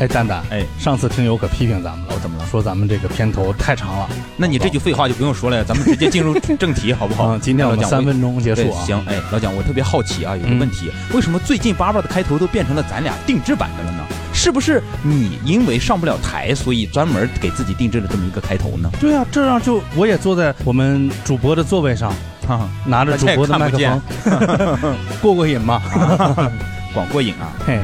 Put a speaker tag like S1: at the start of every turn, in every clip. S1: 哎，蛋蛋，
S2: 哎，哦
S1: 上次听友可批评咱们了，
S2: 怎么了？
S1: 说咱们这个片头太长了。
S2: 那你这句废话就不用说了，咱们直接进入 正题好不好？
S1: 嗯，今天我们
S2: 老蒋
S1: 三
S2: 我
S1: 分钟结
S2: 对
S1: 束啊。，
S2: 行，哎，老蒋，我特别好奇啊，有个
S1: 嗯
S2: 问题，为什么最近巴巴的开头都变成了咱俩定制版的了呢？是不是你因为上不了台，所以专门给自己定制了这么一个开头呢？
S1: 对啊，这样就我也坐在我们主播的座位上，
S2: 哈哎哈，
S1: 拿着主播的麦克
S2: 大
S1: 风， 过过瘾 嘛。
S2: 广过瘾啊！
S1: 嘿，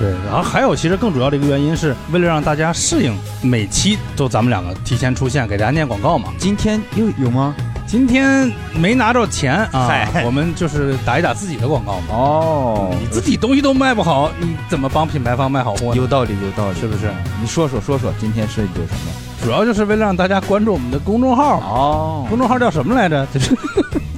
S1: 对，然后还有其实更主要的一个原因是为了让大家适应每期都咱们两个提前出现，给大家念广告嘛。
S2: 今天又有吗？
S1: 今天没拿着钱啊
S2: 嗨，
S1: 我们就是打一打自己的广告嘛。
S2: 哦
S1: 你自己东西都卖不好，你怎么帮品牌方卖好货呢？
S2: 有道理，有道理，
S1: 是不是？
S2: 你说说说说，今天是有什么？
S1: 主要就是为了让大家关注我们的公众号，
S2: 哦
S1: 公众号叫什么来着？就是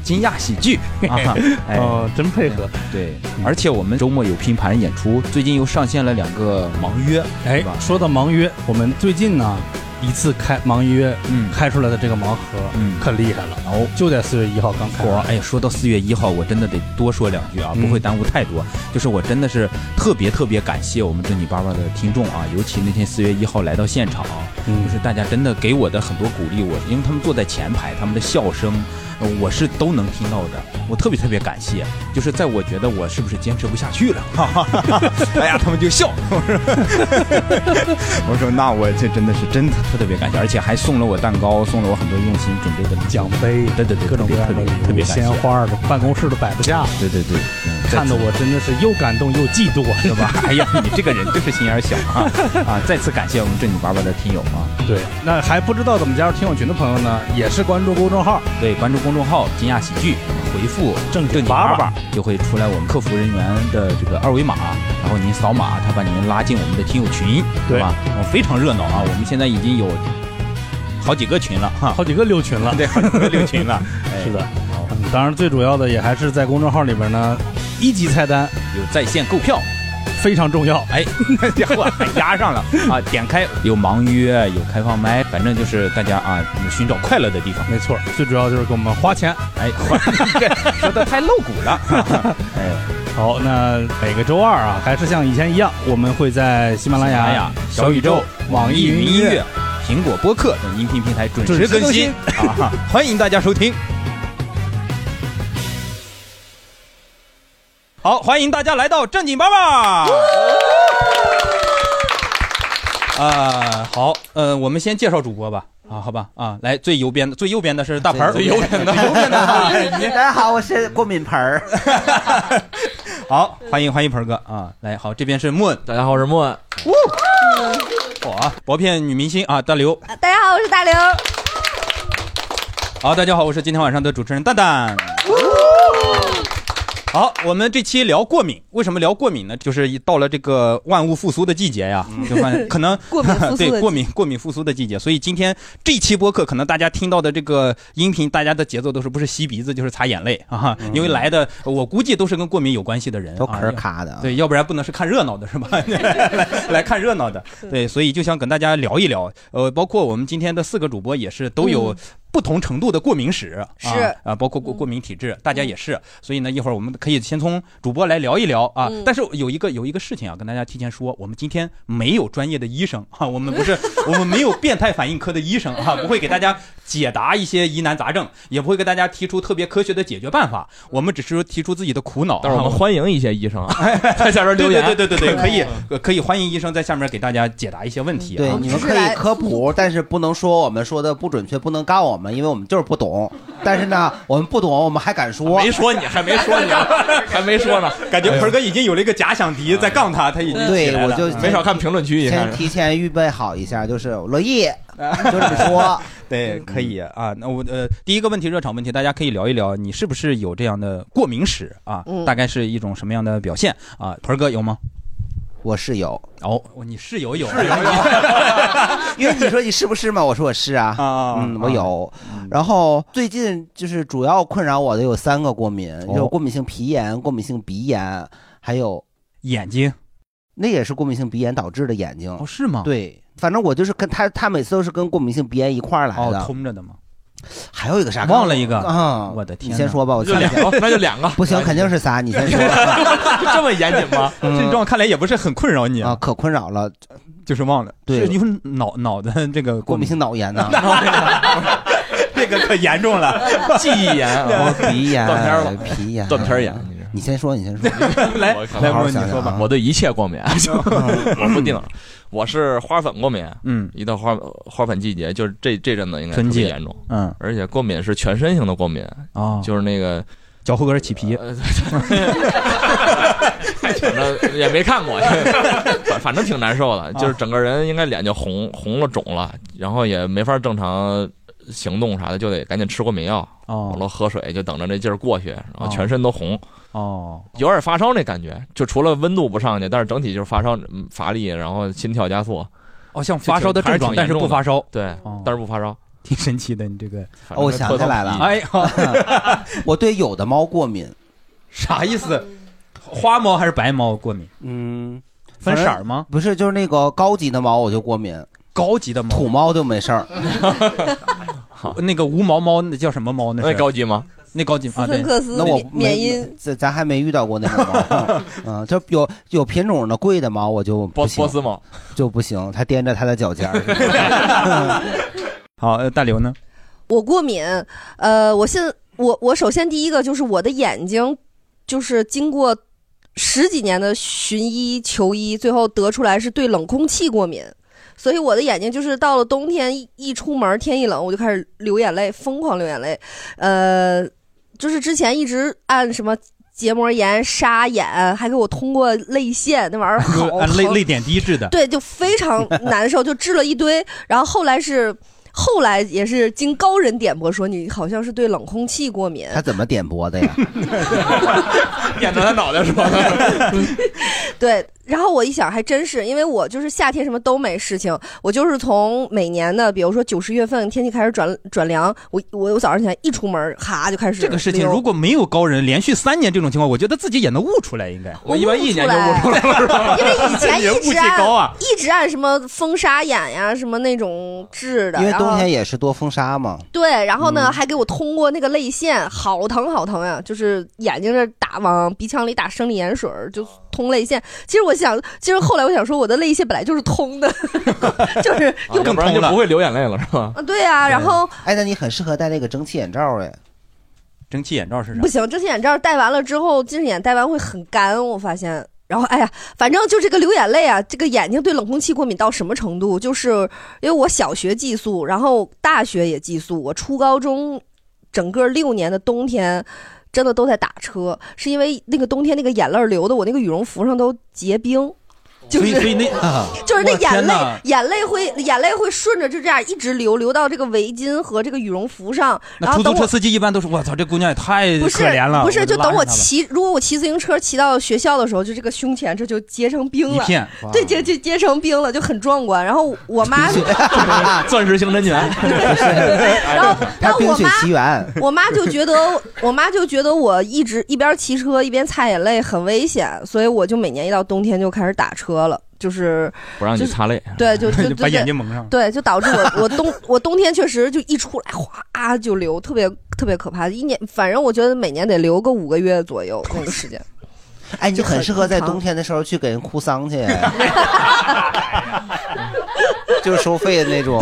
S2: 惊讶喜 剧啊！哎，
S1: 哦，真配合。
S2: 对，而且我们周末有拼盘演出，最近又上线了两个盲约，
S1: 哎
S2: 是吧，
S1: 说到盲约，我们最近呢一次开盲约
S2: 嗯
S1: 开出来的这个盲盒，
S2: 嗯
S1: 可厉害了，
S2: 哦。
S1: 就在四月一号刚开。
S2: 火！哎，说到四月一号，我真的得多说两句啊，
S1: 嗯
S2: 不会耽误太多。就是我真的是特别特别感谢我们正经八八的听众啊，尤其那天四月一号来到现场，
S1: 嗯
S2: 就是大家真的给我的很多鼓励，我因为他们坐在前排，他们的笑声，呃我是都能听到的，我特别特别感谢。就是在我觉得我是不是坚持不下去了，哈哈哈 哈哎呀，他们就笑，我说，我说那我这真的是真的特别感谢，而且还送了我蛋糕，送了我很多用心准备的礼物
S1: 奖杯，
S2: 对对对，
S1: 各种各样
S2: 特
S1: 的
S2: 别
S1: 礼
S2: 特
S1: 物、
S2: 别感谢
S1: 鲜花的，办公室都摆不下，
S2: 对对对，嗯
S1: 看得我真的是又感动又嫉妒 啊，
S2: 对吧？哎呀，你这个人就是心眼儿小啊！啊，再次感谢我们正经八百的听友啊！
S1: 对，那还不知道怎么加入听友群的朋友呢，也是关注公众号，
S2: 对，关注公众号“惊讶喜剧”，回复“
S1: 正经
S2: 正经
S1: 八
S2: 八
S1: 百
S2: 百”就会出来我们客服人员的这个二维码，啊然后您扫码，他把您拉进我们的听友群，
S1: 对
S2: 吧？我非常热闹啊！我们现在已经有好几个群了哈，
S1: 好几个六群了。
S2: 对，好几个六 群了。哎
S1: 是的，嗯当然最主要的也还是在公众号里边呢，一级菜单
S2: 有在线购票。
S1: 非常重要。
S2: 哎，那家伙还压上了啊！点开有盲约，有开放麦，反正就是大家啊寻找快乐的地方。
S1: 没错，最主 要就是给我们花钱。
S2: 哎，这说的太露骨了。 哎，
S1: 好，那每个周二啊，还是像以前一样，我们会在喜马拉
S2: 哎
S1: 雅
S2: 呀、，小宇宙、网易云音乐、苹果播客等音频平台准时
S1: 准时
S2: 更
S1: 更
S2: 新
S1: 新
S2: 啊！欢迎大家收听。好，欢迎大家来到正经八八。啊，好，呃，我们先介绍主播吧，啊，好吧，啊，来，最右边的，最右边的是大盆儿，
S3: 最右
S2: 边的，右边的，
S3: 大家好，我是过敏盆儿。
S2: 好，欢迎欢迎盆儿哥啊，来，好，这边是莫恩，
S4: 大家好，我是莫恩。
S2: 我啊，薄片女明星啊，大刘。
S5: 啊嗯大家好，我是大刘。
S2: 啊好，大家好，我是今天晚上的主持人蛋蛋。好，我们这期聊过敏，为什么聊过敏呢？就是一到了这个万物复苏的季节呀，就发 现可能
S5: 嗯过敏复苏的 季
S2: 对
S5: 节
S2: 过敏过敏复苏的季节，所以今天这期播客可能大家听到的这个音频，大家的节奏都是不是吸鼻子就是擦眼泪啊，
S5: 嗯
S2: 因为来的我估计都是跟过敏有关系的人，
S3: 都
S2: 啊
S3: 可是卡的啊，
S2: 对，要不然不能是看热闹的是吧？
S5: 嗯
S2: 来来看热 闹的，对，所以就想跟大家聊一聊，呃，包括我们今天的四个主播也是都有
S5: 嗯
S2: 不同程度的过敏史，
S5: 是嗯
S2: 啊、啊包括过过敏体质，大家也是，所以呢，一会儿我们可以先从主播来聊一聊啊。
S5: 嗯
S2: 但是有一个有一个事情啊，跟大家提前说，我们今天没有专业的医生 啊，我们不是我们没有变态反应科的医生啊，不会给大家解答一些疑难杂症，也不会给大家提出特别科学的解决办法，我们只是提出自己的苦恼。啊
S4: 但是我们欢迎一些医 生啊，
S2: 在下边
S4: 留言
S2: 对对对对对，
S5: 对
S2: 可以 呃可以欢迎医生在下面给大家解答一些问题啊。
S3: 对，
S5: 嗯
S3: 你们可以科普，但是不能说我们说的不准确，不能告我们，因为我们就是不懂。但是呢，我们不懂，我们还敢说。
S4: 没说你，
S2: 啊
S4: 还没 说你，啊还没说呢。
S2: 感觉盆哥已经有了一个假想敌在杠他，他已经起
S3: 对，
S2: 来
S3: 我
S2: 了
S3: 就
S4: 没少看评论区一下
S3: 先，提前预备好一下，就是乐意，就是说，
S2: 对，可以啊。那我呃，第一个问题热场问题，大家可以聊一聊，你是不是有这样的过敏史啊？
S5: 嗯
S2: 大概是一种什么样的表现啊？盆哥有吗？
S3: 我是有，
S2: 哦，你室友有， 室友
S3: 因为你说你是不是嘛？我说我是啊，
S2: 啊，
S3: 嗯，我有
S2: 嗯。
S3: 然后最近就是主要困扰我的有三个过敏，有过敏性皮炎、过敏性鼻炎，还有
S2: 眼睛
S3: 那也是过敏性鼻炎导致的眼睛。
S2: 哦是吗？
S3: 对，反正我就是跟他，他每次都是跟过敏性鼻炎一块儿来
S2: 哦
S3: 的。
S2: 通着的吗？
S3: 还有一个啥？
S2: 忘了一个
S3: 啊！
S2: 我的天
S3: 你先
S2: 哪哦
S3: 说吧，我
S4: 就
S3: 看一
S4: 两
S3: 下。
S4: 个，那就两个，
S3: 不行，肯定是仨，你先说嗯
S4: 就这么严谨吗？
S2: 这状况看来也不是很困扰你
S3: 啊，，可困扰了，
S2: 就是忘了，
S3: 对
S2: 是因为脑脑子这个
S3: 过敏性脑炎啊 呢，
S2: 这个可严重 了。
S4: 记忆 严啊，
S3: 哦 鼻炎
S4: 断片儿、
S3: 皮炎、
S4: 断片儿严，。你这
S3: 你先说，你先说，
S2: 来
S4: 我靠
S2: 来，
S3: 哎好好
S2: 莫
S3: 想
S2: 你说
S3: 想
S2: 吧，
S3: 啊
S4: 我对一切过 敏，我不定，我是花粉过敏，
S2: 嗯
S4: 一到花花粉季节，就是这这阵子应该特
S2: 春季
S4: 别严重，
S2: 嗯
S4: 而且过敏是全身性的过敏，
S2: 啊，
S4: 就是 那个
S2: 脚后跟起皮，
S4: 呃，反正也没 看过，反反正挺难受的，就是整个人应该脸就红红了肿了，然后也没法正常行动啥的，就得赶紧吃过敏药，
S2: 哦
S4: 好多喝水，就等着那劲儿过去，然后
S2: 哦
S4: 全身都红，
S2: 哦，
S4: 有点发烧那感觉，就除了温度不上去，但是整体就是发烧、嗯乏力，然后心跳加速，
S2: 哦，像发烧的症状，
S4: 还
S2: 但
S4: 是
S2: 是
S4: 挺严重的
S2: 不发烧，
S4: 对
S2: 哦，
S4: 但是不发烧。
S2: 挺神奇的。你这个，
S4: 反
S3: 哦
S4: 正
S3: 我
S4: 是
S3: 想
S4: 特
S3: 起来
S4: 别
S3: 了
S4: 哎
S2: 哎呀，
S3: 我对有的猫过 敏，
S2: 啥意思？嗯花猫还是白猫过敏？
S3: 嗯，
S2: 分色儿吗？
S3: 不是，就是那个高级的猫我就过敏，
S2: 高级的猫，
S3: 土猫就没事儿。
S2: 那个无毛猫，那叫什么猫？那
S4: 那
S2: 是
S4: 高级吗？
S2: 那高级啊，
S5: 斯
S2: 对
S5: 芬，克斯
S3: 那我
S5: 缅缅因，
S3: 咱咱还没遇到过那种 猫，嗯，这有有品种的贵的猫我就
S4: 波
S3: 不
S4: 波
S3: 行，
S4: 斯猫，
S3: 就不行，它掂着它的脚尖儿。
S2: 好，呃大刘呢？
S5: 我过敏，呃，我现我我首先第一个就是我的眼睛，就是经过十几年的寻医求医，最后得出来是对冷空气过敏，所以我的眼睛就是到了冬天一一出门天一冷，我就开始流眼泪，疯狂流眼泪，呃，就是之前一直按什么。结膜炎、沙眼，还给我通过泪腺，那玩意儿好
S2: 按呃泪
S5: 疼
S2: 泪点低制的，
S5: 对，就 非常难受，就治了一堆。然后后来是，后来也是经高人点拨说你好像是对冷空气过敏，
S3: 它怎么点播 的呀？
S4: 点着他脑袋 说的。
S5: 对。然后我一想，还真是，因为我就是夏天什么都没事情，我就是从每年的，比如说九十月份天气开始转转凉，我我我早上起来一出门，哈就开始
S2: 这个事情
S5: 溜
S2: 如果没有高人连续三年这种情况，我觉得自己也能悟出来，应该。
S4: 我一般一年就悟出来了，
S5: 因为 以前
S2: 你的
S5: 一
S2: 悟
S5: 直
S2: 气
S5: 按
S2: 高啊！
S5: 一直按什么风沙眼呀、什么那种治的，
S3: 因为
S5: 然后
S3: 冬天也是多风沙嘛。
S5: 对，然后呢，还给我通过那个泪腺，好疼好疼呀！就是眼睛这打往鼻腔里打生理盐水儿，就通泪腺。其实我想，其实后来我想说，我的泪腺本来就是通的，就是
S4: 啊要不然就不会流眼泪了，是吧？
S5: 啊，对啊。然后
S3: 哎，那你很适合戴那个蒸汽眼罩哎。
S2: 蒸汽眼罩是啥
S5: 不？行，这些眼罩戴完了之后，近视眼戴完会很干，我发现。然后，哎呀，反正就这个流眼泪啊，这个眼睛对冷空气过敏到什么程度？就是因为我小学寄宿，然后大学也寄宿，我初高中整个六年的冬天，真的都在打车，是因为那个冬天那个眼泪流的我那个羽绒服上都结冰，就
S2: 所以
S5: 是
S2: 所 以那
S3: 啊
S5: 就是那
S2: 我天
S5: 眼泪
S2: 哪，
S5: 眼泪会眼泪会顺着就这样一直流，流到这个围巾和这个羽绒服上，
S2: 那
S5: 然后
S2: 出
S5: 等
S2: 租
S5: 我
S2: 车司机一般都是我操，这姑娘也太
S5: 不是
S2: 可怜了。
S5: 不是，就
S2: 拉
S5: 等我
S2: 上她吧
S5: 骑，如果我骑自行车骑到学校的时候，就这个胸前这就结成冰
S2: 一
S5: 了。
S2: 片，
S5: 对，结结结成冰了，就很壮观。然后我妈，
S4: 钻石刑侦权，
S5: 啊 然后然
S3: 它
S5: 后
S3: 冰
S5: 我
S3: 雪
S5: 妈，
S3: 奇缘，
S5: 我妈就觉得，我妈就觉得我一直一边骑车一边擦眼泪很危险，所以我就每年一到冬天就开始打车了，就是
S4: 不让你擦泪。
S5: 对，就就就
S2: 把眼
S5: 对
S2: 睛蒙上。
S5: 对，就导致我我冬我冬天确实就一出来哗就流，特别特别可怕。一年反正我觉得每年得流个五个月左右那个时间。
S3: 哎，你
S5: 就
S3: 很
S5: 很
S3: 适合在
S5: 长
S3: 冬天的时候去给人哭丧去，哎 就是收费的那 种。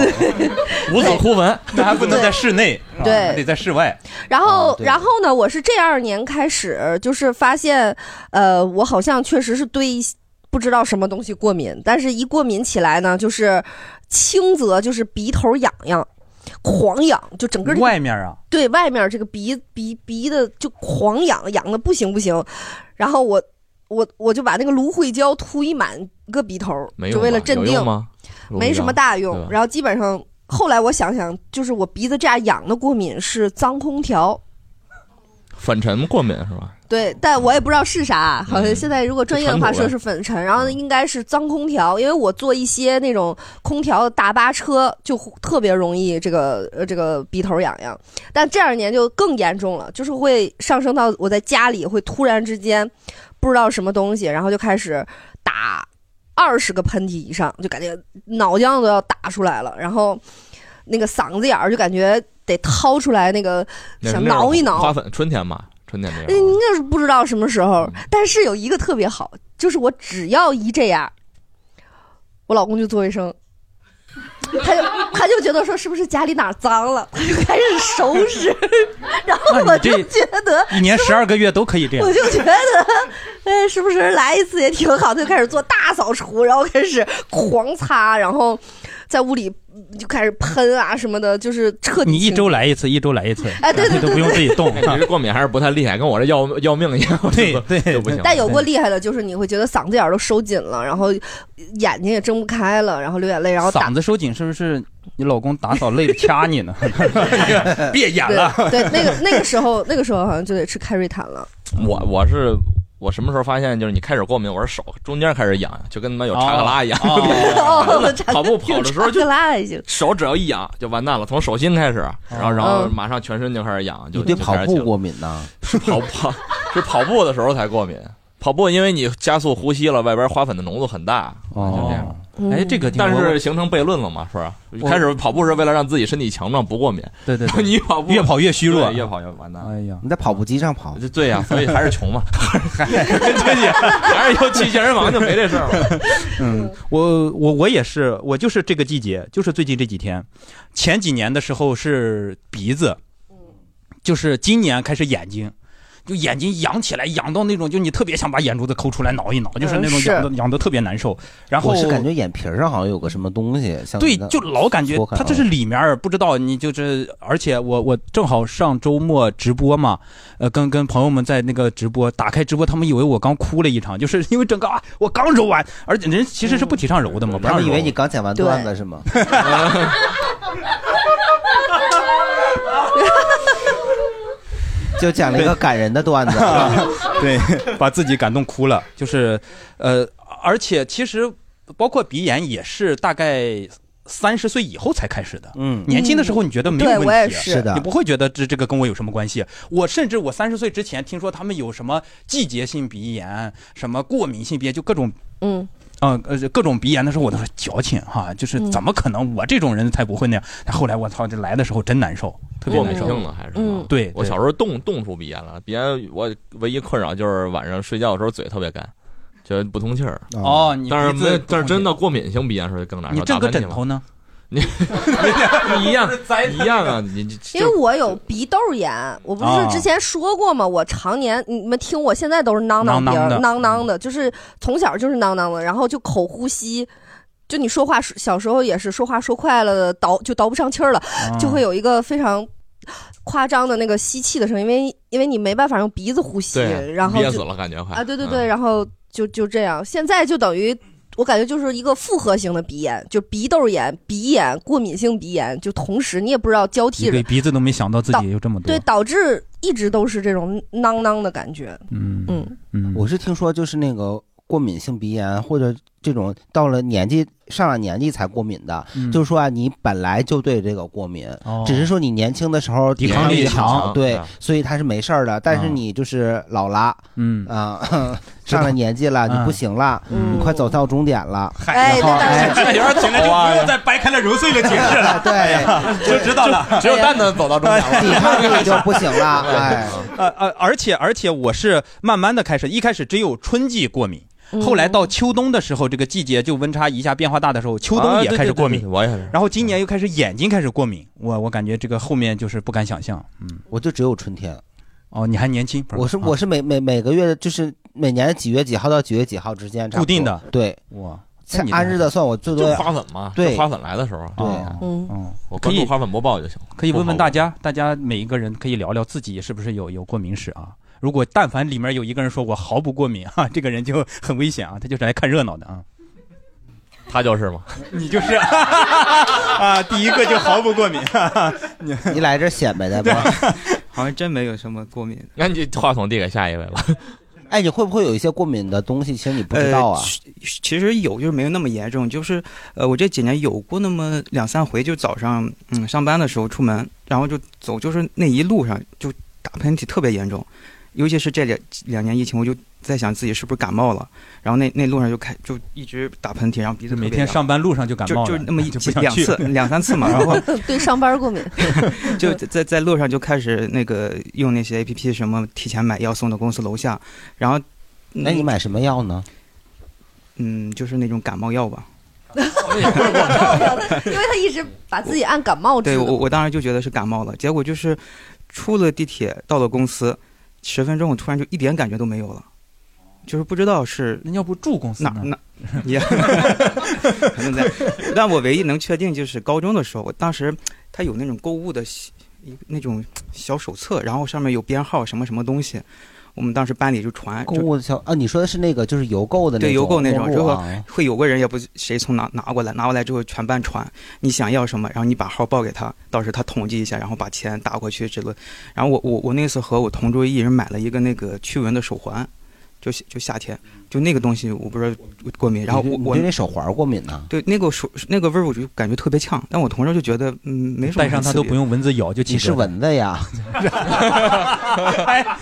S2: 五子哭坟，那还不能
S5: 对
S2: 在室内，是吧
S5: 对
S2: 还得在室外。
S5: 然后，
S4: 哦
S3: 啊对
S5: 然后呢？我是这二年开始，就是发现，呃，我好像确实是对一些不知道什么东西过敏，但是一过敏起来呢，就是轻则就是鼻头痒痒，狂痒，就整个这个
S2: 外面啊，
S5: 对外面这个鼻鼻鼻的就狂痒，痒的不行不行。然后我我我就把那个芦荟胶涂一满个鼻头
S4: 没，
S5: 就
S4: 用
S5: 为了
S4: 吧
S5: 镇
S4: 有
S5: 定
S4: 用，吗？
S5: 没什么大
S4: 对
S5: 用
S4: 吧。
S5: 然后基本上后来我想想，就是我鼻子这样痒的过敏是脏空调。
S4: 粉尘过敏是吧？
S5: 对，但我也不知道是啥，好像
S4: 嗯
S5: 现在如果专业的话
S4: 传统
S5: 说
S4: 呗
S5: 是粉尘，然后
S4: 嗯
S5: 应该是脏空调，因为我坐一些那种空调的大巴车就特别容易这个呃这个鼻头痒痒，但这两年就更严重了，就是会上升到我在家里会突然之间不知道什么东西，然后就开始打二十个喷嚏以上，就感觉脑浆都要打出来了，然后那个嗓子眼儿就感觉得掏出来那个
S4: 那
S5: 想
S4: 那
S5: 挠一挠
S4: 花。粉春天嘛，春天这
S5: 那哎应
S4: 样。
S5: 该是不知道什么时候，但是有一个特别好，就是我只要一这样，我老公就做卫生，他就他就觉得说是不是家里哪儿脏了，他就开始收拾， 然后
S2: 那
S5: 我
S2: 你这
S5: 就觉得。
S2: 一年十二个月都可以这样
S5: 我。就觉得，哎，是不是来一次也挺好？他就开始做大扫除，然后开始狂擦，然后在屋里就开始喷啊什么的，就是彻底。
S2: 你一周，来一次，一周来一次，
S5: 哎对对对
S2: 都不用自己动。
S4: 那你这过敏还是不太厉害，跟我这要要命一样，
S2: 对
S4: 就
S2: 对
S4: 就不行。嗯
S5: 但有过厉害的，就是你会觉得嗓子眼儿都收紧了，然后眼睛也睁不开了，然后流眼泪，然后打
S2: 嗓子收紧是不是你老公打扫累了掐你呢？ 别演了，
S5: 对对，那个那个时候，那个时候好像就得吃开瑞坦了。
S4: 我我是我什么时候发现，就是你开始过敏，我是手中间开始痒，就跟他妈有查克拉一样，
S5: 哦，
S4: 跑步跑的时候就
S5: 拉还行。
S4: 手只要一痒啊就完蛋了，从手心开始，啊然后然后
S5: 嗯
S4: 马上全身就开始痒，就
S3: 你对
S4: 就
S3: 跑
S4: 开始
S3: 步
S4: 起来
S3: 过敏呢？
S4: 是跑跑 是跑步的时候才过敏，跑步因为你加速呼吸了，外边花粉的浓度很大，就这样。
S2: 哦，
S5: 嗯
S2: 哎，这个挺
S4: 但
S2: 我
S4: 是形成悖论了嘛，是吧？
S2: 我
S4: 开始跑步是为了让自己身体强壮不过敏，
S2: 对对对，
S4: 你跑步
S2: 越跑越虚弱
S4: 对。越跑越完蛋。
S2: 哎呀，
S3: 你在跑步机上跑，
S4: 就对呀、所以还是穷嘛，还是还是有去健身房就没这事儿 了。
S2: 嗯，我我我也是，我就是这个季节，就是最近这几天，前几年的时候是鼻子，就是今年开始眼睛。就眼睛痒起来，痒到那种，就你特别想把眼珠子抠出来挠一挠，就是那种
S5: 嗯是
S2: 痒的痒的特别难受。然后
S3: 我是感觉眼皮儿上好像有个什么东西，像
S2: 对
S3: 那，个
S2: 就老感觉
S3: 缩开哦啊
S2: 它这是里面儿不知道，你就是，而且我我正好上周末直播嘛，呃，跟跟朋友们在那个直播，打开直播，他们以为我刚哭了一场，就是因为整个啊，我刚揉完，而且人其实是不提倡揉的嘛，
S3: 他
S2: 不让
S3: 们以
S2: 揉
S3: 为你刚剪完段子是吗？就讲了一个感人的段子，啊
S2: 对，把自己感动哭了，就是，呃，而且其实包括鼻炎也是大概三十岁以后才开始的，
S3: 嗯，
S2: 年轻的时候你觉得没有
S5: 嗯对
S2: 问题，啊
S5: 我也是
S3: 是的
S2: 你，不会觉得这这个跟我有什么关系？啊我甚至我三十岁之前听说他们有什么季节性鼻炎、什么过敏性鼻炎，就各种
S5: 嗯，
S2: 嗯呃各种鼻炎的时候，我都是矫情哈，就是
S5: 嗯
S2: 怎么可能我这种人才不会那样？但后来我操，这来的时候真难受，特别
S4: 过敏
S2: 难受。
S4: 性了还是？
S5: 嗯
S2: 对，
S4: 我
S2: 对
S4: 小时候冻冻出鼻炎了，鼻炎我唯一困扰就是晚上睡觉的时候嘴特别干，就不通气儿。
S2: 哦，你
S4: 但是
S2: 鼻子
S4: 没，但是真的过敏性鼻炎是更难受。
S2: 你震
S4: 打
S2: 个
S4: 喷嚏
S2: 枕
S4: 嘛
S2: 头呢？
S4: 一 样一样啊！你你
S5: 因为我有鼻窦炎，我不
S2: 啊
S5: 是之前说过吗？我常年你们听我现在都是囔
S2: 囔
S5: 囔鼻
S2: 囔
S5: 儿，
S2: 的
S5: 囔囔的，就是从小就是囔囔的，然后就口呼吸。就你说话，小时候也是说话说快了，倒就倒不上气儿了，就会有一个非常夸张的那个吸气的声音，因为因为你没办法用鼻子呼吸，
S4: 对，啊
S5: 然后
S4: 憋
S5: 就
S4: 死了感觉快嗯
S5: 啊，
S6: 嗯
S5: 对对对，，然后就就这样，现在就等于我感觉就是一个复合型的鼻炎，就鼻窦炎、鼻炎、过敏性鼻炎，就同时你也不知道交替
S2: 你
S5: 着
S2: 对，鼻子都没想到自己有这么多
S5: 对，。导致一直都是这种囔囔的感觉，
S2: 嗯
S5: 嗯，
S2: 嗯，
S3: 我是听说就是那个过敏性鼻炎或者这种到了年纪上了年纪才过敏的，
S2: 嗯
S3: 就是说啊，你本来就对这个过敏，
S2: 哦
S3: 只是说你年轻的时候
S2: 抵抗力
S4: 强
S3: 对
S4: 嗯，
S3: 所以它是没事儿的。但是
S2: 啊
S3: 你就是老了
S2: 嗯，
S3: 啊， 上了年纪了，你不行了，
S5: 嗯
S3: 你快走到终点了。
S5: 哎，
S3: 然后
S5: 对
S3: 哎
S2: 这有点走 了，不用再掰开了揉碎了解释了， 哎
S3: 对，
S2: 就知道了。
S4: 只有蛋蛋走到中间
S3: 抵
S4: 了。
S3: 抗力就不行 了，哎，
S2: 呃呃，而且而且我是慢慢的开始，一开始只有春季过敏，
S5: 嗯
S2: 后来到秋冬的时候，这个季节就温差一下变化大的时候，秋冬也开始过敏。
S4: 啊，对对对对我也是。
S2: 然后今年又开始眼睛开始过敏，我我感觉这个后面就是不敢想象。嗯，
S3: 我就只有春天。
S2: 哦，你还年轻，
S3: 我是我
S2: 是
S3: 是
S2: 啊
S3: 每每每个月就是每年几月几号到几月几号之间差不多
S2: 固定的，
S3: 对，
S2: 我那
S3: 按
S2: 你这
S3: 按日的算，我哦最
S4: 就
S3: 多
S4: 花粉嘛，
S3: 对
S4: 就花粉来的时候，啊
S3: 对啊
S2: 哦
S5: 嗯
S2: 哦，
S4: 我
S2: 可
S4: 关
S2: 以
S4: 注花粉播报就行了。
S2: 可以问问大家，大家每一个人可以聊聊自己是不是有有过敏史啊？如果但凡里面有一个人说我毫不过敏哈、啊 这个人就很危险啊，他就是来看热闹的啊。
S4: 他就是嘛，
S2: 你就是 啊，第一个就毫不过敏。啊
S3: 你来这显摆的吧。
S6: 好像真没有什么过敏的。
S4: 那你话筒递给下一位 了。
S3: 哎，你会不会有一些过敏的东西？其实你不知道啊
S6: 呃。其其实有，就是没有那么严重。就是呃，我这几年有过那么两三回，就早上嗯上班的时候出门，然后就走，就是那一路上就打喷嚏特别严重，尤其是这两两年疫情，我就在想自己是不是感冒了，然后那那路上就开就一直打喷嚏，然后鼻子
S2: 就
S6: 特
S2: 每
S6: 别
S2: 天
S6: 凉
S2: 上班路上就感
S6: 就
S2: 冒
S6: 就
S2: 了
S6: 那么 一
S2: 就不想
S6: 两
S2: 去
S6: 次两三次嘛，然后
S5: 对上 班过敏，
S6: 就在在路上就开始那个用那些 A P P 什么提前买药送到公司楼下，然后
S3: 那你买什么药呢？
S6: 嗯就是那种感冒药吧，
S5: 因为他一直把自己按感冒治
S6: 对
S5: 的。
S6: 我我当时就觉得是感冒了，结果就是出了地铁到了公司十分钟，我突然就一点感觉都没有了，就是不知道是
S2: 那要不住公司
S6: 哪
S2: 呢？
S6: 哪也 可能在，但我唯一能确定就是高中的时候，我当时他有那种购物的小一那种小手册，然后上面有编号什么什么东西，我们当时班里就传，
S3: 购
S6: 就
S3: 物的小啊，你说的是那个就是邮购的那种，
S6: 对邮购那种
S3: 购物
S6: 如果
S3: 啊
S6: 会有个人也不谁从哪拿过来，拿过来之后全班传，你想要什么，然后你把号报给他，到时候他统计一下，然后把钱打过去之类。然后我我我那次和我同桌一人买了一个那个驱蚊的手环，就就夏天就那个东西我不知道过敏，然后
S3: 你
S6: 我
S3: 对你
S6: 我
S3: 对那手环啊过敏呢？
S6: 对那个手那个味儿我就感觉特别呛，但我同桌就觉得嗯没什么，
S2: 带上它都不。用蚊子咬就
S3: 你
S2: 起
S3: 是蚊子呀？
S2: 哎呃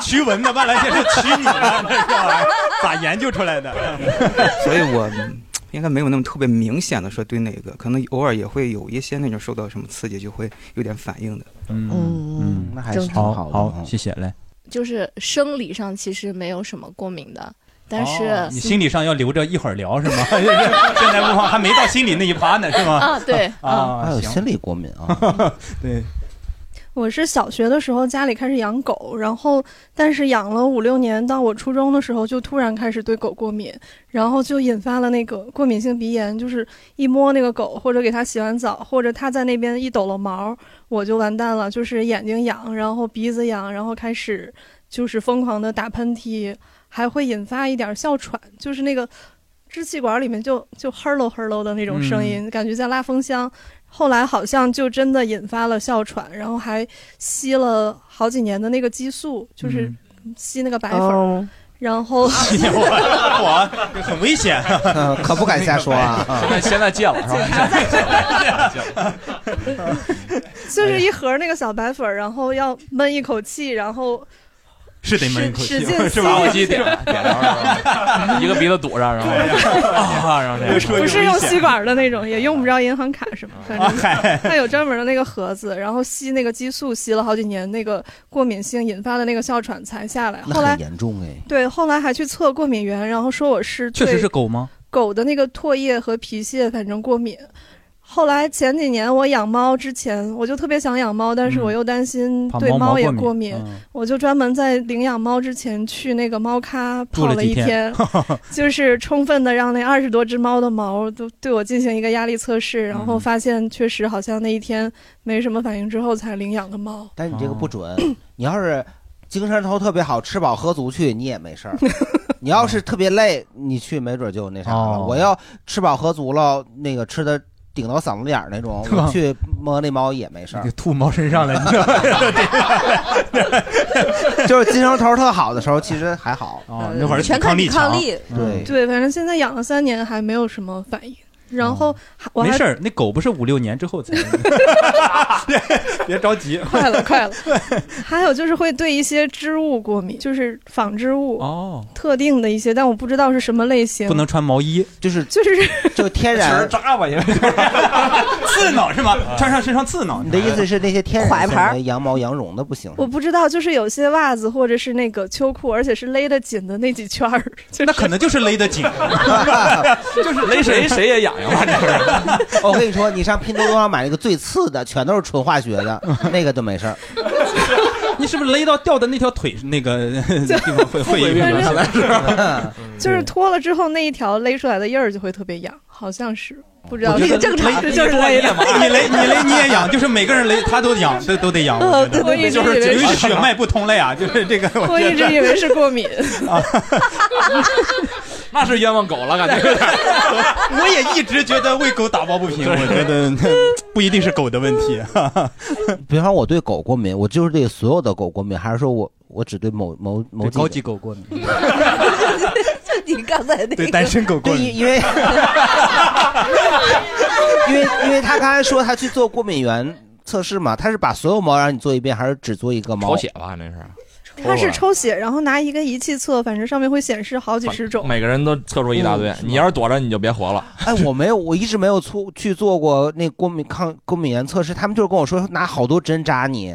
S2: 驱蚊的，万来先生驱你的，哎咋研究出来的？
S6: 所以我嗯应该没有那么特别明显的说对哪个，可能偶尔也会有一些那种受到什么刺激就会有点反应的。
S2: 嗯
S3: 那还是挺
S2: 好
S3: 的啊
S2: 好，谢谢。来，
S7: 就是生理上其实没有什么过敏的，但是、
S2: 哦你心理上要留着一会儿聊是吗？ 现在不放，还没到心理那一趴呢是吗？
S7: 啊，对，啊，
S3: 还
S2: 啊，
S3: 有
S2: 行，
S3: 心理过敏 啊？
S2: 对，
S8: 我是小学的时候家里开始养狗，然后但是养了五六年，到我初中的时候就突然开始对狗过敏，然后就引发了那个过敏性鼻炎，就是一摸那个狗，或者给它洗完澡，或者它在那边一抖了毛，我就完蛋了，就是眼睛痒，然后鼻子痒，然后开始就是疯狂的打喷嚏，还会引发一点哮喘，就是那个支气管里面就就嘿喽嘿喽的那种声音，感觉在拉风箱。后来好像就真的引发了哮喘，然后还吸了好几年的那个激素，就是
S2: 嗯
S8: 吸那个白粉，
S5: 嗯，
S8: 然后
S2: 我我很危险，啊
S3: 嗯可不敢瞎说 啊！啊
S4: 现在现在戒了是吧？
S8: 就是一盒那个小白粉，然后要闷一口气，然后
S2: 是得闷一口
S8: 使
S2: 气
S8: 使，劲
S2: 是
S8: 吸
S2: 吧？
S4: 我记点点着了，一个鼻子堵上，然后啊，然后这样
S8: 不是用吸管的那种，也用不着银行卡什么，反正
S2: 嗨，
S8: 它有专门的那个盒子，然后吸那个激素，吸了好几年，那个过敏性引发的那个哮喘才下来。
S3: 那
S8: 后来
S3: 很严重哎。
S8: 对，后来还去测过敏源，然后说我是
S2: 确
S8: 对
S2: 实是狗吗？
S8: 狗的那个唾液和皮屑，反正过敏。后来前几年我养猫之前，我就特别想养猫，但是
S2: 嗯
S8: 我又担心
S2: 怕
S8: 对
S2: 猫毛
S8: 猫也
S2: 过
S8: 敏，
S2: 嗯
S8: 我就专门在领养猫之前去那个猫咖
S2: 住
S8: 泡
S2: 了几
S8: 一天， 就是充分的让那二十多只猫的毛都对我进行一个压力测试，然后
S2: 嗯
S8: 发现确实好像那一天没什么反应之后才领养的猫。
S3: 但是你这个不
S2: 哦
S3: 准，你要是精神头特别好，吃饱喝足去，你也没事儿。 你要是特别累，你去没准就那啥了。
S2: 哦
S3: 我要吃饱喝足了，那个吃的顶到嗓子眼儿那种，
S2: 是吧
S3: 我去摸那猫也没事
S2: 你
S3: 儿
S2: 给。吐猫身上了，你知道吗？
S3: 就是精神头特好的时候，其实还好。
S2: 哦，那会儿
S5: 全看抵
S2: 强嗯
S5: 抗，力，
S3: 对，
S5: 嗯
S8: 对，反正现在养了三年还没有什么反应，然后还我
S2: 哦没
S8: 还
S2: 事儿，那狗不是五六年之 后才，别着急
S8: 快了，快了。还有就是会对一些织物过敏，就是纺织物、
S2: 哦，
S8: 特定的一些，但我不知道是什么类型。
S2: 不能穿毛衣，
S3: 就是
S8: 就是
S3: 就天然。啊
S2: 扎吧也， 刺挠是吗？穿上身上刺挠
S3: 你的意思是那些天
S5: 怀
S3: 然
S5: 牌儿
S3: 纤维羊毛羊绒的不行？
S8: 我不知道，就是有些袜子或者是那个秋裤，而且是勒得紧的那几圈儿，就是
S2: 那可能就是勒得 紧，
S4: 就是勒谁谁也痒痒吧，这是。
S3: 我跟你说，你上拼多多上买那个最次的，全都是纯化学的，那个就没事儿。
S2: 你是不是勒到掉的那条腿那 个地方会会有
S8: 反正 就是
S2: 对
S8: 脱了之后那一条勒出来的印儿就会特别痒，好像是不知道
S2: 我觉
S8: 是
S2: 得
S8: 正常
S2: 勒
S8: 的，就是勒的。
S2: 你勒你勒你也痒，就是每个人勒他都痒，都都得痒，我觉
S8: 对
S2: 得。
S8: 我一直
S2: 就
S8: 以
S2: 是
S8: 为
S2: 因为
S8: 是，
S2: 血脉不通了呀，就是这个，
S8: 我一直以 为是过敏，
S4: 那是冤枉狗了，感觉有点儿。
S2: 我也一直觉得为狗打抱不平，我觉得 不一定是狗的问题。
S3: 比方我对狗过敏，我就是对所有的狗过敏，还是说我我只对某某某
S2: 对
S3: 几
S2: 高
S3: 个
S2: 级狗过敏，
S5: 就你刚才那
S2: 对单
S5: 个，
S2: 身狗过
S3: 对，
S2: 敏，
S3: 因因为因为因为他刚才说他去做过敏原测试嘛，他是把所有猫让你做一遍，还是只做一个猫
S4: 朝？鲜吧，那是
S8: 它是抽血，然后拿一个仪器测，反正上面会显示好几十种。啊
S4: 每个人都测出一大堆
S3: 嗯，是吗
S4: 你要是躲着你就别活了。
S3: 哎，我没有，我一直没有出去做过那过敏抗过敏原测试，他们就是跟我说拿好多针扎你，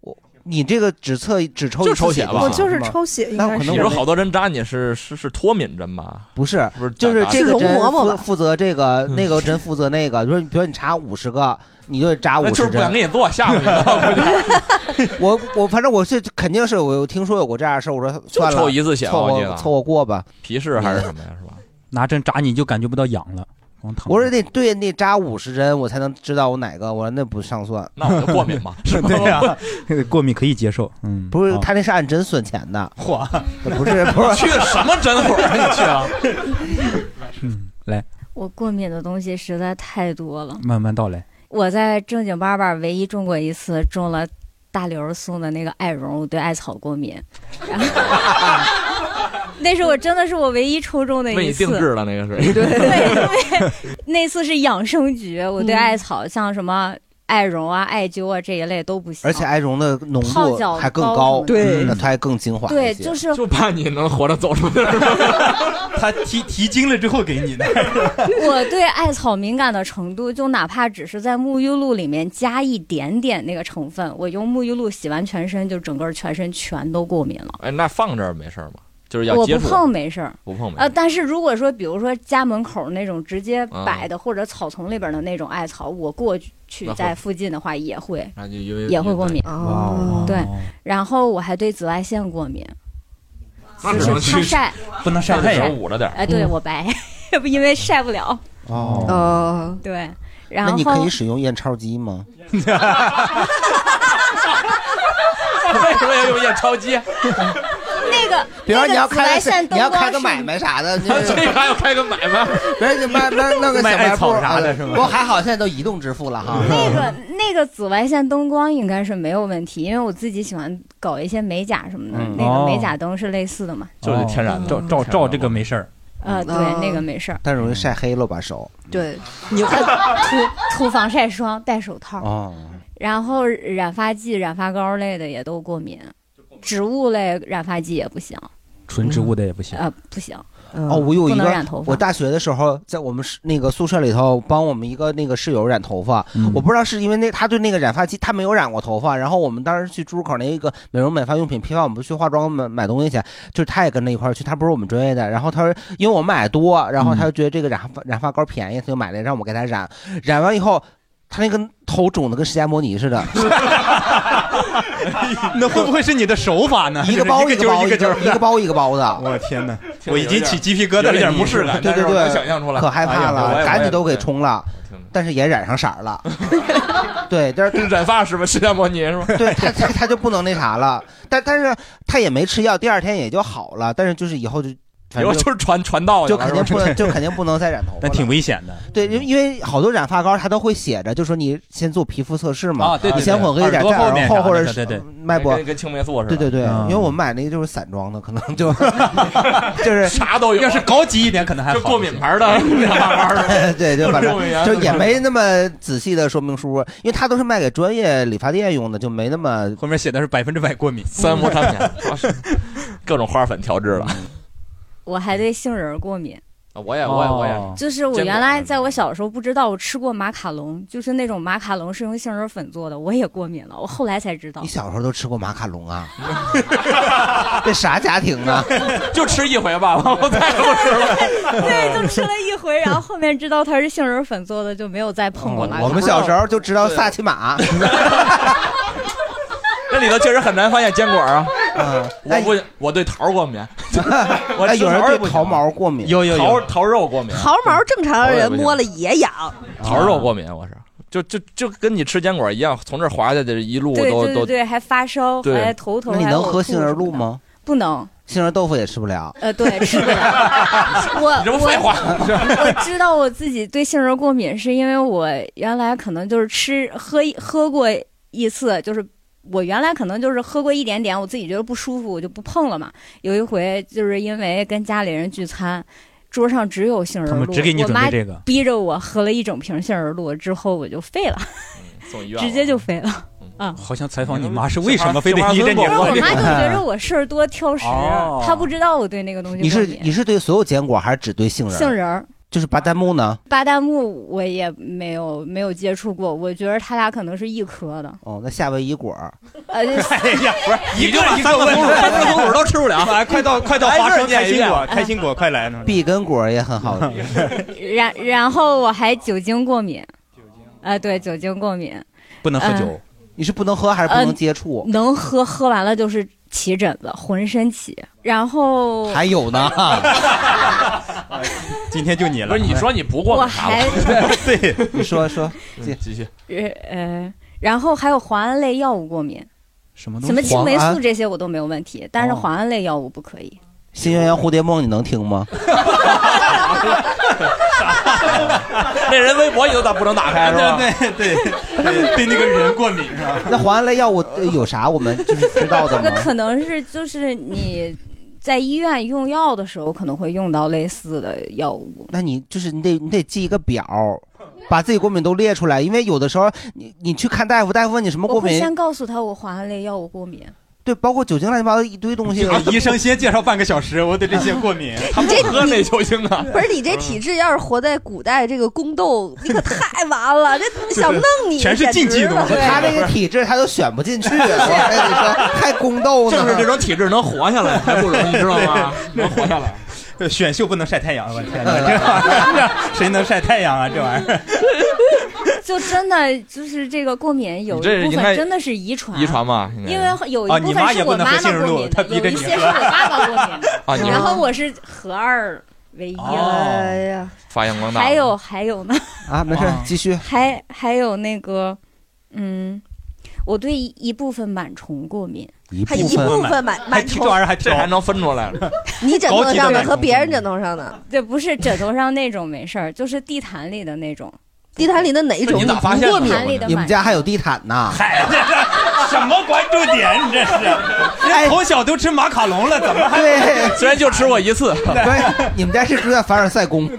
S3: 我你这个只测只抽
S4: 就
S3: 一次
S4: 抽血吧
S3: 吗
S8: 我就是抽血，应
S3: 那
S8: 该
S3: 可
S8: 是
S3: 能
S4: 你
S3: 我
S4: 说
S3: 们
S4: 好多针扎你是是是脱敏针吧？
S3: 不是。
S4: 是不是打？
S3: 就是
S4: 打
S3: 这
S5: 是
S3: 个
S5: 容
S3: 针
S5: 嬷嬷
S3: 负
S5: 吧
S3: 负责这个，
S4: 嗯
S3: 那个针负责那个。就是比如你查五十个，你就扎五
S4: 那
S3: 十
S4: 哎就是
S3: 针。
S4: 不想给你做下面，
S3: 我我反正我是肯定是我有听说有过这样的事儿，我说
S4: 就
S3: 算
S4: 抽
S3: 了，
S4: 一次血吧，
S3: 凑
S4: 我记
S3: 合凑
S4: 得
S3: 合过吧。
S4: 皮试还是什么呀，是吧？
S2: 拿针扎你就感觉不到痒了，光疼。
S3: 我说得对那扎五十针，我才能知道我哪个。我说那不上算，
S4: 那我就过 敏吧，是 吧？
S2: 对 呀、过敏可以接受，嗯，
S3: 不是
S2: 啊
S3: 他那是按针算钱 的，不是不是
S4: 去什么针火啊？你去了？
S2: 嗯，来
S9: 我过敏的东西实在太多了。
S2: 慢慢道来。
S9: 我在正经八百唯一中过一次，中了大刘送的那个艾绒，我对艾草过敏。然后那是我真的是我唯一抽中的
S4: 为
S9: 一
S4: 你定
S9: 次，
S4: 制了那个是，
S9: 对对对，那次是养生局，我对艾草像什么艾绒啊、艾灸啊这一类都不行，
S3: 而且艾绒的浓
S9: 泡
S3: 度
S9: 脚
S3: 还更
S9: 膏
S3: 高，嗯
S9: 什么的
S2: 对
S3: 那它还更精华一些。
S9: 对，就是
S4: 就怕你能活着走出去。
S2: 他提提精了之后给你的，
S9: 我对艾草敏感的程度，就哪怕只是在沐浴露里面加一点点那个成分，我用沐浴露洗完全身，就整个全身全都过敏了。
S4: 哎，那放这儿没事儿吗？就是要
S9: 我
S4: 接触，
S9: 不碰没事儿，
S4: 不碰没事
S8: 啊
S9: 呃，
S4: 儿。
S9: 但是如果说，比如说家门口那种直接
S4: 啊
S9: 摆的，或者草丛里边的那种艾草，我过去
S4: 那会
S9: 在附近的话也 会
S4: 那就因为
S9: 也会过敏。
S5: 哦，
S9: 对，然后我还对紫外线过敏，
S4: 那
S9: 就
S4: 只能
S9: 是怕
S4: 去
S9: 晒，
S2: 不能晒
S4: 那
S2: 太
S4: 只能
S2: 阳。
S4: 捂着点儿。
S9: 哎，对我白， 因为晒不了。嗯
S3: 哦
S5: 哦，
S9: 对，然
S3: 那
S9: 后
S3: 你可以使用验钞机吗？
S4: 为什么要用验钞机？
S9: 那个
S3: 比如说你要
S9: 那个紫外
S3: 开个
S9: 线
S3: 你
S9: 灯
S3: 要
S9: 光
S3: 开
S9: 是
S3: 个买卖啥的，就
S4: 所
S3: 是
S4: 以还要开个买卖，
S3: 比如你卖卖弄个小
S2: 卖
S3: 卖
S2: 艾
S3: 部
S2: 草
S3: 啊
S2: 啥的是吗
S3: 不过还好现在都移动支付了哈。
S9: 那个那个紫外线灯光应该是没有问题，因为我自己喜欢搞一些美甲什么的，
S3: 嗯
S9: 那个
S2: 哦
S9: 美甲嗯灯是类似的嘛。
S4: 就是天然的
S2: 照。照照这个没事儿，
S9: 呃，对，
S5: 哦
S9: 那个没事儿。
S3: 但容易晒黑了吧手？
S5: 对，
S2: 嗯
S9: 你涂涂防晒霜，戴手套，
S3: 哦，
S9: 然后染发剂、染发膏类的也都过敏，植物类染发剂也不行，
S2: 纯植物的也不行。
S9: 呃，不行，
S3: 哦，
S5: 哦，
S3: 我有
S9: 嗯不
S3: 一
S9: 能
S3: 个
S9: 染头发
S3: 我。大学的时候，在我们室那个宿舍里头帮我们一个那个室友染头发，
S2: 嗯
S3: 我不知道是因为那他对那个染发剂他没有染过头发，然后我们当时去珠市口那个美容美发用品批发，我们不去化妆买买东西去，就是他也跟着一块儿去，他不是我们专业的，然后他说因为我买多，然后他就觉得这个染发染发膏便宜，他就买了让我给他染，染完以后。他那个头肿的跟释迦摩尼似的，
S2: 那会不会是你的手法呢
S3: 一个 包一个包一个一个包一个包的，
S2: 我天哪！
S4: 我已经起
S2: 鸡皮疙
S4: 有一点不适感，
S3: 对对
S4: 但是
S3: 对
S4: 我能想象出来
S3: 可。害怕
S4: 哎呀我
S3: 了，
S4: 也
S3: 赶
S4: 我也
S3: 紧都给冲了，
S4: 听着
S3: 但是也染上色儿了。对，但是
S4: 染发是吧？释迦摩尼是吧？
S3: 对他他他就不能那啥了，但但是他也没吃药，第二天也就好了。但是就是以后就反
S4: 以后
S3: 正
S4: 就是传传道
S3: 就
S4: 去
S3: 就
S4: 了，
S3: 肯
S4: 是
S3: 定
S4: 吧
S3: 不能就肯定不能再染头发了。
S2: 但挺危险的
S3: 对，因为因为好多染发膏它都会写着，就说你先做皮肤测试嘛，
S2: 啊！对
S3: 你
S2: 对，
S3: 先混合一点，
S2: 耳朵
S3: 再
S2: 后
S3: 耳
S2: 面
S3: 后
S2: 啥
S3: 或者
S2: 的
S3: 是
S2: 对对，
S3: 脉搏。
S4: 跟跟青霉素似
S3: 对
S4: 的，
S3: 对对，
S2: 嗯
S3: 因为我们买那个就是散装的，可能就就是
S4: 啥都有。
S2: 要是高级一点可能还
S4: 就
S2: 好。
S4: 过敏牌的 染发膏是 吧？
S3: 对对，反正
S4: 过敏啊源
S3: 就也没那么仔细的说明书，因为它都是卖给专业理发店用的，就没那么
S2: 后面写的是百分之百过敏，
S4: 三无产品，啊是各种花粉调制了。
S2: 嗯
S9: 我还对杏仁儿过敏，
S4: 啊我也我也我也是。
S2: 哦
S9: 就是我
S4: 坚果
S9: 原
S4: 是
S9: 来
S4: 吗
S9: 在我小时候不知道我吃过马卡龙，就是那种马卡龙是用杏仁粉做的，我也过敏了，我后来才知 道
S3: 你。小时候都吃过马卡龙啊？ 这啥家庭啊？
S4: 就吃一回吧， 我再也不吃了。
S9: 对，就吃了一回，然后后面知道它是杏仁粉做的，就没有再碰过马
S3: 哦嗯
S9: 卡
S3: 我
S9: 龙。
S3: 们小时候就知道萨其马。
S4: 那里头确实很难发现坚果啊。
S3: 嗯，
S4: 我不，我对桃儿过 敏，我
S3: 哎，
S4: 吃
S3: 有人
S4: 桃儿也不
S3: 对桃
S4: 行
S3: 毛过敏，
S2: 有有有，
S4: 桃桃肉过敏，啊
S5: 毫毛正常人摸了也痒，
S3: 啊
S4: 桃肉过敏，我是就就就跟你吃坚果一样，从这儿滑下去一路
S9: 对
S4: 都
S9: 对对
S4: 都
S9: 对，还发烧，
S4: 对
S9: 还头疼。
S3: 那你
S9: 还
S3: 能
S9: 呕
S3: 喝
S9: 吐
S3: 杏仁
S9: 什么
S3: 露
S9: 的？
S3: 吗？
S9: 不能，
S3: 杏仁豆腐也吃不了。
S9: 呃，对，吃不了。我
S4: 呃你这不废话？
S9: 我我知道我自己对杏仁过敏，是因为我原来可能就是吃喝一喝过一次，就是我原来可能就是喝过一点点，我自己觉得不舒服，我就不碰了嘛。有一回就是因为跟家里人聚餐，桌上只有杏
S2: 他
S9: 仁
S2: 们
S9: 露，
S2: 只给你
S9: 我
S2: 准
S9: 妈
S2: 备这个，
S9: 逼着我喝了一整瓶杏仁露，之后我就废了，
S4: 送医院了
S9: 直接就废了。
S4: 嗯
S9: 啊。
S2: 好想采访你妈是为什么非得依着 你
S9: 不是我
S2: 过这
S9: 妈就
S2: 个？
S9: 觉着我事儿多挑食
S2: 哦，
S9: 她不知道我对那个东西
S3: 你是
S9: 过敏。
S3: 你是对所有坚果还是只对杏仁？
S9: 杏仁儿、
S3: 就是巴旦木呢？
S9: 巴旦木我也没有没有接触过，我觉得它俩可能是一 颗的。
S3: 哦，那夏威夷果儿，
S9: 呃，
S2: 哎呀，不是一个
S9: 一个
S2: 三个松
S9: 松鼠
S2: 鼠，
S9: 三
S2: 三个
S9: 个松
S2: 松鼠
S9: 鼠都
S2: 都
S9: 吃
S2: 吃
S9: 不
S2: 不
S9: 了
S2: 了。快到快到
S9: 挨个
S2: 花生
S9: 念
S2: 开
S9: 一
S2: 心
S9: 遍
S3: 哎
S2: 果，开心果，哎快来呢！
S3: 碧根果儿也很好。
S9: 然然后我还酒精过敏，呃，对，酒精过敏，
S2: 不能
S9: 喝酒嗯，
S3: 你是不能喝还是不能接触？
S9: 能喝喝完了就是起疹子，浑身起。然 后
S3: 还有呢，
S2: 今天就你了。
S4: 不是你说你不过
S9: 我
S4: 敏啥
S9: 还
S4: 了？
S2: 对，
S3: 你说说，
S4: 嗯继续。
S9: 呃呃，然后还有黄胺类药物过敏，
S2: 什么
S9: 什么青霉
S3: 黄
S9: 素
S3: 胺
S9: 这些我都没有问题，但是
S3: 哦
S9: 黄胺类药物不可以。
S3: 新鸳鸯蝴蝶梦你能听吗？
S2: 哦
S4: 那人微博你都打不能打开是吧？
S2: 对对对，对那个人过敏是吧？
S3: 那黄胺类药物呃有啥我们就是知
S2: 哦
S3: 道的
S9: 这个
S3: 吗？
S9: 可能是就是你在医院用药的时候可能会用到类似的药物。
S3: 那你就是你得你得记一个表，把自己过敏都列出来，因为有的时候你你去看大夫，大夫问你什么
S9: 我
S3: 过
S9: 会
S3: 敏，
S9: 先告诉他我黄胺类药物过敏。
S3: 对，包括酒精乱七八糟一堆东西，
S2: 医生先介绍半个小时，我对这些过 敏。
S4: 他不喝那酒精啊。
S5: 不是 你这体质，要是活在古代，这个宫斗你可太完了，这想弄你
S2: 全是禁忌的嘛
S5: 简直了
S3: 他这个体质他都选不 进去，啊我跟你说还宫斗呢。
S4: 正是这种体质能活
S2: 哎
S4: 下来还不容易，知道 吗？能活下来，
S2: 对选秀不能晒太阳，啊我天哪，这玩意儿 谁能晒太阳啊？这玩意儿，
S9: 就真的就是这个过敏有
S4: 你这
S9: 一部
S4: 应该
S9: 分真的是遗传，
S4: 遗传吧，应该
S9: 因为有
S2: 啊
S9: 一部
S2: 你妈
S9: 分是
S2: 也
S9: 我
S2: 不能喝
S9: 妈
S2: 杏
S9: 妈
S2: 仁
S9: 过
S2: 露
S9: 敏
S2: 她
S9: 的，
S2: 逼着
S9: 有一
S2: 你
S9: 些是
S2: 喝
S9: 我爸爸过敏的，
S4: 啊，你
S9: 然后我是合二为一
S2: 哦
S9: 了。
S5: 哎呀，
S4: 发扬光大，
S9: 还有还有呢，
S3: 啊，没事
S2: 啊，
S3: 继续。
S9: 还还有那个，嗯，我对一一部分螨虫过敏，
S3: 一
S5: 还一部分螨
S2: 还
S5: 螨
S2: 这玩
S5: 虫，
S2: 意儿还
S4: 这还
S2: 飘。
S4: 能分出 来了，
S5: 你枕头
S2: 高级
S5: 上的
S2: 的螨
S5: 和
S2: 虫
S5: 别人枕头上的，
S9: 这不是枕头上那种没事儿，就是地毯里的那种，
S5: 地毯里的哪一种
S4: 你咋
S5: 不
S4: 发现
S5: 过
S4: 的
S5: 敏？
S9: 毯里的
S3: 你们
S9: 螨
S3: 家还有地毯呢？
S2: 嗨，这这什么 关注点？你这是，人哎从小都吃马卡龙了，怎么还？
S3: 对
S4: 虽然就吃过一次，
S3: 对，你们家是住在凡尔赛宫吗？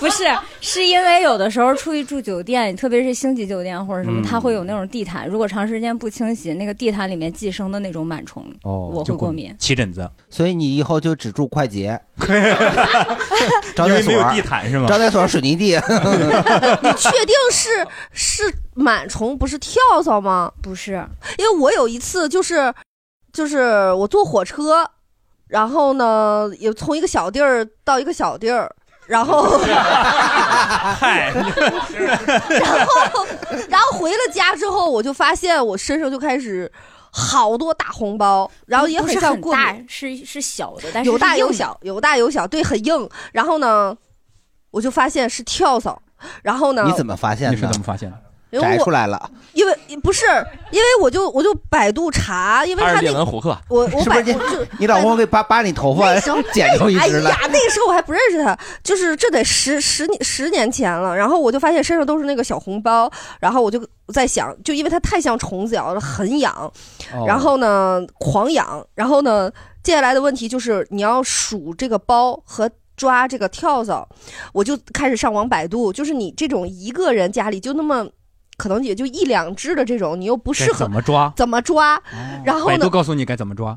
S9: 不是，是因为有的时候出去住酒店，特别是星级酒店或者什么，
S3: 嗯
S9: 它会有那种地毯，如果长时间不清洗，那个地毯里面寄生的那种螨虫，我
S3: 哦，
S9: 会过敏。
S2: 起疹子，
S3: 所以你以后就只住快捷， 招
S2: 因
S3: 待
S2: 为没
S3: 所
S2: 有
S3: 儿
S2: 地，毯是吗？
S3: 招待所儿水泥地。
S5: 你确定是是螨虫不是跳蚤吗？
S9: 不是，
S5: 因为我有一次就是就是我坐火车，然后呢也从一个小地儿到一个小地儿，然后
S2: 嗨，
S5: 然后然后回了家之后，我就发现我身上就开始好多大红包，然后也
S9: 不是
S5: 像
S9: 很
S5: 过
S9: 大
S5: 敏，，
S9: 是是小的，但是
S5: 有大
S9: 是
S5: 有
S9: 硬的。
S5: 小，有大有小，对，很硬。然后呢，我就发现是跳蚤。然后呢
S3: 你？怎么发现
S2: 你是
S3: 的
S2: 怎？么发现的？
S5: 因为
S3: 摘出
S5: 我
S3: 来了，
S5: 因为不是因为我就我就百度查，因为
S4: 他
S5: 他
S4: 是列
S5: 那
S4: 文虎克，
S5: 我我
S3: 是不
S5: 百
S3: 是
S5: 度
S3: 你
S5: 就
S3: 你老公给扒扒你头发
S5: 那 时候，
S3: 剪掉一
S5: 哎
S3: 只来
S5: 呀。，那个时候我还不认识他，就是这得十十年十年前了。然后我就发现身上都是那个小红包，然后我就在想，就因为它太像虫子咬了，很痒，
S3: 哦
S5: 然后呢狂痒，然后呢接下来的问题就是你要数这个包和。抓这个跳蚤，我就开始上网百度。就是你这种一个人家里就那么，可能也就一两只的这种，你又不适
S2: 该
S5: 合
S2: 怎么抓？哦
S5: 怎么抓？然后
S2: 百
S5: 呢
S2: 度，告诉你该怎么抓。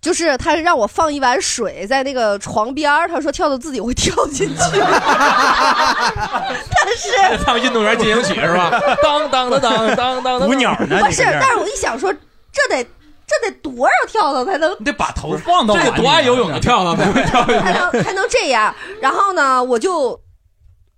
S5: 就是他让我放一碗水在那个床边儿，他说跳蚤自己会跳进去，但
S4: 唱运动员进行曲 是吧？当当当当当当当，
S2: 捕鸟呢？
S5: 是不
S2: 你
S5: 是？
S2: 这
S5: 但是我一想说，这得这得多少跳蚤才能
S2: 你得把头 放到啊
S4: 这得多爱游泳的跳蚤才会 跳进去
S5: 才能才能这样？然后呢，我就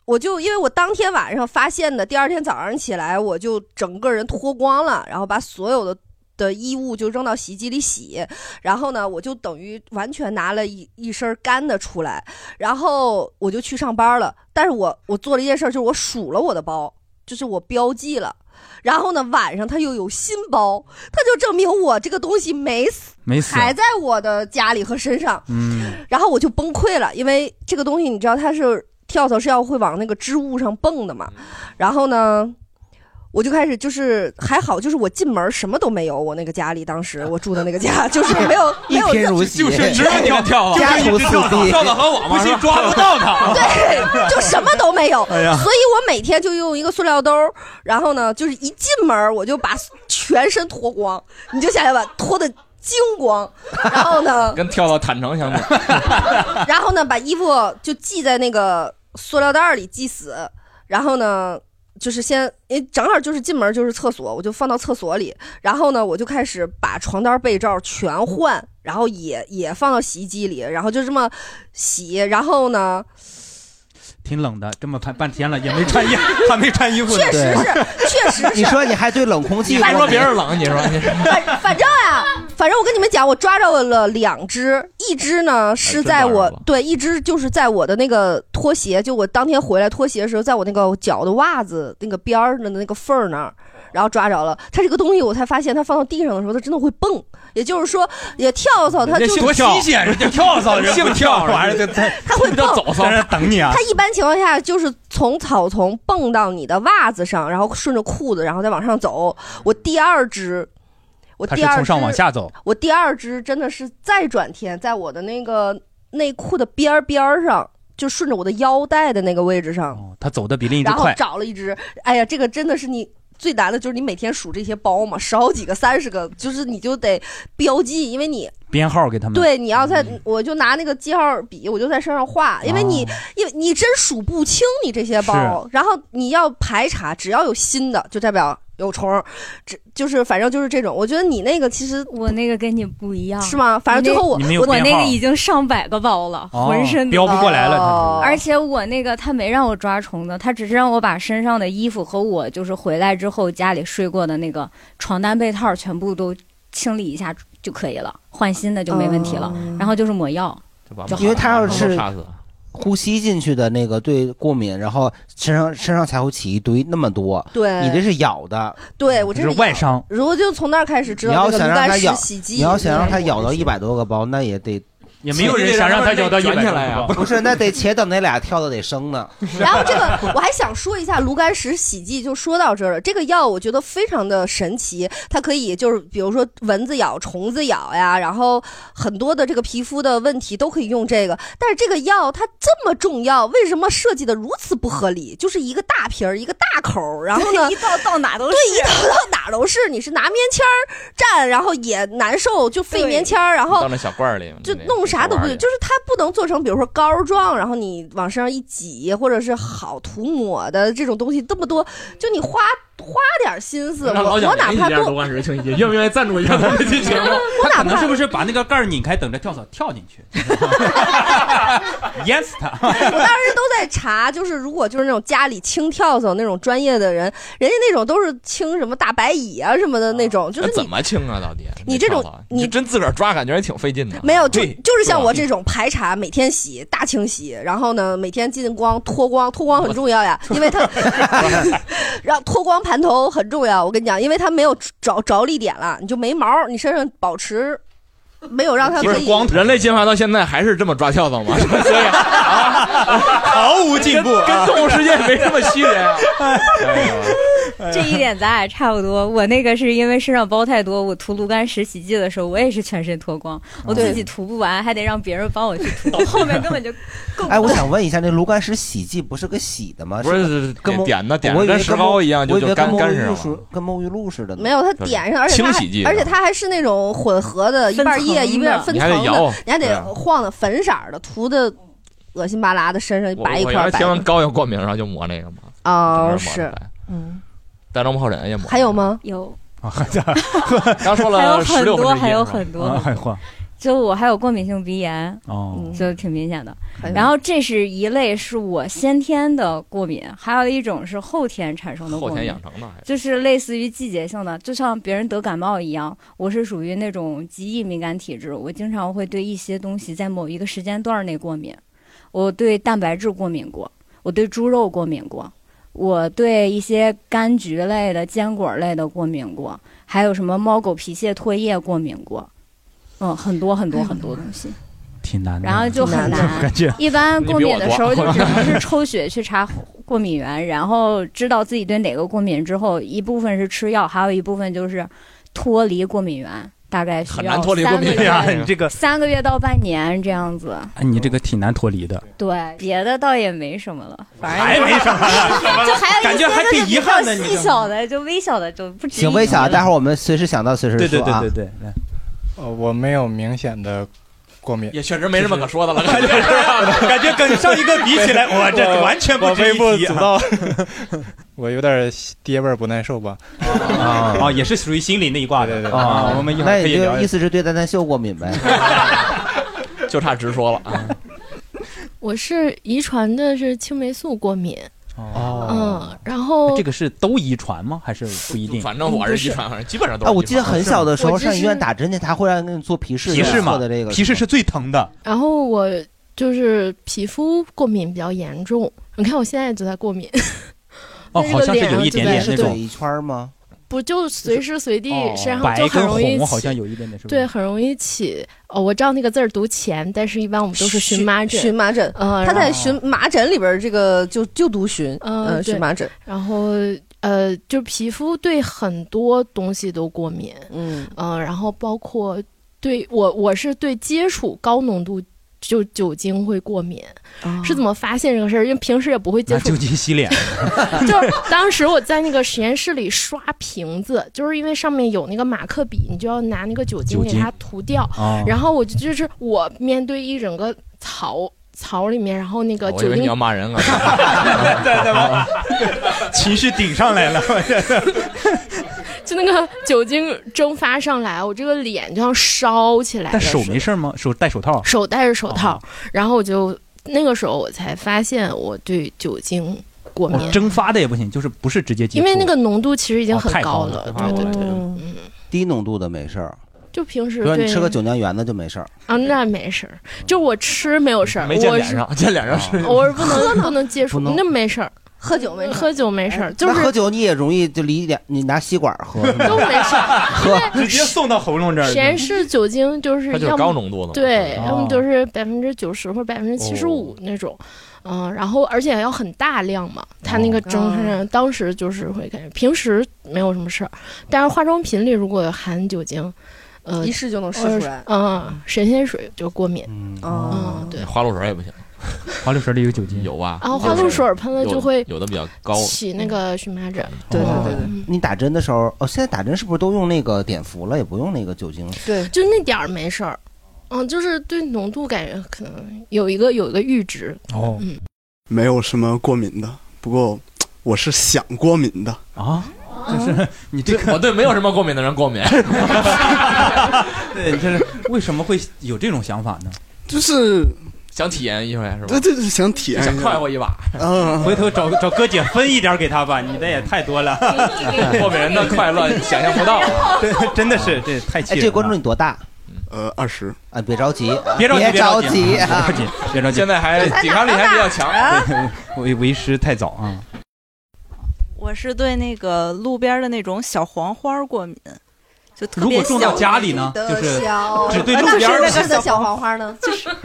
S5: 我就因为我当天晚上发现的，第二天早上起来我就整个人脱光了，然后把所有的。的衣物就扔到洗衣机里洗，然后呢，我就等于完全拿了一一身干的出来，然后我就去上班了。但是我我做了一件事儿，就是我数了我的包，就是我标记了。然后呢，晚上它又有新包，它就证明我这个东西没死，
S2: 没死。啊
S5: 还在我的家里和身上。
S2: 嗯，
S5: 然后我就崩溃了，因为这个东西你知道它是跳蚤是要会往那个织物上蹦的嘛。然后呢，我就开始就是还好，就是我进门什么都没有，我那个家里当时我住的那个家 就是没 有
S3: 一
S5: 没有
S3: 贫
S5: 任
S3: 如洗，
S4: 就是只有你们跳了，
S3: 家徒四壁，
S4: 跳的和我嘛，是抓不到他。，
S5: 对，就什么都没有。
S1: 哎呀
S5: 所以我每天就用一个塑料兜儿，然后呢，就是一进门儿我就把全身脱光，你就想想吧，脱的精光，然后呢
S4: 跟跳到坦诚相比，
S5: 然后呢，把衣服就系在那个塑料袋儿里系死，然后呢。就是先，因为正好就是进门就是厕所，我就放到厕所里，然后呢，我就开始把床单被罩全换，然后也也放到洗衣机里，然后就这么洗，然后呢，
S2: 挺冷的，这么半半天了也没穿衣，还没穿衣服呢
S5: 确。实是， 确实是，
S3: 你说你还对冷空气
S4: 你
S3: 过敏？
S4: 还说别人冷，你说你说
S5: 反反正啊，反正我跟你们讲，我抓着了两只，一只呢是在
S4: 哎
S5: 我
S4: 真抓着了
S5: 对，一只就是在我的那个拖鞋，就我当天回来脱鞋的时候，在我那个脚的袜子那个边儿的那个缝儿那儿。然后抓着了，它这个东西我才发现，它放到地上的时候，它真的会蹦，也就是说，也跳蚤它
S2: 人
S5: 就
S2: 家
S5: 是
S2: 姓跳，
S1: 鲜，人家跳蚤
S2: 姓跳玩意儿，在
S5: 它会
S4: 不叫走
S5: 蹦，
S1: 在
S4: 骚
S1: 那等你啊
S5: 它。一般情况下就是从草丛蹦到你的袜子上，然后顺着裤子，然后再往上走。我第二只，我
S2: 他
S5: 第
S2: 是
S5: 二只
S2: 从上往下走，
S5: 我第二只真的是再转天，在我的那个内裤的边儿边儿上，就顺着我的腰带的那个位置上，
S2: 哦，他走的比另一只
S5: 然后
S2: 快。
S5: 找了一只。哎呀，这个真的是你。最难的就是你每天数这些包嘛，十好几个、三十个，就是你就得标记，因为你
S2: 编号给他们。嗯
S5: 对你要在，我就拿那个记号笔，我就在身上画，因为你
S2: 哦
S5: 因为你真数不清你这些包，然后你要排查，只要有新的就代表有虫儿，只就是反正就是这种。我觉得你那个其实
S9: 我那个跟你不一样，
S5: 是吗？反正最后我
S1: 你没有
S9: 我
S1: 编
S9: 那
S1: 号
S9: 个，已经上百个包了，
S2: 哦
S9: 浑身
S1: 标
S9: 都
S1: 不过来了。
S5: 哦
S9: 而且我那个他没让我抓虫子，他只是让我把身上的衣服和我就是回来之后家里睡过的那个床单被套全部都清理一下就可以了，换新的就没问
S5: 哦
S9: 题了。然后就是抹药，，
S3: 因为他要是
S4: 杀死他，
S3: 呼吸进去的那个对过敏，然后身上身上才会起一堆那么多。
S5: 对，
S3: 你这是咬的，
S5: 对我
S2: 这
S5: 真
S2: 是
S5: 的
S2: 外。伤，
S5: 如果就从那儿开始知
S3: 你要
S5: 道这个
S3: 想
S5: 炉
S3: 让它
S5: 甘石
S3: 咬
S5: 洗剂，
S3: 你要想让它咬到一百多个包，那也得
S2: 也没有人想让他咬到一百
S4: 卷起来啊
S2: 多个包
S3: 不是，那得且等那俩跳的得生呢。
S5: 然后这个我还想说一下炉甘石洗剂，就说到这儿了。这个药我觉得非常的神奇，它可以就是比如说蚊子咬、虫子咬呀，然后很多的这个皮肤的问题都可以用这个。但是这个药它这么重要，为什么设计的如此不合理？就是一个大瓶儿，一个大口儿，然后呢
S9: 到到哪都
S5: 对，一头到哪儿都是，你是拿棉签儿蘸，然后也难受，就费
S9: 对
S5: 棉签儿，然后
S4: 到那小罐儿里，
S5: 就弄啥都不对，
S4: 对，
S5: 就是它不能做成，比如说膏状，然后你往身上一挤，或者是
S4: 嗯
S5: 好涂抹的这种东西，这么多，就你花花点儿心思，
S4: 让
S5: 我
S4: 老
S5: 我
S4: 蒋
S5: 哪
S4: 联系
S5: 怕
S4: 一下
S5: 多，
S4: 罗甘石清洗，愿不愿意 赞助一下咱们这期节目？
S5: 我
S2: 他
S5: 哪
S2: 可能
S5: 怕
S2: 是不是把那个盖儿拧开，等着跳蚤跳进去，淹死他。
S5: 我当时都在查，就是如果就是那种家里清跳蚤那种专业的人，人家那种都是清什么大白蚁啊什么的那种，就是
S4: 那怎
S5: 你
S4: 么清啊？到底
S5: 你这种
S4: 你
S5: 你
S4: 就真自个儿抓，感觉也挺费劲的。
S5: 没有，就
S4: 对
S5: 就是像我这种排查，每天洗大清洗，然后呢，每天进光脱光，脱光很重要呀，因为 它，让脱光盘头很重要。我跟你讲，因为它没有着着力点了，你就没毛，你身上保持没有让它
S4: 不
S5: 可
S4: 是
S5: 以。
S4: 光人类进化到现在还是这么抓跳蚤 吗？所以
S2: 毫无进步啊
S4: 跟动物世界没什么区别啊。
S9: 这一点咱俩差不多。我那个是因为身上包太多，我涂炉甘石洗剂的时候，我也是全身脱光，
S1: 哦
S9: 我自己涂不完，还得让别人帮我去涂，后面根本就够不
S3: 哎，我
S9: 到。
S3: 想问一下，那炉甘石洗剂不是个洗的吗？
S4: 不是
S3: 跟沐
S4: 点的点
S3: 我
S4: 的
S3: 以为
S4: 跟石膏一样，
S3: 我
S4: 就
S3: 以
S4: 就
S3: 为跟
S4: 干
S3: 沐
S4: 干
S3: 浴
S4: 上
S3: 露
S4: 了。
S3: 似跟沐浴露似的呢。
S5: 没有，它点上，而且它
S4: 清
S5: 还
S4: 洗剂
S5: 而且它还是那种混合的， 一半液
S9: 分层的
S5: 一半分
S4: 你
S5: 层
S4: 还
S5: 的
S4: 得，摇，
S5: 你还
S4: 对
S5: 得
S4: 啊
S5: 晃的粉色儿的，涂的恶心巴拉的，身上
S4: 我
S5: 白一
S4: 我
S5: 块
S4: 原来
S5: 儿白
S4: 听完
S5: 的。
S4: 膏药过敏，然后就抹那个嘛。整
S5: 哦，
S4: 个抹
S5: 是
S4: 着，白
S5: 嗯，
S4: 带状疱疹也抹。
S5: 还有？吗？
S9: 有，
S4: 刚说
S9: 还有
S4: 了十
S9: 很
S4: 六分之
S9: 多，
S4: 一，嗯
S9: 还有
S4: 是吧
S9: 很
S1: 啊
S9: 多。
S1: 还换
S9: 就我还有过敏性鼻炎，
S1: 哦，
S5: 嗯
S9: 就挺明显的。
S5: 还有
S9: 然后这是一类是我先天的过敏，还有一种是后天产生的过
S4: 后
S9: 敏
S4: 天。养成的，还是
S9: 就是类似于季节性的，就像别人得感冒一样，我是属于那种极易敏感体质，我经常会对一些东西在某一个时间段内过敏。我对蛋白质过敏过，我对猪肉过敏过，我对一些柑橘类的、坚果类的过敏过，还有什么猫狗皮屑唾液过敏过，嗯，很多很多很多东西，
S2: 挺难的。
S9: 然后就很
S5: 挺
S9: 难。
S1: 感觉
S9: 一般过敏的时候
S4: 你比
S9: 就
S4: 我多
S9: 只能是抽血去查过敏源，然后知道自己对哪个过敏之后，一部分是吃药，还有一部分就是脱离过敏源，大概需
S2: 很
S9: 要
S2: 难脱离过敏
S9: 三个月
S2: 源，你啊这个
S9: 三个月到半年这样子。
S2: 哎你这个挺难脱 离的，
S9: 对，别的倒也没什么了，反正
S2: 还没什么了
S9: 就还有一些
S2: 感觉还
S9: 就是
S2: 挺遗憾的
S9: 比较
S2: 你
S9: 细小的就微小的就不止。
S3: 请微
S2: 啊
S3: 小，待会儿我们随时想到随时说
S2: 对对对
S3: 啊
S2: 对对，来
S10: 呃，我没有明显的过敏，
S4: 也确实没什么可说的了，感觉
S2: 感觉跟上一个比起 来，我这完全不
S10: 我
S2: 值
S10: 微
S2: 一
S10: 不
S2: 提
S10: 足
S2: 啊。
S10: 道，我有点爹味儿不耐受吧？
S2: 哦，也是属于心理那一挂
S10: 对对
S2: 的
S10: 对
S2: 啊。我们一会
S3: 那
S2: 儿可以
S3: 也
S2: 聊
S3: 就
S2: 一
S3: 意思是对蛋蛋秀过敏呗。
S4: 就差直说了啊。
S7: 我是遗传的是青霉素过敏，
S2: 哦，
S7: 嗯，然后
S2: 这个是都遗传吗？还是不一定？
S4: 反正我是遗传，反正基本上都
S3: 啊，
S4: 是遗传。
S3: 我记得很小的时候
S7: 我这
S3: 上医院
S7: 是
S3: 打针去，他会让你做皮试
S2: 皮试嘛
S3: 测的这个
S2: 皮试是最疼的，
S7: 然后我就是皮肤过敏比较严重，你看我现在就在过敏，
S2: 哦，
S7: 那
S2: 好
S7: 个
S2: 像是
S7: 脸
S2: 有一
S7: 就
S2: 点
S7: 在
S2: 点那
S3: 是
S2: 种
S3: 嘴一圈儿吗？
S7: 不就随时随地
S2: 哦
S7: 身上就
S2: 白
S7: 很
S2: 跟
S7: 容易
S2: 红，
S7: 起
S2: 好像有一点点是吧？
S7: 对，很容易起。哦，我知道那个字儿读前，但是一般我们都是荨麻疹。
S5: 荨麻疹。
S7: 嗯，然
S5: 他
S7: 后
S5: 在荨麻疹里边儿，这个就就读荨，
S7: 嗯
S5: 呃，
S7: 对
S5: 荨麻疹，
S7: 然后呃，就皮肤对很多东西都过敏，
S5: 嗯，
S7: 嗯、然后包括对我我是对接触高浓度就酒精会过敏，是怎
S5: 么？
S7: 么发现这个事儿？因为平时也不会接
S2: 拿
S7: 触
S2: 酒，精洗脸，
S7: 就是当时我在那个实验室里刷瓶子，就是因为上面有那个马克笔，你就要拿那个酒精
S2: 酒
S7: 给
S2: 精
S7: 它涂掉。
S2: 哦
S7: 然后我就就是我面对一整个槽槽里面，然后
S2: 呃哦
S7: 那个
S4: 我以
S7: 酒
S4: 为你
S7: 精
S4: 要骂人啊！
S2: 情绪顶上 来了，
S7: 就那个酒精蒸发上来，我这个脸就像烧起来了
S2: 但
S7: 似的。
S2: 手没事吗？手戴手套，
S7: 手戴着手套，
S2: 哦
S7: 然后我就那个时候我才发现我对酒精过敏，
S2: 哦蒸发的也不行，就是不是直接接
S7: 因
S2: 触，
S7: 为那个浓度其实已经
S2: 哦
S7: 很
S2: 太
S7: 高
S2: 高了
S7: 对对对，
S5: 嗯
S7: 嗯，
S3: 低浓度的没事儿，
S7: 就平时
S3: 比如说
S7: 对
S3: 你吃个酒酿圆的就没事儿。
S7: 啊，那没事儿，就我吃没有事儿，
S4: 没见
S7: 我
S4: 脸
S7: 是
S4: 上，见脸上是
S3: 哦
S7: 我是不能不能接触，
S3: 不能
S7: 那没事儿，
S5: 喝酒没事哎
S7: 喝酒没事儿，就
S3: 那喝
S7: 是
S3: 酒你也容易就离两，你拿吸管儿喝。是吗
S7: 都没事儿。
S2: 直接送到喉咙这儿。
S7: 实验室酒精就是
S4: 它就是
S7: 要
S4: 高
S7: 么
S4: 浓度的嘛。
S7: 对，
S2: 哦
S7: 要么就是百分之九十或者百分之七十
S2: 哦
S7: 五那种，嗯，然后而且要很大量嘛，它
S5: 哦
S7: 那个蒸身上，当时就是会感觉平时没有什么事儿，但是化妆品里如果含酒精，呃
S5: 一，试就能试
S7: 呃
S5: 出来。
S7: 嗯，神仙水就过敏，
S3: 嗯，
S5: 哦
S7: 嗯，对，
S4: 花露水也不行，
S2: 花露水里有酒精，
S4: 有啊吧？
S7: 然后花露水喷了
S4: 有的
S7: 就会
S4: 有的比较高，
S7: 起那个荨麻疹，
S5: 嗯对对对
S7: 嗯
S3: 你打针的时候，哦，现在打针是不是都用那个碘伏了，也不用那个酒精？
S5: 对，
S7: 就那点儿没事儿，嗯，就是对浓度感觉可能有一个有一个阈值，
S2: 哦
S7: 嗯，
S10: 没有什
S3: 呃
S10: 么过敏的，不过我是想过敏的。
S2: 啊，就是你这个，
S4: 我对没有什么过敏的人过敏，
S2: 对，这是为什么会有这种想法呢？
S10: 就是
S4: 想体验一回是吧
S10: 这？这想体验
S4: 想
S10: 一
S4: 快
S10: 下，
S4: 活一把，
S10: 嗯，
S2: 回头找找哥姐分一点儿给他吧，你的也太多 了，
S4: 过敏人的快乐想象不到。
S2: 对， 真的是这太气
S3: 哎，
S2: 人了。
S3: 这观众你多大？
S10: 呃，二十，
S3: 啊，别着急，啊
S2: 别着急，别
S3: 着
S2: 急，别
S3: 啊
S2: 着！急，别着急
S4: 现，在还哎抵抗力还比较强，
S2: 为为师太早啊。
S11: 我是对那个路边的那种小黄花过敏，就特
S2: 如
S11: 别
S2: 果种
S11: 小呃
S2: 到家里呢，就
S5: 的
S2: 是
S5: 小哎
S2: 只对路
S5: 故
S2: 边儿
S5: 事
S2: 的
S5: 的小黄花呢？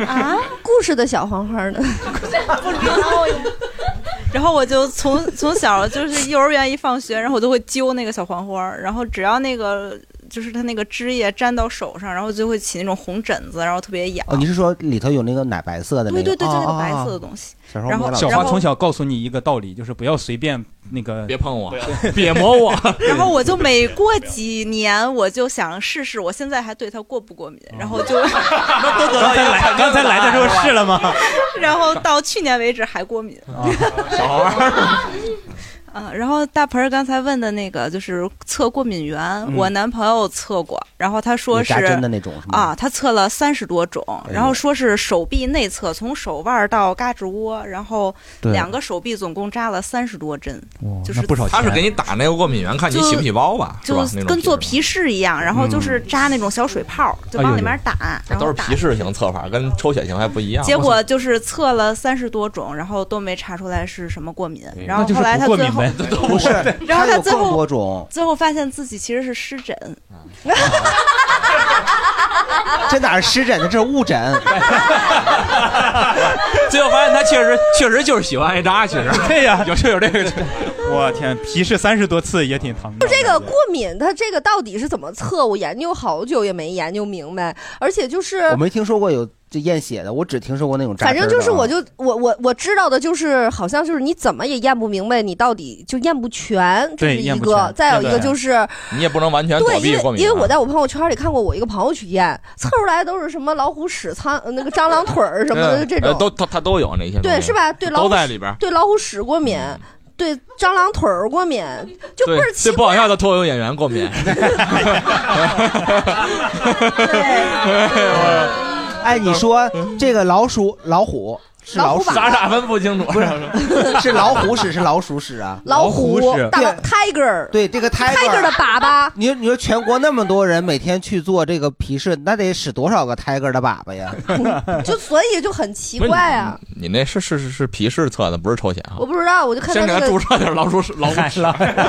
S11: 啊，
S5: 故事的小黄花呢？
S11: 然后我就从从小就是幼儿园一放学，然后我就会揪那个小黄花，然后只要那个就是它那个枝叶沾到手上，然后就会起那种红疹子，然后特别痒。
S3: 哦，你是说里头有那个奶白色的那个？
S11: 对对对，就那
S3: 哦
S11: 个白色。
S3: 哦
S11: 的
S3: 哦
S11: 东西。
S3: 小时候
S11: 然后
S3: 没老
S2: 小
S11: 然
S2: 花
S11: 后
S2: 从小告诉你一个道理，就是不要随便那个
S4: 别 碰我，别摸我。
S11: 然后我就每过几年，我就想试试，我现在还对它过不过敏。然后
S2: 哦
S11: 就，
S2: 刚才来， 刚才来的时候是了吗？
S11: 然后到去年为止还过敏。
S2: 啊，小孩 儿
S11: 嗯，然后大盆儿刚才问的那个就是测过敏源，我男朋友测过，然后他说
S3: 你
S11: 是
S3: 扎针的那种是吗？
S11: 啊，，他测了三十多种，
S3: 呦
S11: 然后说是手臂内侧从手腕到胳肢窝，然后
S3: 对
S11: 两个手臂总共扎了三十多针，就是
S2: 那不少钱。
S4: 他是给你打那个过敏源，看你
S11: 就
S4: 起不起包吧，是
S11: 就
S4: 吧？那种
S11: 跟做
S4: 皮
S11: 皮试一样，然后就是扎那种小水泡，就
S2: 哎呦
S11: 往里
S2: 呦
S11: 面打，
S4: 试
S11: 然
S4: 都
S11: 后
S4: 是
S11: 打
S4: 皮。试型测法，跟抽血型还不一样。
S11: 结果就是测了三十多种，然后都没查出来是什么过敏。然后
S2: 那就
S11: 后
S2: 是
S11: 来
S2: 不
S11: 他
S2: 过
S11: 最
S2: 敏
S11: 后
S2: 呗，
S3: 哦 不是，
S11: 然
S3: 它
S11: 后他
S3: 有
S11: 最
S3: 更
S11: 后
S3: 多 种，
S11: 最后发现自己其实是湿疹，
S3: 这哪是湿疹，这是误诊。
S4: 最后发现他
S2: 他确实确实就是喜欢挨扎，确实 对呀， 有就有这个。
S12: 我天，皮试三十多次也挺疼
S5: 就
S12: 的。
S5: 这个过敏，它这个到底是怎么测？我研究好久也没研究明白，而且就是
S3: 我没听说过有这验血的，我只听说过那种扎
S5: 反
S3: 针的啊。
S5: 正就是我就我我我知道的就是，好像就是你怎么也验不明白，你到底就验不全，这
S4: 对
S5: 是
S4: 验
S5: 一
S4: 不
S5: 个
S4: 全。
S5: 再有一
S4: 对
S5: 个就是。
S4: 你也不能完全躲
S5: 对，
S4: 避
S5: 因
S4: 过
S5: 为
S4: 敏啊，
S5: 因为我在我朋友圈里看过，我一个朋友去验，测出来都是什么老虎屎、苍呃那个蟑螂腿儿什么的
S4: 嗯
S5: 就这
S4: 呃
S5: 种，
S4: 都他他都有那些东西，啊
S5: 对是吧？对老
S4: 都
S5: 虎
S4: 在
S5: 屎
S4: 里边儿，嗯
S5: 对老虎屎过敏，对蟑螂腿儿 过敏，就
S4: 对
S5: 倍儿奇
S4: 对不好笑的脱口秀演员过 敏，
S3: 哎，你说这个老鼠老虎是
S5: 老虎
S3: 鼠
S5: 吧
S4: 咋咋分不清楚，
S3: 是老虎屎是老鼠屎啊？
S5: 老虎大
S3: 对
S5: tiger
S3: 对这个
S5: tiger 的粑粑，
S3: 你说你说全国那么多人每天去做这个皮试，那得使多少个 tiger 的粑粑呀？
S5: 就所以就很奇怪啊，
S4: 你那是是是是皮试测的，不是抽血啊
S5: 我。不知道，我就看他
S4: 先给
S5: 那
S4: 他
S5: 个
S4: 注射点老 鼠屎，老虎屎。
S5: 看他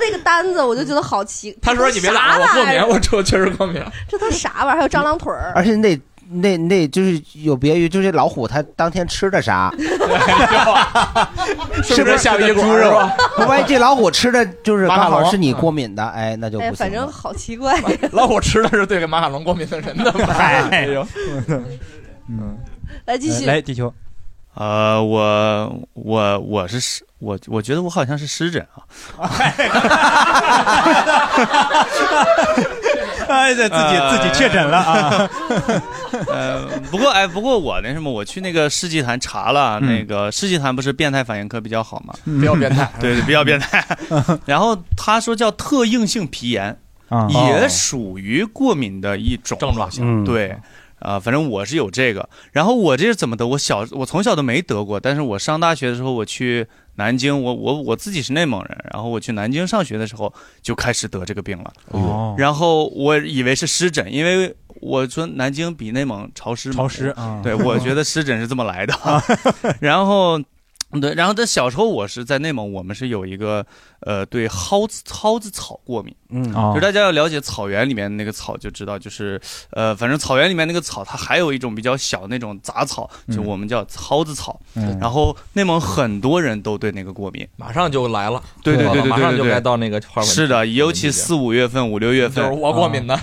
S5: 那个单子，我就觉得好奇。
S4: 他说你别打
S5: 啥
S4: 了，我过
S5: 玩意
S4: 敏，
S5: 儿
S4: 我这确实过敏。
S5: 这都啥玩意儿？还有蟑螂腿儿，
S3: 而且你得那你得就是有别于就是老虎它当天吃的 啥，
S4: 是不是下
S3: 是
S4: 一
S3: 个
S4: 管
S3: 猪
S4: 是
S3: 肉
S4: 吧？？
S3: 万一这老虎吃的就是
S4: 马卡
S3: 刚
S4: 龙
S3: 好是你过敏的，哎，那就
S5: 哎，
S3: 不
S5: 反
S3: 行。
S5: 正好奇 怪。
S4: 老虎吃的是对马卡龙过敏的人的吧？ 哎呦，
S12: 嗯，
S5: 来继续，
S12: 来地球，
S13: 呃，我我我是湿，我我觉得我好像是湿疹啊。
S12: 哎，这自己自己确诊了啊。
S13: 呃，不过哎，不过我那什么，我去那个世纪坛查了，啊
S12: 嗯
S13: 那个世纪坛不是变态反应科比较好吗？
S12: 嗯比较变态
S13: 对，对比较 变态。然后他说叫特应性皮炎
S12: 啊，
S13: 也属于过敏的一种症状
S12: 嗯
S13: 对。啊、反正我是有这个，然后我这是怎么得？我小我从小都没得过，但是我上大学的时候，我去南京，我我我自己是内蒙人，然后我去南京上学的时候就开始得这个病了。
S12: 哦
S13: 然后我以为是湿疹，因为我说南京比内蒙潮湿嘛，
S12: 潮湿啊
S13: 对，我觉得湿疹是这 么来的。 然后，对，然后在小时候我是在内蒙，我们是有一个呃对蒿子蒿子草过敏，
S3: 嗯
S12: 哦
S13: 就是大家要了解草原里面那个草就知道，就是呃反正草原里面那个草它还有一种比较小那种杂草，就
S4: 嗯
S13: 我们叫蒿子草。
S4: 嗯
S13: 然后内蒙很多人都对那个过敏，
S4: 马上就来了，
S13: 对对对对对
S4: 马上就
S13: 对
S4: 该到那个花纹。
S13: 是的，尤其四五月份、五六月份，嗯
S4: 就是我过敏的，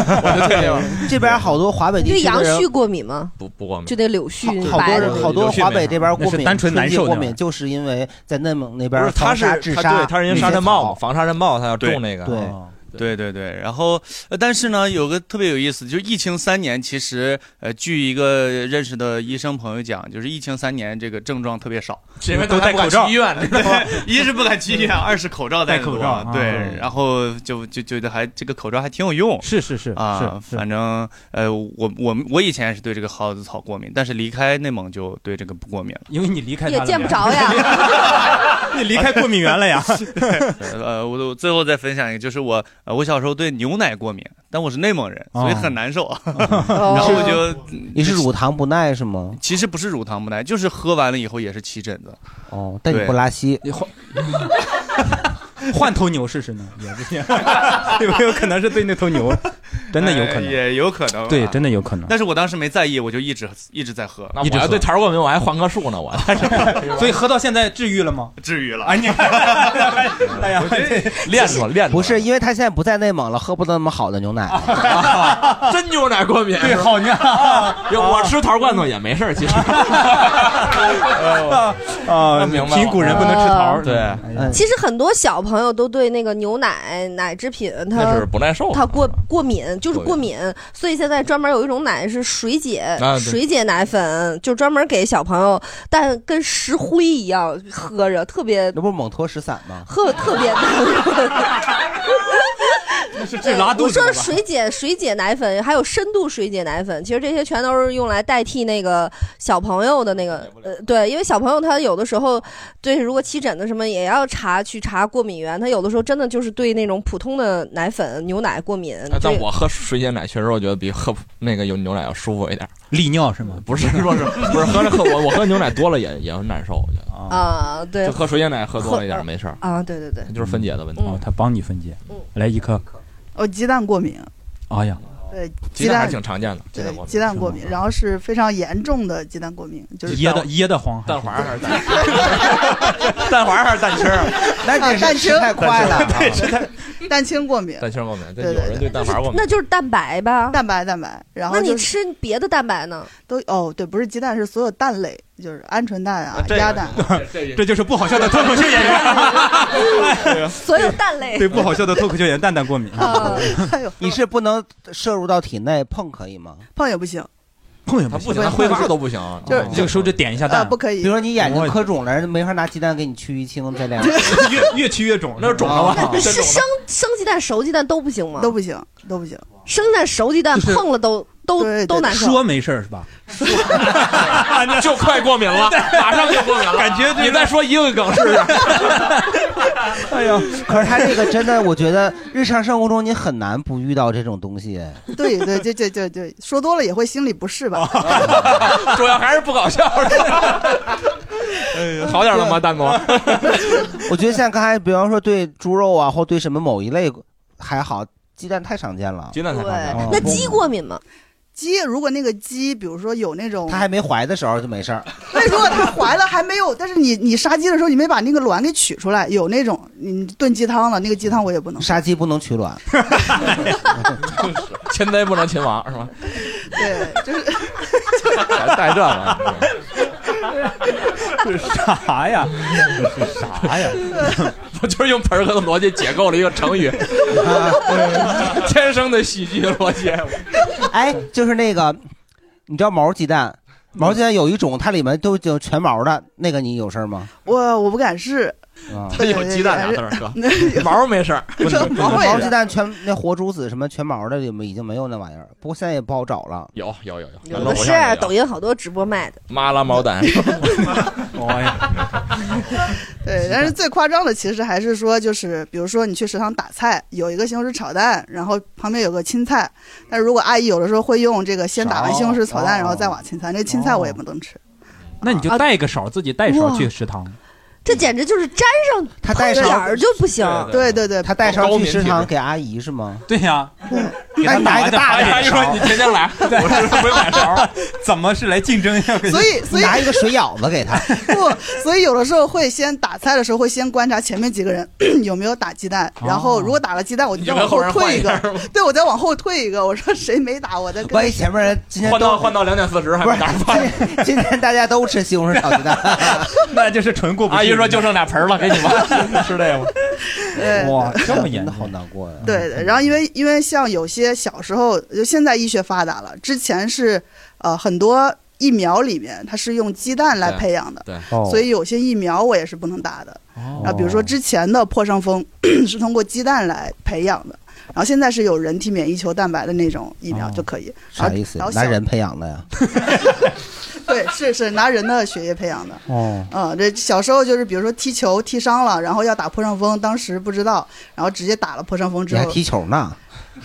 S4: 啊
S3: 这边好多华北
S5: 你
S3: 地
S5: 对
S3: 区的
S5: 杨
S3: 人
S5: 絮过敏吗？
S4: 不不过敏
S5: 就那柳絮，
S3: 好多
S5: 白
S3: 人
S5: 的
S3: 好多华北这边过
S4: 那
S3: 敏，
S4: 是单纯难受
S3: 春季过
S4: 那玩意
S3: 敏，就是因为在内蒙那
S13: 不
S3: 边
S13: 是他
S3: 防
S13: 是
S3: 杀治
S13: 他
S3: 沙，
S13: 对他是因为沙
S3: 那些
S13: 尘暴嘛
S3: 草
S4: 防沙尘暴，他要种那个。
S3: 对
S13: 啊对对对，然后、呃、但是呢，有个特别有意思，就是疫情三年，其实呃，据一个认识的医生朋友讲，就是疫情三年这个症状特别少，
S4: 是因为大家不敢去 医院知道吗
S13: 对一是不敢去医院，二是口罩
S12: 戴
S13: 多
S12: 口罩啊
S13: 对，然后就就觉得还这个口罩还挺有用，
S12: 是是是
S13: 啊，
S12: 是是
S13: 反正呃，我我我以前也是对这个蒿子草过敏，但是离开内蒙就对这个不过敏了，
S12: 因为你离开
S5: 也见不着呀。
S12: 你离开过敏源了 呀。
S13: 呃，我我最后再分享一个，就是我呃，我小时候对牛奶过敏，但我是内蒙人，
S3: 哦
S13: 所以很难受。
S5: 哦
S13: 然后我就
S3: 你是乳糖不耐是吗？
S13: 其实不是乳糖不耐，就是喝完了以后也是起疹子。
S3: 哦，但你不拉稀，
S12: 换头牛试试呢，也不行，有没有可能是对那头 牛？真的有可能，
S13: 哎也有可能啊
S12: 对，真的有可能。
S13: 但是我当时没在意，我就一直一直在喝。
S12: 那我要对
S4: 痰 儿过敏，我还还棵树呢，我。
S12: 所以喝到现在治愈了吗？
S13: 治愈了。
S12: 哎，你哎呀，
S4: 练出了，练
S3: 不是因为他现在不在内蒙了，喝不到那么好的牛奶。
S4: 真牛奶过敏，
S12: 对好 牛
S4: 要我吃桃罐头也没事儿，其实。
S12: 啊，
S4: 明白了啊
S12: 贫苦人不能吃桃儿。
S4: 对，
S5: 其实很多小朋友都对那个牛奶奶制品它
S4: 那是不耐受啊
S5: 它过过敏，就是
S4: 过
S5: 过敏。所以现在专门有一种奶是水解、
S4: 啊对
S5: 水解奶粉，就专门给小朋友，但跟石灰一样喝着，特别
S3: 那不是蒙脱石散 吗？
S5: 特特别难。
S12: 那是
S5: 对，我说水解水解奶粉，还有深度水解奶粉，其实这些全都是用来代替那个小朋友的那个呃，对，因为小朋友他有的时候对如果起疹子什么也要查去查过敏源，他有的时候真的就是对那种普通的奶粉牛奶过敏。
S4: 哎但
S5: 这个
S4: 我喝水解奶确实，我觉得比喝那个有牛奶要舒服一点。
S12: 利尿是吗？
S4: 不是，不是，不是喝那喝我我喝牛奶多了也也难受，我觉得
S5: 啊，对
S4: 就，喝水解奶喝多了一点
S5: 喝
S4: 没事儿
S5: 啊，对对对，
S4: 就是分解的问题。
S12: 哦，他帮你分解。来一颗，
S14: 嗯我鸡蛋过敏，
S12: 哎呀，
S14: 对，
S4: 鸡
S14: 鸡
S4: 蛋还
S14: 蛋
S4: 是挺常见的，鸡蛋
S14: 对
S4: 过敏
S14: 鸡蛋过敏，然后是非常严重的鸡蛋过敏，就是
S2: 噎的噎的慌，
S4: 蛋黄还是蛋？
S2: 蛋黄还是蛋清儿？
S14: 啊蛋清
S2: 太快了对吃太
S14: 蛋 清过敏，
S4: 蛋清过敏，这
S14: 对
S4: 有
S14: 对
S4: 人对蛋黄过敏
S5: 那。就是蛋白吧？
S14: 蛋白蛋白，然后
S5: 那你
S14: 就是
S5: 吃别的蛋白呢？
S14: 都哦对，不是鸡蛋，是所有蛋类，就是鹌鹑蛋啊、
S2: 这个
S14: 鸭蛋啊，
S13: 这就是不好笑的脱口秀演员，
S14: 啊
S5: 所有 蛋类
S13: 对不 好笑的脱口秀演员蛋蛋过敏，
S14: 哎
S3: 你是不能摄入到体内，碰可以吗？
S14: 碰也不行，
S2: 碰也不
S14: 行他挥发都
S4: 不行。啊
S14: 就是
S2: 这个时候就点一下
S14: 呃
S2: 蛋，
S14: 不可以。
S3: 比如说你眼睛磕肿了，人家没法拿鸡蛋给你去淤青，这 两
S13: 越越去越肿，
S2: 那肿
S3: 了
S5: 那啊是生生鸡蛋、熟鸡蛋都不行吗？
S14: 都不行，都不行。
S5: 生蛋、熟鸡蛋
S2: 就是
S5: 碰了都都都难受。
S13: 说没事儿是吧？
S4: 就快过敏了，马上就过敏了。感觉你再说一个梗试试。
S3: 哎呀，可是他这个真的，我觉得日常生活中你很难不遇到这种东西。
S14: 对对对对对对，说多了也会心里不适吧？
S4: 哦主要还是不搞笑。 哎好点了吗，蛋哥？
S3: 我觉得像刚才，比方说对猪肉啊，或对什么某一类还好，鸡蛋太常见了。嗯
S4: 鸡蛋
S14: 太常见
S4: 哦
S3: 了
S14: 那
S5: 鸡过敏吗？
S14: 鸡如果那个鸡，比如说有那种，
S3: 它还没怀的时候就没事儿。
S14: 那如果它怀了还没有，但是你你杀鸡的时候你没把那个卵给取出来，有那种你炖鸡汤了，那个鸡汤我也不能。
S3: 杀鸡不能取卵，
S4: 千载不能秦王是吧？
S14: 对，就是
S4: 还带这个，
S13: 这是啥呀？这是啥呀？
S4: 我就是用盆儿哥的逻辑解构了一个成语，天生的喜剧逻辑。
S3: 哎，就是那个，你知道毛鸡蛋，毛鸡蛋有一种它里面都就全毛的，那个你有事儿吗？
S14: 我我不敢试。
S3: 啊，
S4: 它有鸡蛋俩字儿哥， 毛没事儿，
S3: 毛鸡蛋全那活猪子什么全毛的里面已经没有那玩意儿，不过现在也不好找了。
S4: 有有有有，
S5: 有的是啊抖音好多直播卖的。
S4: 麻辣毛 蛋。
S13: 哎呀，
S14: 对，但是最夸张的其实还是说，就是比如说你去食堂打菜，有一个西红柿炒蛋，然后旁边有个青菜，但如果阿姨有的时候会用这个先打完西红柿炒蛋，然后再往青菜，那青菜我也不能吃。
S2: 那你就带个勺，自己带勺去食堂。
S5: 这简直就是沾上
S3: 他带
S5: 碰
S3: 勺
S5: 点儿就不行。
S14: 对对对，
S3: 他带上去食堂给阿姨是吗？
S13: 对呀，给
S3: 那
S13: 他
S3: 你
S13: 拿
S3: 拿一个大点
S13: 阿姨
S3: 勺
S13: 说你天天来，我是不是买勺？怎么是来竞争呀？
S14: 所以所以
S3: 拿一个水舀子给他。
S14: 不， 所以有的时候会先打菜的时候会先观察前面几个人 有没有打鸡蛋，然后如果打了鸡哦蛋，我就再往后退一个，对我再往后退一个，我说谁没打，我再跟。
S3: 万一前面人今天
S4: 换到
S3: 都
S4: 换到两点四十还没打饭，
S3: 今天大家都吃西 红柿炒鸡蛋，
S13: 那就是纯过
S3: 不去
S4: 阿姨说就剩俩盆儿了，给你 吧，吃这个吧。
S14: 对
S13: 哇，这么严
S3: 重，好难过呀！
S14: 对对，然后因为因为像有些小时候，就现在医学发达了，之前是呃很多疫苗里面它是用鸡蛋来培养的，
S4: 对
S14: 所以有些疫苗我也是不能打的。
S3: 哦
S14: 啊，比如说之前的破伤风 是通过鸡蛋来培养的，然后现在是有人体免疫球蛋白的那种疫苗就可以。
S3: 哦
S14: 然
S3: 啥
S14: 后
S3: 意思
S14: 然？后
S3: 拿
S14: 小
S3: 人培养的呀？
S14: 对，是是拿人的血液培养的。
S3: 哦，
S14: 嗯，这小时候就是比如说踢球踢伤了，然后要打破伤风，当时不知道，然后直接打了破伤风之
S3: 你还
S14: 后，
S3: 踢球呢？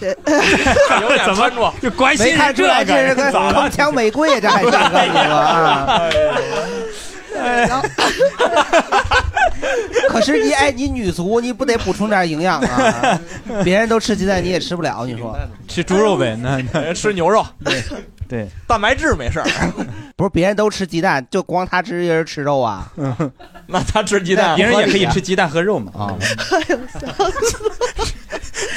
S14: 对，
S4: 有点怎么
S13: 就关
S3: 没看出来这是个
S13: 了
S3: 铿锵玫瑰，啊这还是一个你说
S2: 哎
S3: 啊？ 可是你哎，你女足你不得补充点营养啊？别人都吃鸡蛋，你也吃不了，你说
S13: 吃猪肉呗？那那
S4: 哎吃牛肉，
S13: 对，
S4: 蛋白质没事 儿，
S3: 不是别人都吃鸡蛋，就光他吃一人吃肉啊？
S4: 那他吃鸡蛋，
S13: 别人也可以吃鸡蛋和肉嘛。
S3: 啊，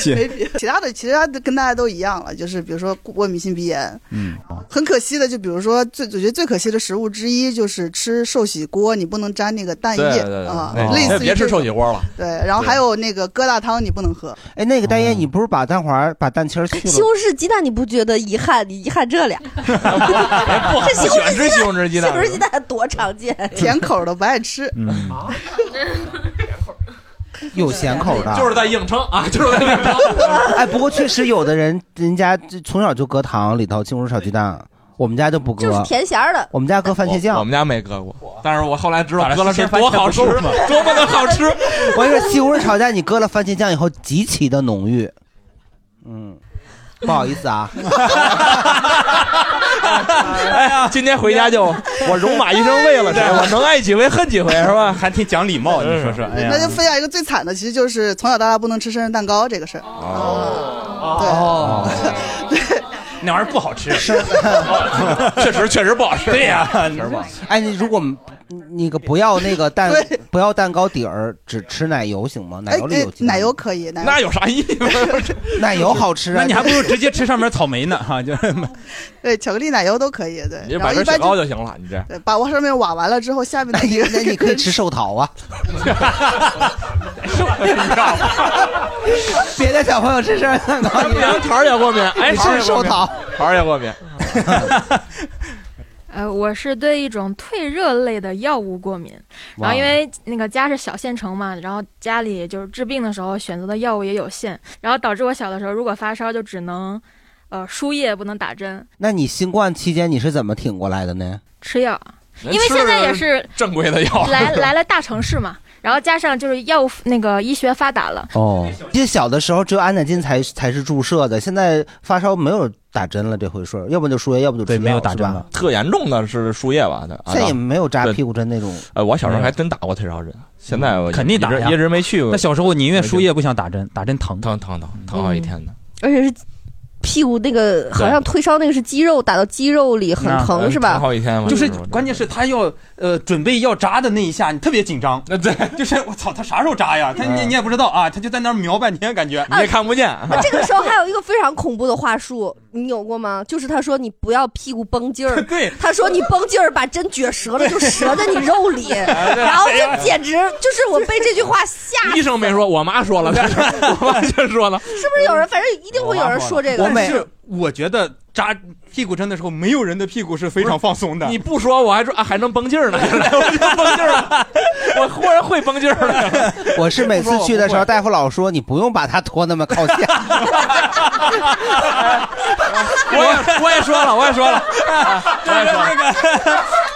S14: 没别其他的，其他的跟大家都一样了，就是比如说过敏性鼻炎，
S13: 嗯，
S14: 很可惜的，就比如说最，我觉得最可惜的食物之一就是吃寿喜锅，你不能沾那个蛋
S4: 对
S14: 液
S4: 对对
S14: 啊，
S4: 那
S14: 类
S4: 那
S14: 似于
S4: 哦别吃
S14: 这
S4: 寿
S14: 种
S4: 喜锅了。
S14: 对，然后还有那个疙瘩汤你不能喝，
S3: 哎，那个蛋液，你不是把蛋黄、把蛋清儿 去
S5: 西
S3: 了
S5: 红？柿鸡蛋你不觉得遗憾？你遗憾这俩？
S4: 哎不
S5: 这西红
S4: 喜欢吃西红柿
S5: 柿
S4: 鸡
S5: 西
S4: 蛋
S5: 红柿鸡蛋多常见，
S14: 甜口的不爱哎吃。
S3: 有咸口的，
S4: 就是在硬撑 啊，就是在硬撑。
S3: 哎，不过确实有的人，人家就从小就搁糖里头，西红柿炒鸡蛋，我们家就不搁，
S5: 就是甜咸儿的。
S3: 我们家搁番茄酱。
S4: 我们家没搁过，但是我后来知道
S13: 把它
S4: 搁了
S13: 先
S4: 是
S13: 翻
S4: 多
S13: 成
S4: 好吃，
S13: 不是吗
S4: 多么的好吃。
S3: 我跟你说，西红柿炒蛋你搁了番茄酱以后，极其的浓郁。嗯，不好意思啊，
S4: 哎呀，今天回家就我戎马一生为了谁，我能爱几回恨几回是吧？还挺讲理貌，你说说，哎
S14: 那就分享一个最惨的，其实就是从小到大不能吃生日蛋糕这个事儿。
S4: 哦，
S14: 对，对，
S13: 那玩意儿不好吃，
S4: 确实确实不好吃。
S13: 对呀、
S4: 确实不好吃。
S3: 哎，你如果嗯那个不要那个蛋，不要蛋糕底儿，只吃奶油行吗？奶
S14: 哎
S3: 油里
S14: 哎
S3: 有，鸡
S14: 奶
S3: 蛋。
S14: 油可以，奶油
S4: 那有啥意义？
S3: 奶油好吃啊
S13: 那你还不如直接吃上面草莓呢哈，就是
S14: 对，巧克力奶油都可以，对。
S4: 你就
S14: 然
S4: 买
S14: 后
S4: 根
S14: 一
S4: 雪
S14: 般
S4: 糕就行了，你这
S14: 对，把我上面挖完了之后，下面的 一个，
S3: 那你可以吃寿桃啊。别的小朋友吃生日蛋糕，你
S4: 杨桃也过敏，哎，
S3: 你
S4: 桃儿
S3: 吃
S4: 也
S3: 寿
S4: 过敏
S3: 桃。，
S4: 桃儿也过敏。
S15: 呃，我是对一种退热类的药物过敏，然
S16: 哇
S15: 后因为那个家是小县城嘛，然后家里就是治病的时候选择的药物也有限，然后导致我小的时候如果发烧就只能，呃，输液不能打针，
S3: 那你新冠期间你是怎么挺过来的呢？
S15: 吃药，因
S3: 人
S15: 为现在也是
S3: 吃正规的药
S15: 来来了大城市嘛，然后加上就是药物那个医学发达了，
S3: 哦，记得小的时候只有安乃近才才是注射的，现在发烧没有打针了这回事儿，要不就输液，要不就吃药，是吧。
S4: 特严重的是输液吧？啊那
S3: 现在也没有扎屁股针那种。
S4: 呃，我小时候还真打过退烧针，现在我
S2: 肯定打
S4: 一
S2: 呀
S4: 直一直没去过。
S2: 那小时候我宁愿输液不想打针，
S4: 打针疼疼疼疼疼好几天呢。
S5: 而且是屁股那个，好像退烧那个是肌肉打到肌肉里，很
S4: 呃
S5: 疼是吧？
S13: 就是关键是他要呃准备要扎的那一下，你特别紧张。
S4: 呃
S13: 对， 就是我操，他啥时候扎呀？他你
S5: 嗯
S13: 你也不知道啊，他就在那儿瞄半天，感觉你也
S4: 看不见。
S5: 啊那这个时候还有一个非常恐怖的话术，你有过吗？就是他说你不要屁股绷劲 儿，
S13: 对，
S5: 他说你绷劲儿把针撅折了就折在你肉 里，
S4: 对
S5: 然后就简直就是我被这句话吓，
S4: 哎医生没说，我妈说了，但是 我妈就说了。
S5: 是不是有人？反正一定 会有人说这个。
S13: 但是我觉得扎屁股针的时候，没有人的屁股是非常放松的。
S4: 你不说，我还说啊，还能绷 劲儿呢，我就绷劲儿了，我忽然会绷劲儿了。
S3: 我是每次 去的时候，大夫老说你不用把它拖那么靠前。
S4: 我也我也说了，我也 说了，我也说了。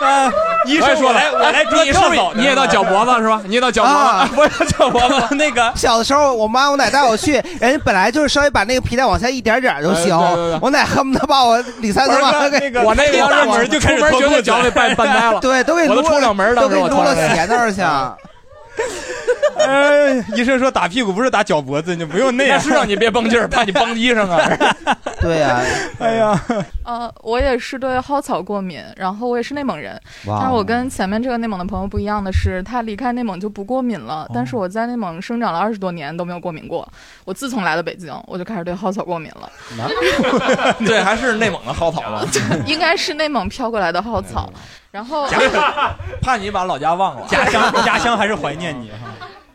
S13: 呃，医生
S4: 我也
S13: 我
S4: 说了，
S13: 来我来
S4: 哎
S13: 抓
S4: 你是不
S13: 跳蚤
S4: 是
S13: 的
S4: 你也到脚脖子是吧？你也到脚脖
S3: 啊
S4: 子，我也到脚脖 子。
S13: 那个
S3: 小的时候，我妈我奶带我去， 人家本来就是稍微把那个皮带往下一点点儿就行
S4: 哎对对对，
S3: 我奶恨不得把我里三层往下给
S4: 我那个要是出门绝对脚给绊绊呆 了，
S3: 对，都给
S4: 我
S3: 撸
S4: 都
S3: 了
S4: 出不了门儿，
S3: 都
S4: 当时
S3: 给
S4: 我
S3: 撸
S4: 脱
S3: 了
S4: 了
S3: 鞋那 儿去。嗯
S2: 哎
S13: 呃，医生说打屁股不是打脚脖子，你不用那样。
S4: 那是让你别绷劲儿，怕你绷衣裳啊。
S3: 对呀，
S13: 哎 呀，
S17: 呃，我也是对蒿草过敏，然后我也是内蒙人，
S3: 哇
S2: 哦
S17: 但是
S6: 哦
S17: 我跟前面这个内蒙的朋友不一样的是，他离开内蒙就不过敏了，但是我在内蒙生长了二十多年都没有过敏过。我自从来到北京，我就开始对蒿草过敏了，
S4: 对，还是内蒙的蒿草 吧，
S17: 应该是内蒙飘过来的蒿草。然后，
S4: 怕你把老家忘了。
S13: 家乡家乡还是怀念你。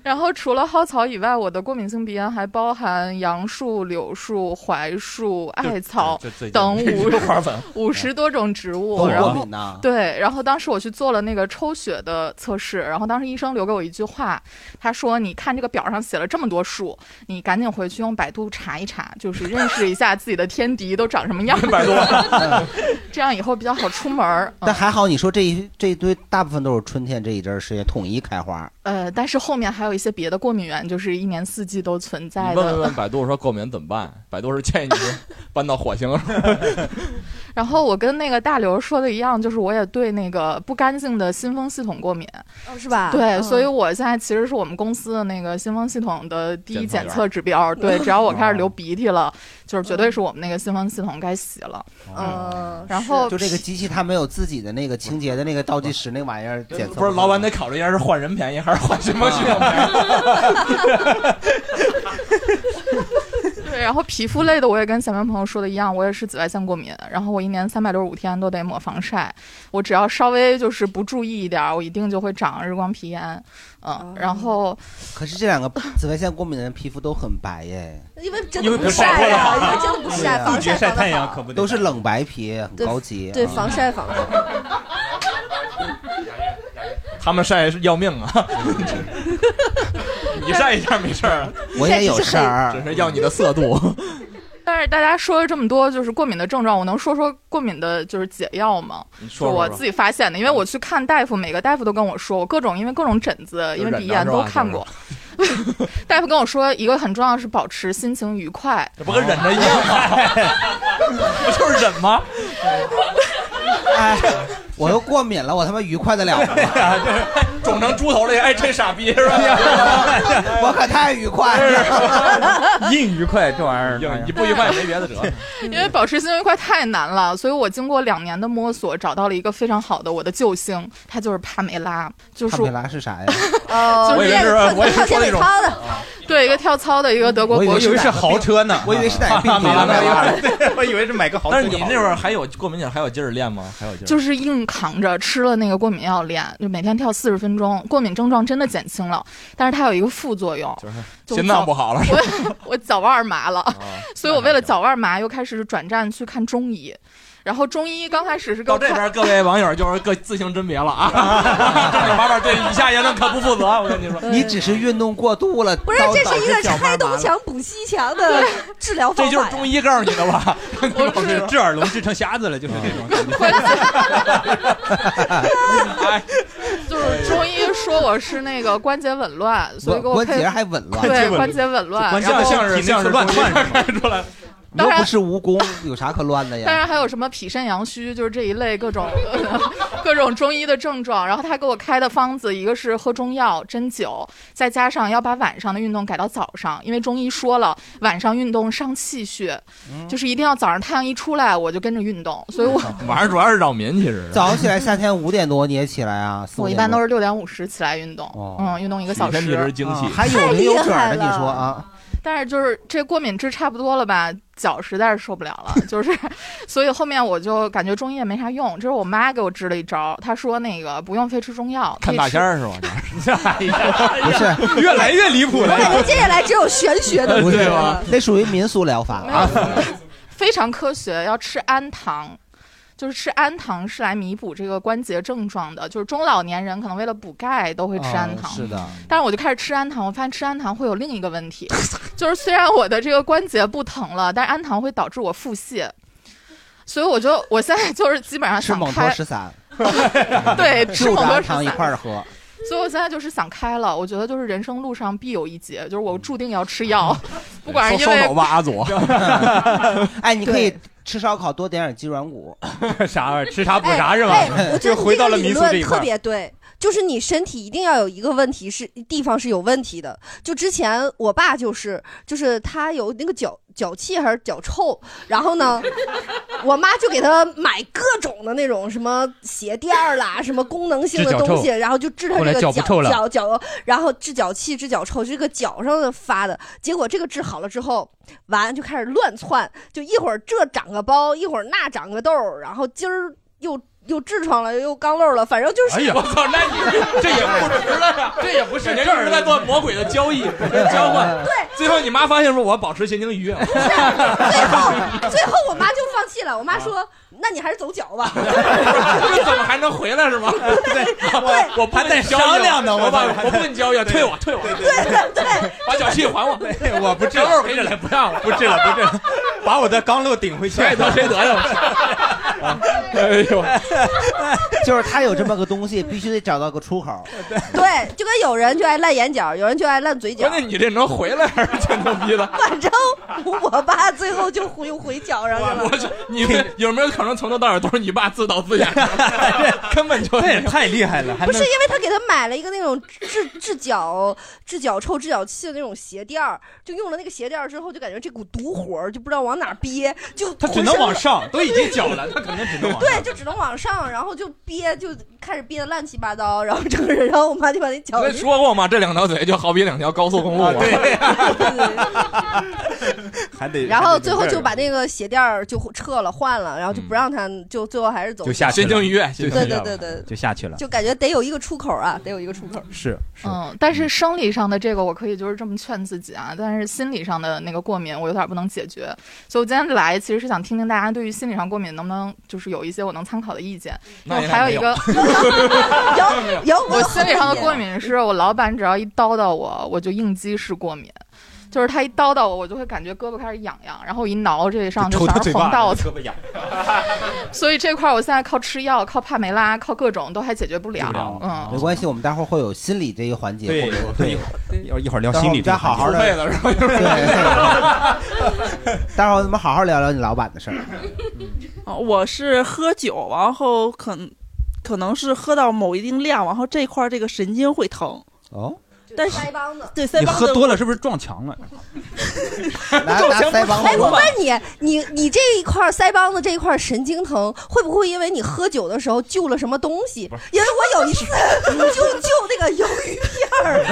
S17: 然后除了蒿草以外，我的过敏性鼻炎还包含杨树、柳树、槐树、艾草
S13: 这这这
S17: 等五
S13: 这花粉
S17: 五十多种植
S13: 都
S17: 物。
S13: 过
S17: 然后
S13: 敏呐
S17: 对，然后当时我去做了那个抽血的测试，然后当时医生留给我一句话，他说：“你看这个表上写了这么多树，你赶紧回去用百度查一查，就是认识一下自己的天敌都长什么样。”
S4: 百度，
S17: 这样以后比较好出门儿。嗯
S3: 但还好，你说这一这一堆大部分都是春天这一阵儿时间统一开花。
S17: 呃，但是后面还有一些别的过敏源，就是一年四季都存在
S4: 你
S17: 的。
S4: 问问百度说过敏怎么办？百度是建议你 搬到火星。
S17: 然后我跟那个大刘说的一样，就是我也对那个不干净的新风系统过敏，
S5: 哦是吧
S17: 对，
S5: 嗯
S17: 所以我现在其实是我们公司的那个新风系统的第一
S5: 检测
S17: 检
S5: 员
S17: 测指标，对，
S5: 嗯
S17: 只要我
S3: 哦
S17: 开始流鼻涕了，就是绝对是我们那个新风系统该洗了。
S3: 嗯，
S17: 然后
S3: 就这个机器，它没有自己的那个清洁的那个倒计时那玩意儿检测。
S4: 不是老板得考虑一下是换人便宜还是换什么
S3: 啊
S4: 系统便宜？
S17: 对，然后皮肤类的我也跟前面朋友说的一样，我也是紫外线过敏，然后我一年三百六十五天都得抹防晒，我只要稍微就是不注意一点儿，我一定就会长日光皮炎，
S5: 哦
S17: 嗯，然后。
S3: 可是这两个紫外线过敏的人皮肤都很白耶，
S5: 因为真的不晒啊，因为真的不晒，防晒防得好。
S3: 可不都是冷白皮，很
S5: 对
S3: 高级。
S5: 对
S3: 啊
S5: 防 晒防得好。
S4: 他们晒是要命啊！ 你晒一下没事儿，
S3: 我也有事儿
S4: 只是要你的色度。
S17: 但是大家说了这么多，就是过敏的症状，我能说说过敏的就是解药吗？
S4: 你说
S17: 是
S4: 说嗯
S17: 我
S4: 吧
S17: 自己发现的，因为我去看大夫，每个大夫都跟我说，我各种因为各种疹子，呃因为鼻炎都看过。大夫跟我说，一个很重要的是保持心情愉快。
S4: 这不 跟忍着一样吗？不就是忍吗？
S3: 哎，我又过敏了，我他妈愉快得了 吗？
S4: 肿成猪头了，哎，这傻逼 是吧？
S3: 我可太愉快
S2: 了，硬愉快这玩意儿，
S4: 你不愉快也没别的辙。
S17: 因为保持心愉快太难了，所以我经过两年的摸索，找到了一个非常好的我的救星，他就是帕梅拉，就是
S3: 帕梅拉是啥呀？
S17: 就
S4: 我以为是哦 我也是说那种
S17: 对一个跳操的一个德国
S2: 我
S17: 国
S2: 以
S17: 手，
S2: 为是 豪车呢，
S3: 我以为是哪
S2: 个
S3: 病毒
S2: 对，我以为是买个豪车。
S4: 啊但是你那会儿还有过敏感，还有劲儿练吗？还有劲儿？
S17: 就是硬扛着吃了那个过敏药练，就每天跳四十分钟，过敏症状真的减轻了，但是它有一个副作用，
S4: 就是心脏不好了，是吧？啊
S17: 我我脚腕儿麻了， 所以我为了脚腕儿麻又开始转战去看中医，然后中医刚开始是给
S4: 到
S17: 我
S4: 这
S17: 看
S4: 边各位网友就是各自行甄别了 啊！这八爸对以下言论可不负责，我跟你说。
S3: 你只是运动过度了，
S5: 不是，
S3: 导
S5: 这是
S3: 导
S5: 一
S3: 致
S5: 个
S3: 脚
S5: 拆
S3: 慢慢
S5: 东
S3: 了
S5: 墙补西墙 的治疗方法呀。
S2: 这就是中医告诉你的吧？我 是治耳聋治成瞎子了，就是这种感觉。
S17: 就是中医说我是那个关节紊乱， 所以给我
S3: 关
S17: 配
S3: 节还紊乱，
S17: 对关节紊乱，
S3: 关节
S17: 然后
S3: 像是像是乱窜
S2: 出来。
S3: 你又
S17: 当然
S3: 不是蜈蚣，有啥可乱的呀？
S17: 当然还有什么脾肾阳虚，就是这一类各种 各种中医的症状。然后他给我开的方子，一个是喝中药、针灸，再加上要把晚上的运动改到早上，因为中医说了晚上运动伤气血，
S3: 嗯
S17: 就是一定要早上太阳一出来我就跟着运动。所以我
S4: 晚上主要是扰民，其实
S3: 早上起来，夏天五点多你也起来啊？四五
S17: 我一
S3: 点
S17: 般都
S3: 多
S17: 是六点五十起来运动，
S3: 哦
S17: 嗯，运动一个小时。
S3: 啊还有零有整的，你说啊？
S17: 但是就是这过敏治差不多了吧，脚实在是受不了了，就是，所以后面我就感觉中医也没啥用，这是我妈给我支了一招，她说那个不用非吃中药，可
S4: 看
S17: 以
S4: 大
S17: 吃
S4: 仙儿是吧？
S5: 哎
S4: 不
S3: 是，
S4: 越来越离谱了。
S5: 接下来只有
S17: 哎
S5: 玄学的
S3: 不
S5: 对
S3: 是
S5: 吧？
S3: 那属于民俗疗法啊。
S17: 非常科学，要吃氨糖。就是吃氨糖是来弥补这个关节症状的，就是中老年人可能为了补钙都会吃
S3: 啊
S17: 氨糖。
S3: 是的，
S17: 但是我就开始吃氨糖，我发现吃氨糖会有另一个问题， 就是虽然我的这个关节不疼了，但是氨糖会导致我腹泻，所以我就我现在就是基本上
S3: 啊吃
S17: 想
S3: 蒙脱
S17: 开，
S3: 十 三，
S5: 哎
S17: 对，吃
S3: 就
S17: 蒙
S3: 着
S17: 多
S3: 氨
S17: 食
S3: 糖一
S17: 散
S3: 块儿喝。
S17: 所以我现在就是想开了，我觉得就是人生路上必有一劫，就是
S3: 嗯
S17: 我注定要吃药， 不管是因为
S2: 吧，阿 左。
S3: 哎，你可以吃烧烤多点点鸡软骨，
S2: 啥玩意儿？吃啥补
S5: 啥
S2: 是吧
S5: 哎，我觉
S3: 就
S5: 得
S3: 回到了
S5: 你
S3: 民
S5: 这
S3: 俗
S5: 个
S3: 这
S5: 理
S3: 一
S5: 论
S3: 块儿
S5: 特别对，就是你身体一定要有一个问题是地方是有问题的。就之前我爸就是，就是他有那个脚脚气还是脚臭，然后 呢，我妈就给他买各种的那种什么鞋垫儿啦，什么功能性的
S16: 治脚
S5: 东西，
S16: 臭
S5: 然后就治他
S16: 后
S5: 这
S16: 来
S5: 个
S16: 脚不
S5: 脚
S16: 臭了
S5: 脚脚，然后治脚气、治脚臭，这个脚上的发的。结果这个治好了之后，完就开始乱窜，就一会儿这长个包，一会儿那长个痘儿，然后今儿又又痔疮了，又肛瘘了，反正就是。
S4: 哎呀，我操！那你这也不值了呀，这也不是，人家是在做魔鬼的交易交换。对，最后你妈发现说，我保持心情愉悦。
S5: 最后我妈就放弃了，我妈
S16: 啊
S5: 说：“那你还是走脚 吧。
S4: 这怎么还能回来是吗？ 对，我我不跟你交易了
S2: 还得商量呢我
S4: 我
S2: 操
S4: 我不跟你交易了，啊退我退我，对对 对， 把脚气还我，
S2: 我不 治了
S4: 这肉给你了，不让了，
S2: 不治了，不治了，把我的钢路顶回去。
S4: 谁得谁得呀？
S2: 哎呦，
S3: 就是他有这么个东西，必须得找到个出 口。”
S5: 对，就跟有人就爱烂眼角，有人就爱烂嘴角
S4: 关。键你这能回来还 是挺牛逼 的。
S5: 反正我爸最后就回回脚上去了。
S4: 我去，你们有没有可能从头到尾都是你爸自导自演的？根本 就这也
S2: 太厉害了，还
S5: 不是因为他给他买了一个那种治治脚、治脚臭、治脚气的那种鞋垫儿，就用了那个鞋垫儿之后，就感觉这股毒火儿就不知道往哪儿憋，就
S2: 他只
S5: 浑
S2: 能
S5: 身
S2: 往 上，都已经绞了，他肯定只能往上。
S5: 对，就只能往上，然后就憋，就开始憋得乱七八糟，然后整个人，然后我妈就把那 脚
S4: 我
S5: 就
S4: 说过嘛，这两条腿就好比两条高速公路。啊对 呀，
S2: 还得
S5: 然后最后就把那个鞋垫儿就撤了，换了，然后就不让他，就最后还是走。
S2: 就下去了，
S4: 心情愉悦
S2: 嗯就下
S5: 对
S2: 去了
S5: 对对对
S2: 就下去了，
S5: 就感觉得有一个出口啊，得有一个出口。
S2: 是
S17: 嗯，但是生理上的这个我可以就是这么劝自己啊，但是心理上的那个过敏我有点不能解决，所以我今天来其实是想听听大家对于心理上过敏能不能就是有一些我能参考的意见。
S4: 那
S17: 我还有一个
S5: 有有
S17: 我心理上的过敏是我老板只要一叨叨我，我就应激式过敏。就是他一叨叨我，我就会感觉胳膊开始痒痒，然后我一挠这上就
S2: 抽他
S17: 全是
S2: 嘴
S17: 红
S2: 巴，
S17: 豆子
S2: 胳，膊痒。
S17: 所以这块儿我现在靠吃药、靠帕梅拉、靠各种都还解决不了。嗯，
S3: 没关系，我们待会儿会有心理这一环节。
S2: 对
S3: 会有
S2: 对
S3: 对，
S2: 要一会儿聊心理这
S3: 待
S2: 个
S3: 会儿我们再好好的。
S2: 付费了是吧
S3: 对，待会儿我们好好聊聊你老板的事儿。
S11: 哦我是喝酒，然后可能
S18: 可能是喝到某一定量，然后这块儿这个神经会 疼。
S19: 哦，
S18: 但是
S5: 腮帮子
S18: 对腮
S19: 你
S18: 帮
S19: 喝
S18: 子
S19: 多了是不是撞墙了？
S5: 撞
S3: 拿腮帮子
S5: 哎，我问你，你你这一块腮帮子这一块神经疼，会不会因为你喝酒的时候救了什么东西？因为我有一次就救那个鱿鱼片儿，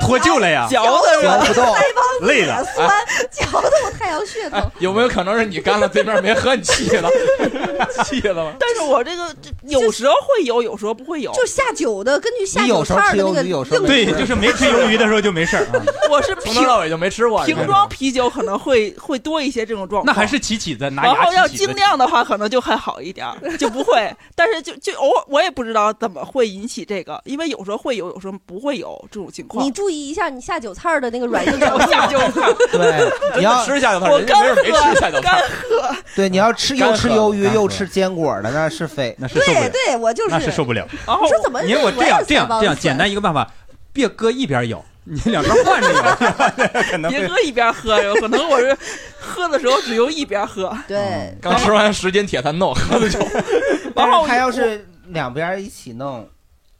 S2: 脱臼了呀，
S4: 嚼的
S5: 然后
S4: 不动
S5: 腮帮子
S4: 累了啊
S5: 也酸，嚼的我太阳 穴疼。
S4: 有没有可能是你干了，对面没喝，你气了，气了吗？
S18: 但是我这个这有时候会有，有时候不会有。
S5: 就下酒的，根据下酒菜儿的那个硬
S2: 对，就是没吃鱿鱼的时候就没事儿啊。
S18: 我是
S4: 从头到尾就没吃过。
S18: 瓶装啤酒可能会会多一些这种状况。
S2: 那还是起起的，拿
S18: 然后
S2: 牙
S18: 要
S2: 起起
S18: 精
S2: 的。
S18: 酿的话，可能就还好一点儿，就不会。但是就就偶尔我也不知道怎么会引起这个，因为有时候会有，有时候不会有这种情况。
S5: 你注意一下你下酒菜儿的那个软硬。
S18: 下酒菜儿，
S3: 对，你要
S4: 吃下酒菜，
S3: 我
S4: 人家没准没
S3: 干
S4: 吃下酒菜。
S3: 对，你要吃又吃
S4: 干喝
S3: 鱿鱼
S4: 干
S3: 又
S4: 喝
S3: 吃坚果的，那是非，
S2: 那是
S5: 对对，我就是
S2: 那是受不了。
S5: 我说怎么？
S2: 哦你看我这样这样这样，简单一个办法，别搁一边咬，你 两边换着咬，可能
S18: 别
S2: 会
S18: 搁一边喝，有可能我是喝的时候只用一边喝。
S5: 对，
S4: 刚吃完十斤铁三豆，喝的酒。
S3: 但
S18: 后
S3: 是他要是两边儿一起弄，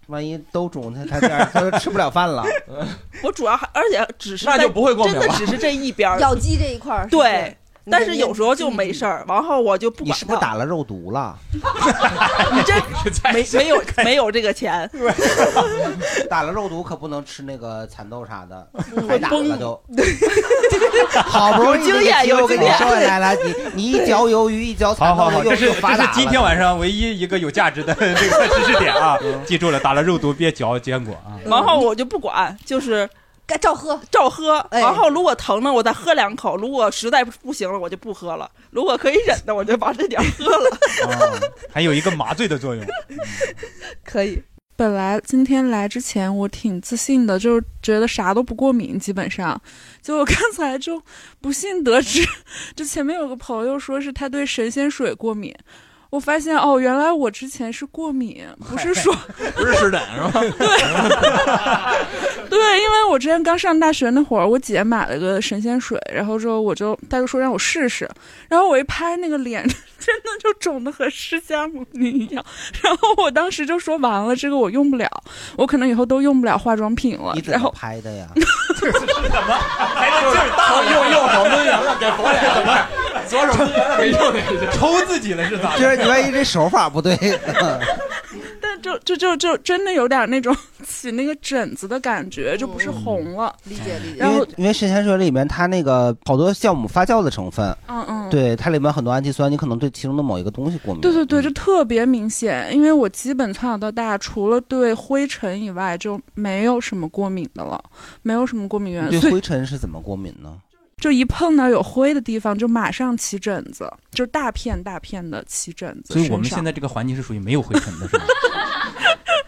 S3: 万一都肿，他他这样他就吃不了饭了。
S18: 我主要还而且只是
S3: 那
S18: 在
S3: 就不会过敏
S18: 真的
S3: 了
S18: 只是这一边儿
S5: 咬肌这一块儿。
S18: 对。
S5: 你嗯
S18: 但
S5: 得
S18: 是
S5: 练
S18: 有时候就没事儿，然后我就不管
S3: 你是不是打了肉毒了？
S18: 它没没有没有这个钱，
S3: 打了肉毒可不能吃那个蚕豆啥的，
S18: 嗯
S3: 太打
S18: 崩
S3: 了都。 好不 容易
S18: 有经
S3: 那个
S18: 验
S3: 肌肉
S18: 有
S3: 给
S18: 经
S3: 你
S18: 验
S3: 瘦下来了，你你一嚼鱿鱼一嚼
S2: 好
S3: 蚕
S2: 好
S3: 豆
S2: 好，
S3: 又
S2: 这是
S3: 又发
S2: 这是
S3: 达
S2: 今
S3: 了
S2: 天晚上唯一一个有价值的 这个知识点啊！记住了，打了肉毒别嚼坚果啊！
S18: 然
S3: 嗯
S18: 后我就不管，就是
S5: 该照喝哎
S18: 照喝。然后如果疼呢，我再喝两口；如果实在不行了，我就不喝了；如果可以忍的，我就把这点儿喝了。
S2: 啊还有一个麻醉的作用。
S18: 可以。
S16: 本来今天来之前我挺自信的，就是觉得啥都不过敏，基本上。结果刚才就不幸得知，这前面有个朋友说是他对神仙水过敏，我发现哦，原来我之前是过敏，不 是说
S4: 不是湿疹是 吧？
S16: 对，因为我之前刚上大学那会儿，我姐买了个神仙水，然后之后我就，她就说让我试试，然后我一拍那个脸， 真的就肿的和释迦牟尼一样，然后我当时就说完了，这个我用不了，我可能以后都用不了化妆品了
S3: 你。怎
S16: 然
S3: 么
S16: 后
S3: 拍的呀？
S4: 还有劲儿大了，右右手抡圆了，给左脸怎么？左手抡圆了，给右脸
S2: 抽自己了是 咋
S3: 就是你万一这手法不对，
S16: 但就就就就真的有点那种 起那个疹子的感觉，就不是红了。
S5: 嗯理解理
S3: 因
S16: 然后
S3: 为因为神仙水里面它那个好多酵母发酵的成分，
S16: 嗯嗯，
S3: 对它里面很多氨基酸，你可能对其中的某一个东西过敏。
S16: 对对对，就特别明显，因为我基本从小到大，除了对灰尘以外，就没有什么过敏的了，没有什么过敏源，
S3: 对
S16: 所
S3: 灰
S16: 以
S3: 尘是怎么过敏呢？
S16: 就一碰到有灰的地方，就马上起疹子，就大片大片的起疹子。
S2: 所以我们
S16: 身上
S2: 现在这个环境是属于没有灰尘的，是吗？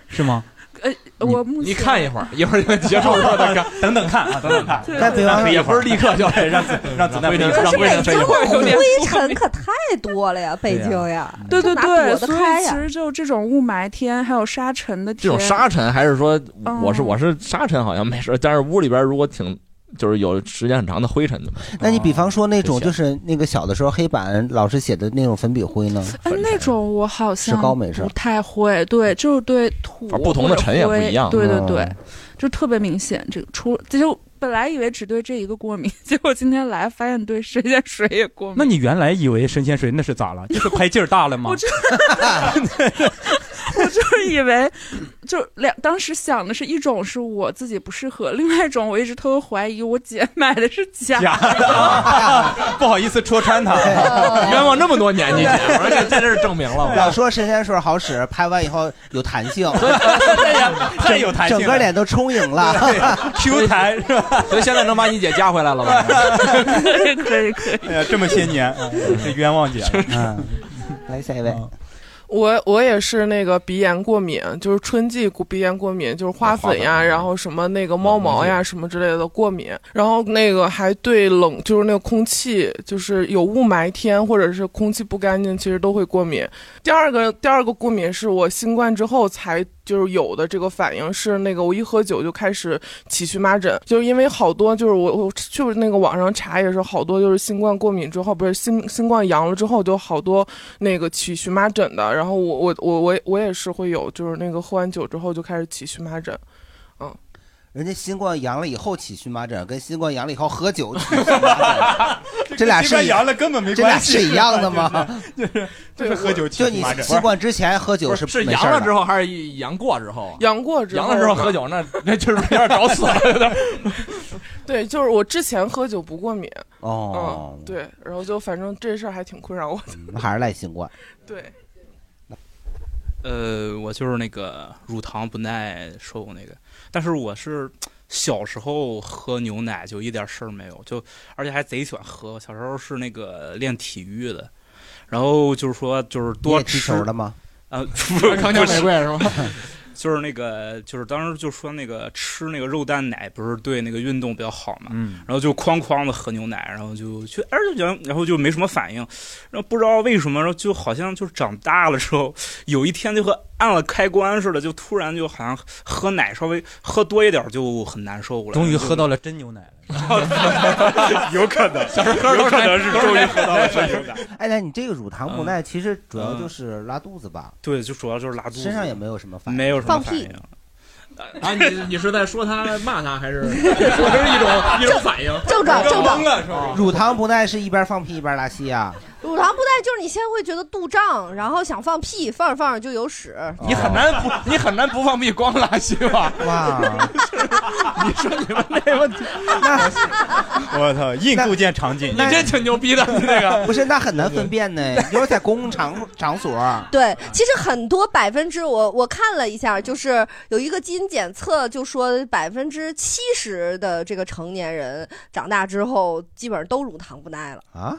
S2: 是吗？
S16: 呃，我目前
S4: 会儿，一会儿 就结束了再看，
S2: 等等看啊，等等看。
S16: 但别忘了
S2: 也不是立刻就来，让子让子弹飞一会儿，让灰
S5: 北
S2: 尘飞
S5: 京
S2: 一
S5: 的
S2: 会儿。
S5: 灰尘可太多了呀，北京呀，
S16: 对对
S5: 这哪
S16: 对，
S5: 躲得
S16: 所以
S5: 开
S16: 其
S5: 呀？
S16: 实就这种雾霾天，还有沙尘的天，
S4: 这种沙尘还是说，
S16: 嗯
S4: 我是我是沙尘好像没事，但是屋里边如果挺就是有时间很长的灰尘怎么办？
S3: 那你比方说那种就是那个小的时候黑板老师写的那种粉笔灰呢？
S16: 哎，那种我好像
S3: 石膏没事
S16: 不太会，对，就是对土
S3: 反正不同的尘也不一样
S16: 或者灰对对对，
S3: 嗯
S16: 就特别明显。这个除了就本来以为只对这一个过敏， 结果今天来发现对神仙水也过敏。
S2: 那你原来以为神仙水那是咋了？就是拍劲儿大了吗
S16: 我？就我就是以为，就两当时想的是一种是我自己不适合，另外一种我一直偷偷怀疑我姐买的是 假
S2: 假的啊，不好意思戳穿他，
S4: 冤枉那么多 年，你姐，我说在这儿证明了我。
S3: 老说神仙水好使，拍完以后有弹性，
S2: 太有弹性了
S3: 整个 脸都充盈了。
S2: ，Q 弹是吧？
S4: 所以现在能把你姐加回来了 吧？
S16: 可以可以可以。
S2: 哎呀，这么 些年嗯是冤枉姐了。嗯，
S3: 来下一 位，
S20: 我我也是那个鼻炎过敏，就是春季过鼻炎过敏，就是
S4: 啊
S20: 花粉呀，然后什么那个猫毛呀什么之类的过敏，然后那个还对冷，就是那个空气，就是有雾霾天或者是空气不干净，其实都会过敏。第二个第二个过敏是我新冠之后才就是有的这个反应是那个我一喝酒就开始起荨麻疹，就是因为好多就是我我去那个网上查也是好多就是新冠过敏之后不是新新冠阳了之后就好多那个起荨麻疹的，然后我我我我我也是会有就是那个喝完酒之后就开始起荨麻疹，嗯。
S3: 人家新冠阳了以后起荨麻疹，跟新冠阳了以后喝酒起荨麻疹，这俩是
S12: 这跟新冠
S3: 一
S12: 阳了根本没
S3: 这俩
S12: 关系
S3: 是一样的 吗？
S12: 就是喝酒起
S3: 就你
S12: 荨
S2: 啊
S12: 麻疹。
S3: 新冠之前喝酒
S4: 不
S3: 是
S4: 是
S3: 没事
S4: 阳
S3: 儿
S4: 了
S3: 的
S4: 之后还是阳过之后啊？
S20: 阳过之后
S4: 阳了之后喝酒，那那就是有点找死了，有点
S20: 对，就是我之前喝酒不过敏，
S3: 哦
S20: 嗯，对，然后就反正这事儿还挺困扰我的，
S3: 那还是赖新冠。
S20: 对，
S21: 呃，我就是那个乳糖不耐受那个，但是我是小时候喝牛奶就一点事儿没有，就而且还贼喜欢喝。小时候是那个练体育的，然后就是说就是
S3: 你
S21: 多
S3: 也踢
S21: 吃
S3: 球的吗？
S21: 呃， 不
S3: 康佳玫瑰是
S21: 吗
S3: 吗？
S21: 就是那个，就是当时就说那个吃那个肉蛋奶不是对那个运动比较好嘛，
S2: 嗯
S21: 然后就哐哐的喝牛奶，然后就去，而且然后然后就没什么反应，然后不知道为什么，然后就好像就是长大了之后，有一天就和按了开关似的，就突然就好像喝奶稍微喝多一点就很难受了，
S2: 终于
S21: 然后就
S2: 喝到了真牛奶了。
S21: 有可能，
S2: 小时
S21: 有
S2: 候喝的都是
S21: 可能是终于喝到了真牛奶。
S3: 哎，那你这个乳糖不耐，
S21: 嗯
S3: 其实主要就是拉肚子吧？
S21: 对，就主要就是拉肚子，
S3: 身上也没有什么反应
S21: 没有什么
S3: 放
S21: 反
S3: 屁
S21: 应。
S4: 啊！你你是在说他骂他， 还是我这是一种一种反应？
S5: 正搞正搞
S3: 乳糖不耐是一边放屁一边拉稀啊？
S5: 乳糖不耐就是你先会觉得肚胀，然后想放屁，放着放着就有屎。
S4: 你很难不你很难不放屁光拉稀吧？
S3: 哇！
S4: 你说你们那问题，
S12: 我操，印度见场景，
S3: 那
S4: 这挺牛逼的，你这个
S3: 不是，那很难分辨呢。你就是在公共场场所，啊
S4: 嗯
S5: 对，其实很多百分之我我看了一下，就是有一个基因检测就说百分之七十的这个成年人长大之后基本上都乳糖不耐了。
S3: 啊，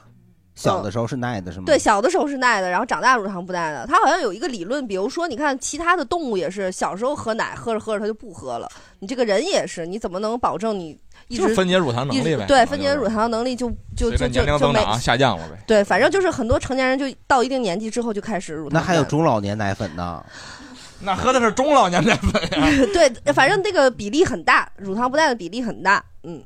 S3: 小的时候是耐的是吗？
S5: 对，小的时候是耐的，然后长大乳糖不耐的。它好像有一个理论，比如说，你看其他的动物也是，小时候喝奶，喝着喝着它就不喝了。你这个人也是，你怎么能保证你一
S4: 就
S5: 直
S4: 是分解乳糖能
S5: 一直
S4: 力呗
S5: 对，分解乳糖能力就就
S4: 随着
S5: 就
S4: 年
S5: 就
S4: 龄
S5: 就
S4: 增
S5: 没
S4: 长啊下降了呗。
S5: 对，反正就是很多成年人就到一定年纪之后就开始乳糖不耐
S3: 那
S5: 了。
S3: 还有中老年奶粉呢？
S4: 那喝的是中老年奶粉 呀。
S5: 对，反正那个比例很大，乳糖不耐的比例很大。嗯，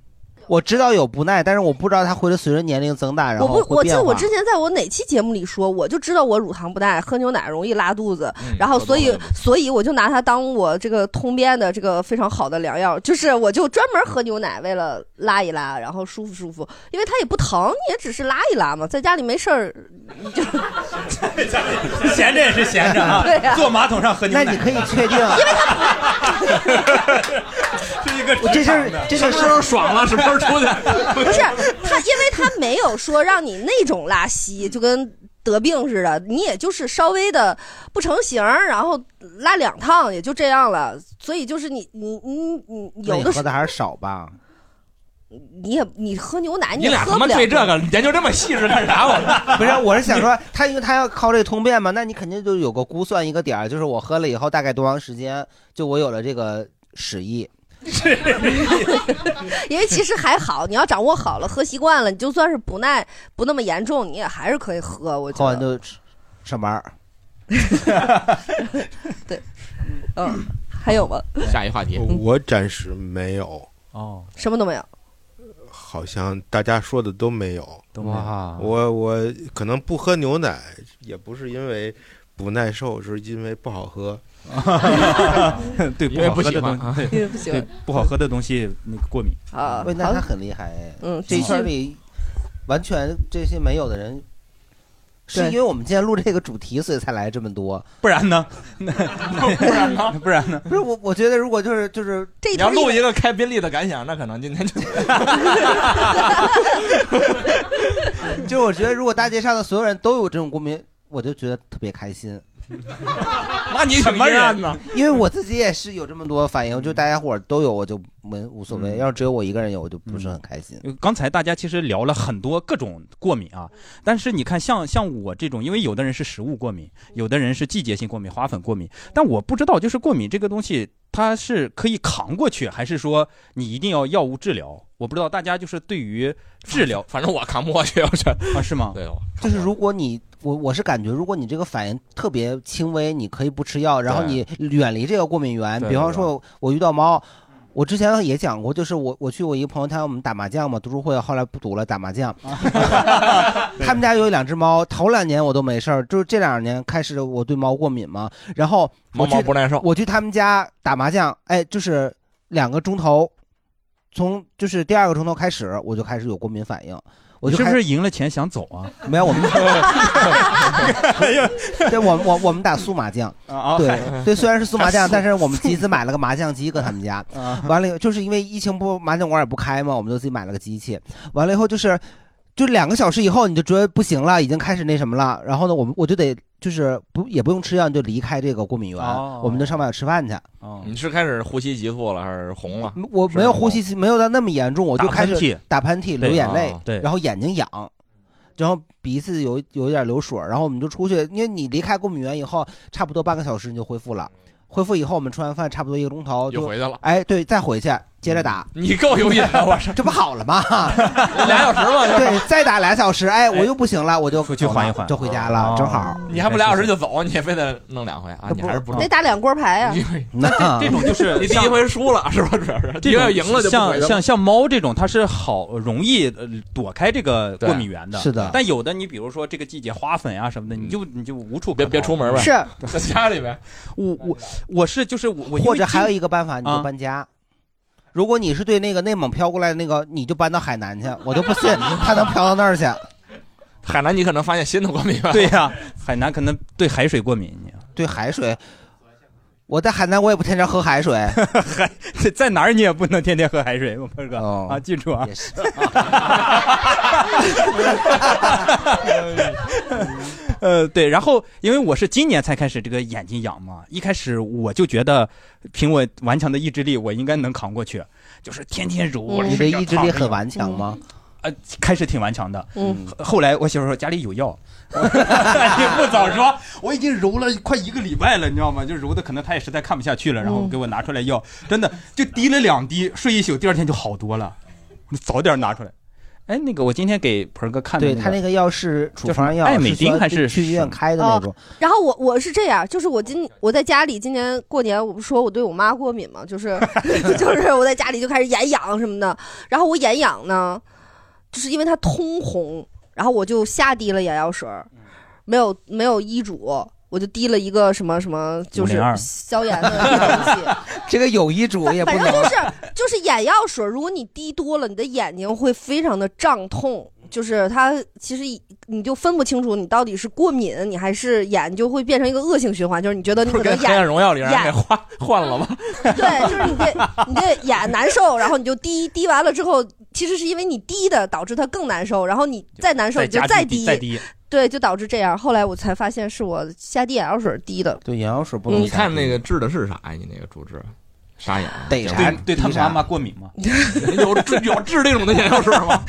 S3: 我知道有不耐，但是我不知道它会随着年龄增哎大，然
S5: 我
S3: 后
S5: 不，
S3: 会
S5: 我记
S3: 变
S5: 得
S3: 化。
S5: 我之前在我哪期节目里说，我就知道我乳糖不耐，喝牛奶容易拉肚子，
S3: 嗯
S5: 然后所以所以我就拿它当我这个通便的这个非常好的良药，就是我就专门喝牛奶，为了拉一拉，然后舒服舒服，因为它也不疼，你也只是拉一拉嘛，在家里没事儿，
S12: 闲着也是闲着啊，
S5: 对呀
S12: 坐马桶上喝牛奶。
S3: 那你可以确定，
S12: 是一个
S3: 我这事儿
S12: 职场的
S3: 这事儿
S12: 什
S3: 是
S12: 么时候爽了什么时候出去
S5: 不是他，因为他没有说让你那种拉稀，就跟得病似的，你也就是稍微的不成形儿，然后拉两趟也就这样了。所以就是你你你你你
S3: 那
S5: 有
S3: 你
S5: 的时
S3: 喝
S5: 候
S3: 的还是少吧。
S5: 你也你喝牛奶
S4: 你
S5: 也
S4: 俩
S5: 喝
S4: 他
S5: 不
S4: 妈
S5: 了。
S4: 对这个研究这么细致干啥？我
S3: 不是，我是想说，他因为他要靠这通便嘛，那你肯定就有个估算一个点儿，就是我喝了以后大概多长时间，就我有了这个屎意。
S5: 因为其实还好，你要掌握好了，喝习惯了，你就算是不耐不那么严重，你也还是可以喝。我
S3: 喝
S5: 觉
S3: 完
S5: 得
S3: 就上班儿。
S5: 嗯，还有吗？
S4: 下一话题，
S22: 我暂时没有
S2: 哦，
S5: 什么都没有。
S22: 好像大家说的都没有。
S2: 都没有哇
S22: 我我可能不喝牛奶，也不是因为不耐受，是因为不好喝。
S2: 对，
S22: 因为
S2: 不好喝
S22: 不喜
S2: 的
S22: 欢
S2: 东西，
S5: 因为不喜欢
S2: 对不好喝的东西那个过敏
S5: 啊
S3: 喂，那他很厉害哎。
S5: 嗯
S3: 这
S5: 继续
S3: 圈里完全这些没有的人，是
S5: 对
S3: 因为我们今天录这个主题，所以才来这么多。
S2: 不然 呢？不然呢？不然呢？
S3: 不是我，我觉得如果就是就是
S4: 你要录一个开宾利的感想，那可能今 天就
S3: 就我觉得，如果大街上的所有人都有这种过敏，我就觉得特别开心。
S4: 那你什么
S1: 啊
S4: 人啊呢？
S3: 因为我自己也是有这么多反应，就大家伙儿都有，我就没无所谓；要是只有我一个人有，我就不是很开心。
S2: 呃刚才大家其实聊了很多各种过敏啊，
S3: 嗯
S2: 但是你看像像我这种，因为有的人是食物过敏，有的人是季节性过敏、花粉过敏，但我不知道就是过敏这个东西。它是可以扛过去，还是说你一定要药物治疗？我不知道大家就是对于治疗，
S4: 反正我扛不过去，我觉
S2: 得啊，是吗？
S4: 对，
S3: 就是如果你我我是感觉，如果你这个反应特别轻微，你可以不吃药，然后你远离这个过敏源。
S2: 对
S3: 比方说，我遇到猫。我之前也讲过，就是我我去我一个朋友他我们打麻将嘛，读书会后来不读了，打麻 将。他们家有两只猫，头两年我都没事儿，就是这两年开始我对猫过敏嘛，然后我
S4: 猫毛
S3: 去
S4: 不耐受
S3: 我去他们家打麻将，哎，就是两个钟头，从就是第二个钟头开始我就开始有过敏反应，我就
S2: 你
S3: 是
S2: 不
S3: 开
S2: 是赢了钱想走啊？
S3: 没 有我们，对，我我我们打苏麻将
S2: 啊，
S3: 对
S2: 嗨
S3: 对，虽然是苏麻将，
S2: 苏
S3: 但是我们集资买了个麻将机搁他们 家。
S2: 啊
S3: 完了以后，就是因为疫情不麻将馆也不开嘛，我们就自己买了个机器。完了以后就是，就两个小时以后你就觉得不行了，已经开始那什么了。然后呢，我们我就得就是不也不用吃药，你就离开这个过敏源，
S4: 哦
S3: 我们就上外头吃饭去。
S4: 你是开始呼吸急促了，还是红了？
S3: 我没有呼吸，没有到那么严重，我就
S4: 打
S3: 开
S4: 喷
S3: 始
S4: 嚏
S3: 打喷嚏、
S4: 对
S3: 流眼泪
S4: 啊，对
S3: 然后眼睛痒，然后鼻子有有一点流水儿，然后我们就出去，因为你离开过敏源以后，差不多半个小时你就恢复了，恢复以后我们吃完饭差不多一个钟头就
S4: 又回去了
S3: 哎，对，再回去接
S4: 嗯
S3: 着打，
S4: 你够有瘾的，我是
S3: 这不好了吗？
S4: 俩小时嘛，
S3: 对，再打俩小时，哎，我又不行了，我就出
S2: 去缓一缓
S3: 就回家
S4: 哦
S3: 了，正好。
S4: 你还不俩小时就走，你也非得弄两回啊？你还是不
S5: 得打两锅牌啊。
S3: 那
S2: 这种就是
S4: 你第一回输了是吧？主要是
S2: 这
S4: 你要
S2: 种
S4: 赢了就不回
S2: 像
S4: 去了
S2: 像像猫这种，它是好容易呃躲开这个过敏源的。
S4: 对是的
S2: 但有的你比如说这个季节花粉啊什么的，你就你就无处嗯别
S4: 别出门呗 是在家里呗。
S2: 我我我是就是我我因为
S3: 或者还有
S2: 今
S3: 一个办法，你就
S2: 啊
S3: 搬家。如果你是对那个内蒙飘过来的那个，你就搬到海南去，我就不信他能飘到那 儿去。
S4: 海南，你可能发现新的过敏源。
S2: 对呀、海南可能对海水过敏。你
S3: 对海水，我在海南我也不天天喝海水，
S2: 在 在哪儿你也不能天天喝海水，我鹏哥、
S3: 哦
S2: 啊，记住啊。 呃，对，然后因为我是今年才开始这个眼睛痒嘛，一开始我就觉得凭我顽强的意志力，我应该能扛过去，就是天天揉。我
S3: 哦你的意志力很顽强吗？
S2: 呃，开始挺顽强的，
S3: 嗯
S2: 后后来我媳妇说家里有药， 你不早说， 我已经揉了快一个礼拜了，你知道吗？就揉的可能她也实在看不下去了，然后
S12: 嗯
S2: 给我拿出来药，真的就滴了两滴，睡一宿，第二天就好多了。你早点拿出来。哎，那个我今天给盆儿哥看的、
S3: 对他那个药是处
S2: 叫什么
S3: 方药，
S2: 艾美
S3: 是
S2: 丁
S3: 说
S2: 还是
S3: 去医
S2: 什
S3: 院
S2: 么
S3: 开的那种？
S5: 然后我我是这样，就是我今我在家里今年过年，我不说我对我妈过敏嘛，就是 就是我在家里就开始眼痒什么的，然后我眼痒呢，就是因为它通红，然后我就下滴了眼药水儿，没有没有医嘱。我就滴了一个什么什么，就是
S3: 502
S5: 消炎的东西，
S3: 这个有医嘱也不
S5: 反
S3: 能
S5: 正就是就是眼药水儿，如果你滴多了，你的眼睛会非常的胀痛，就是它其实你就分不清楚你到底是过敏，你还是眼就会变成一个恶性循环，就是你觉得你
S4: 不
S5: 可
S4: 是
S5: 能
S4: 跟黑暗
S5: 眼
S4: 荣耀里让人给
S5: 眼
S4: 换换了吗？
S5: 对，就是你这你这眼难受，然后你就滴滴完了之后，其实是因为你滴的导致它更难受，然后你再难受你就
S3: 再
S5: 滴
S2: 再滴。
S5: 对，就导致这样。后来我才发现是我下滴眼药水儿滴的，
S3: 对眼药水不能
S4: 你
S3: 下
S4: 看那个治的是啥呀？你那个主治，啥眼？
S3: 逮啥对对他滴啥妈妈过
S2: 敏吗？
S4: 有治有治这种的眼药水吗？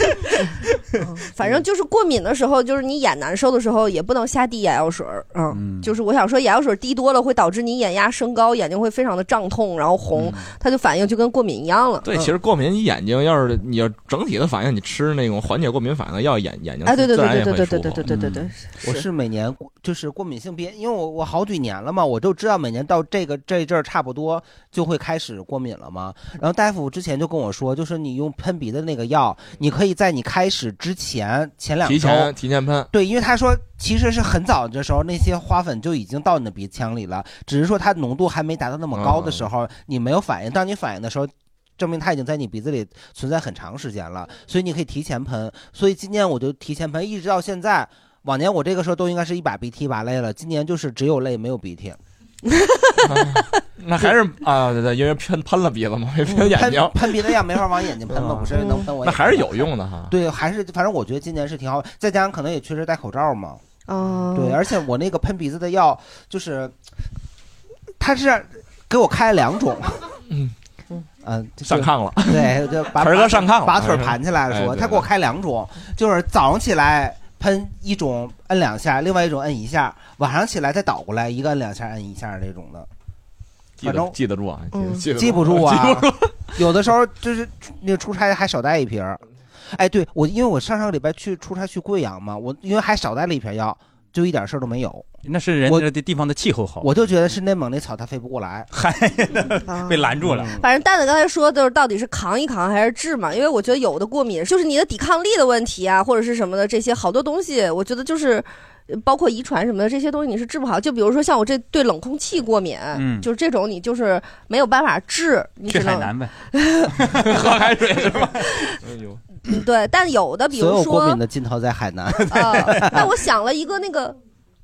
S5: 反正就是过敏的时候，就是你眼难受的时候，也不能瞎滴眼药水儿。 嗯，就是我想说，眼药水儿滴多了会导致你眼压升高，眼睛会非常的胀痛，然后红，它就反应就跟过敏一样了。
S4: 对，
S5: 嗯
S4: 其实过敏，你眼睛要是你要整体的反应，你吃那种缓解过敏反应的药，眼眼睛
S5: 哎，对对
S4: 自
S5: 对
S4: 然也
S5: 对
S4: 会
S5: 对对
S4: 舒
S5: 对
S4: 服嗯
S5: 对。对对对，
S3: 嗯我是每年过就是过敏性鼻炎，因为我我好几年了嘛，我就知道每年到这个这阵儿差不多就会开始过敏了嘛。然后大夫之前就跟我说，就是你用喷鼻的那个药，你可以在你开始之前前两
S4: 提
S3: 周
S4: 前提前喷，
S3: 对，因为他说其实是很早的时候，那些花粉就已经到你的鼻腔里了，只是说它浓度还没达到那么高
S4: 哦
S3: 的时候，你没有反应。当你反应的时候，证明它已经在你鼻子里存在很长时间了，所以你可以提前喷。所以今年我就提前喷，一直到现在。往年我这个时候都应该是一把鼻涕一把泪了，今年就是只有泪没有鼻涕，
S4: 那还是啊，对对，因为喷喷了鼻子嘛，没喷眼
S3: 喷
S4: 睛，
S3: 喷鼻的药没法往眼睛喷了，不是能喷我 眼睛？
S4: 那还是有用的哈。
S3: 对，还是反正我觉得今年是挺好，再加上可能也确实戴口罩嘛。
S5: 哦
S3: 对，而且我那个喷鼻子的药，就是他是给我开了两 种，
S4: 嗯
S3: 嗯，就
S4: 上炕了
S3: 对， 就把
S4: 盆儿哥
S3: 把
S4: 上炕了
S3: 把腿儿盘起来了
S4: 哎
S3: 说，
S4: 对
S3: 他给我开两种，就是早上起来喷一种摁两下，另外一种摁一下，晚上起来再倒过来一个摁两下摁一下这种的。
S4: 记
S3: 反正
S4: 得记得住啊，
S3: 嗯
S4: 记得
S3: 记不住
S4: 记
S3: 啊
S4: 不住。
S3: 有的时候就是那个出差还少带一瓶儿。哎，对我，因为我上上个礼拜去出差去贵阳嘛，我因为还少带了一瓶药，就一点事儿都没有。
S2: 那是人家的地方的气候好，
S3: 我就觉得是内蒙那草它飞不过来，嗯
S2: 嗨，
S5: 嗯
S2: 被拦住了。
S5: 反正蛋蛋刚才说的就是到底是扛一扛还是治嘛，因为我觉得有的过敏就是你的抵抗力的问题啊，或者是什么的这些好多东西，我觉得就是。呃包括遗传什么的这些东西你是治不好，就比如说像我这对冷空气过敏，
S2: 嗯
S5: 就是这种你就是没有办法治，你
S2: 去
S5: 只
S2: 海
S5: 能
S2: 南呗，
S4: 喝 海水是吧？
S5: 嗯对。但有的比
S3: 所
S5: 如
S3: 有过
S5: 说
S3: 敏的尽头在海南。
S5: 但我想了一个那个，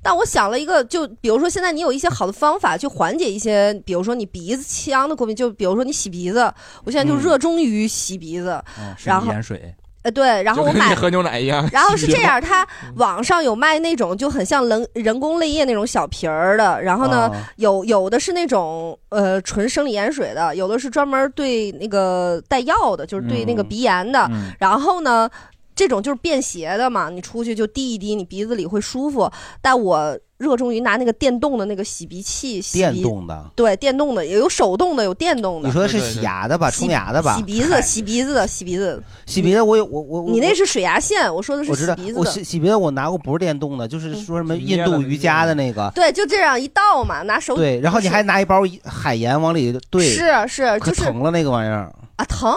S5: 但我想了一个，就比如说现在你有一些好的方法去缓解一些，比如说你鼻子腔的过敏，就比如说你洗鼻子，我现在
S2: 嗯
S5: 就热衷于洗鼻子，
S4: 哦
S2: 嗯
S5: 然后
S2: 盐水，
S5: 呃对，然后
S4: 就
S5: 我
S4: 跟你
S5: 买。
S4: 喝牛奶一样。
S5: 然后是 这样，它网上有卖那种就很像人人工泪液那种小瓶儿的，然后呢，
S11: 哦
S3: 啊
S5: 有有的是那种呃纯生理盐水的，有的是专门对那个带药的，就是对那个
S11: 嗯
S5: 鼻炎的。
S11: 嗯
S5: 然后呢，这种就是便携的嘛，你出去就滴一滴，你鼻子里会舒服。但我热衷于拿那个电动的那个洗鼻器，洗鼻
S3: 电动的
S5: 对，电动的也有手动的，有电动的。
S3: 你说的是洗牙的吧？
S5: 洗
S3: 冲牙的吧？
S5: 洗鼻子，洗鼻子，洗鼻子。
S3: 洗鼻子我有我我我
S5: 你那是水牙线，我说的是
S3: 我知
S5: 洗
S3: 道
S5: 鼻，子
S3: 我
S5: 的。嗯
S3: 洗洗鼻子我拿过不是电动的，就是说什么印度瑜伽的那个。
S5: 对，就这样一倒嘛，拿手
S3: 对，然后你还拿一包海盐往里兑，
S5: 是啊是
S3: 可
S5: 就是
S3: 疼了那个玩意儿，
S5: 啊疼？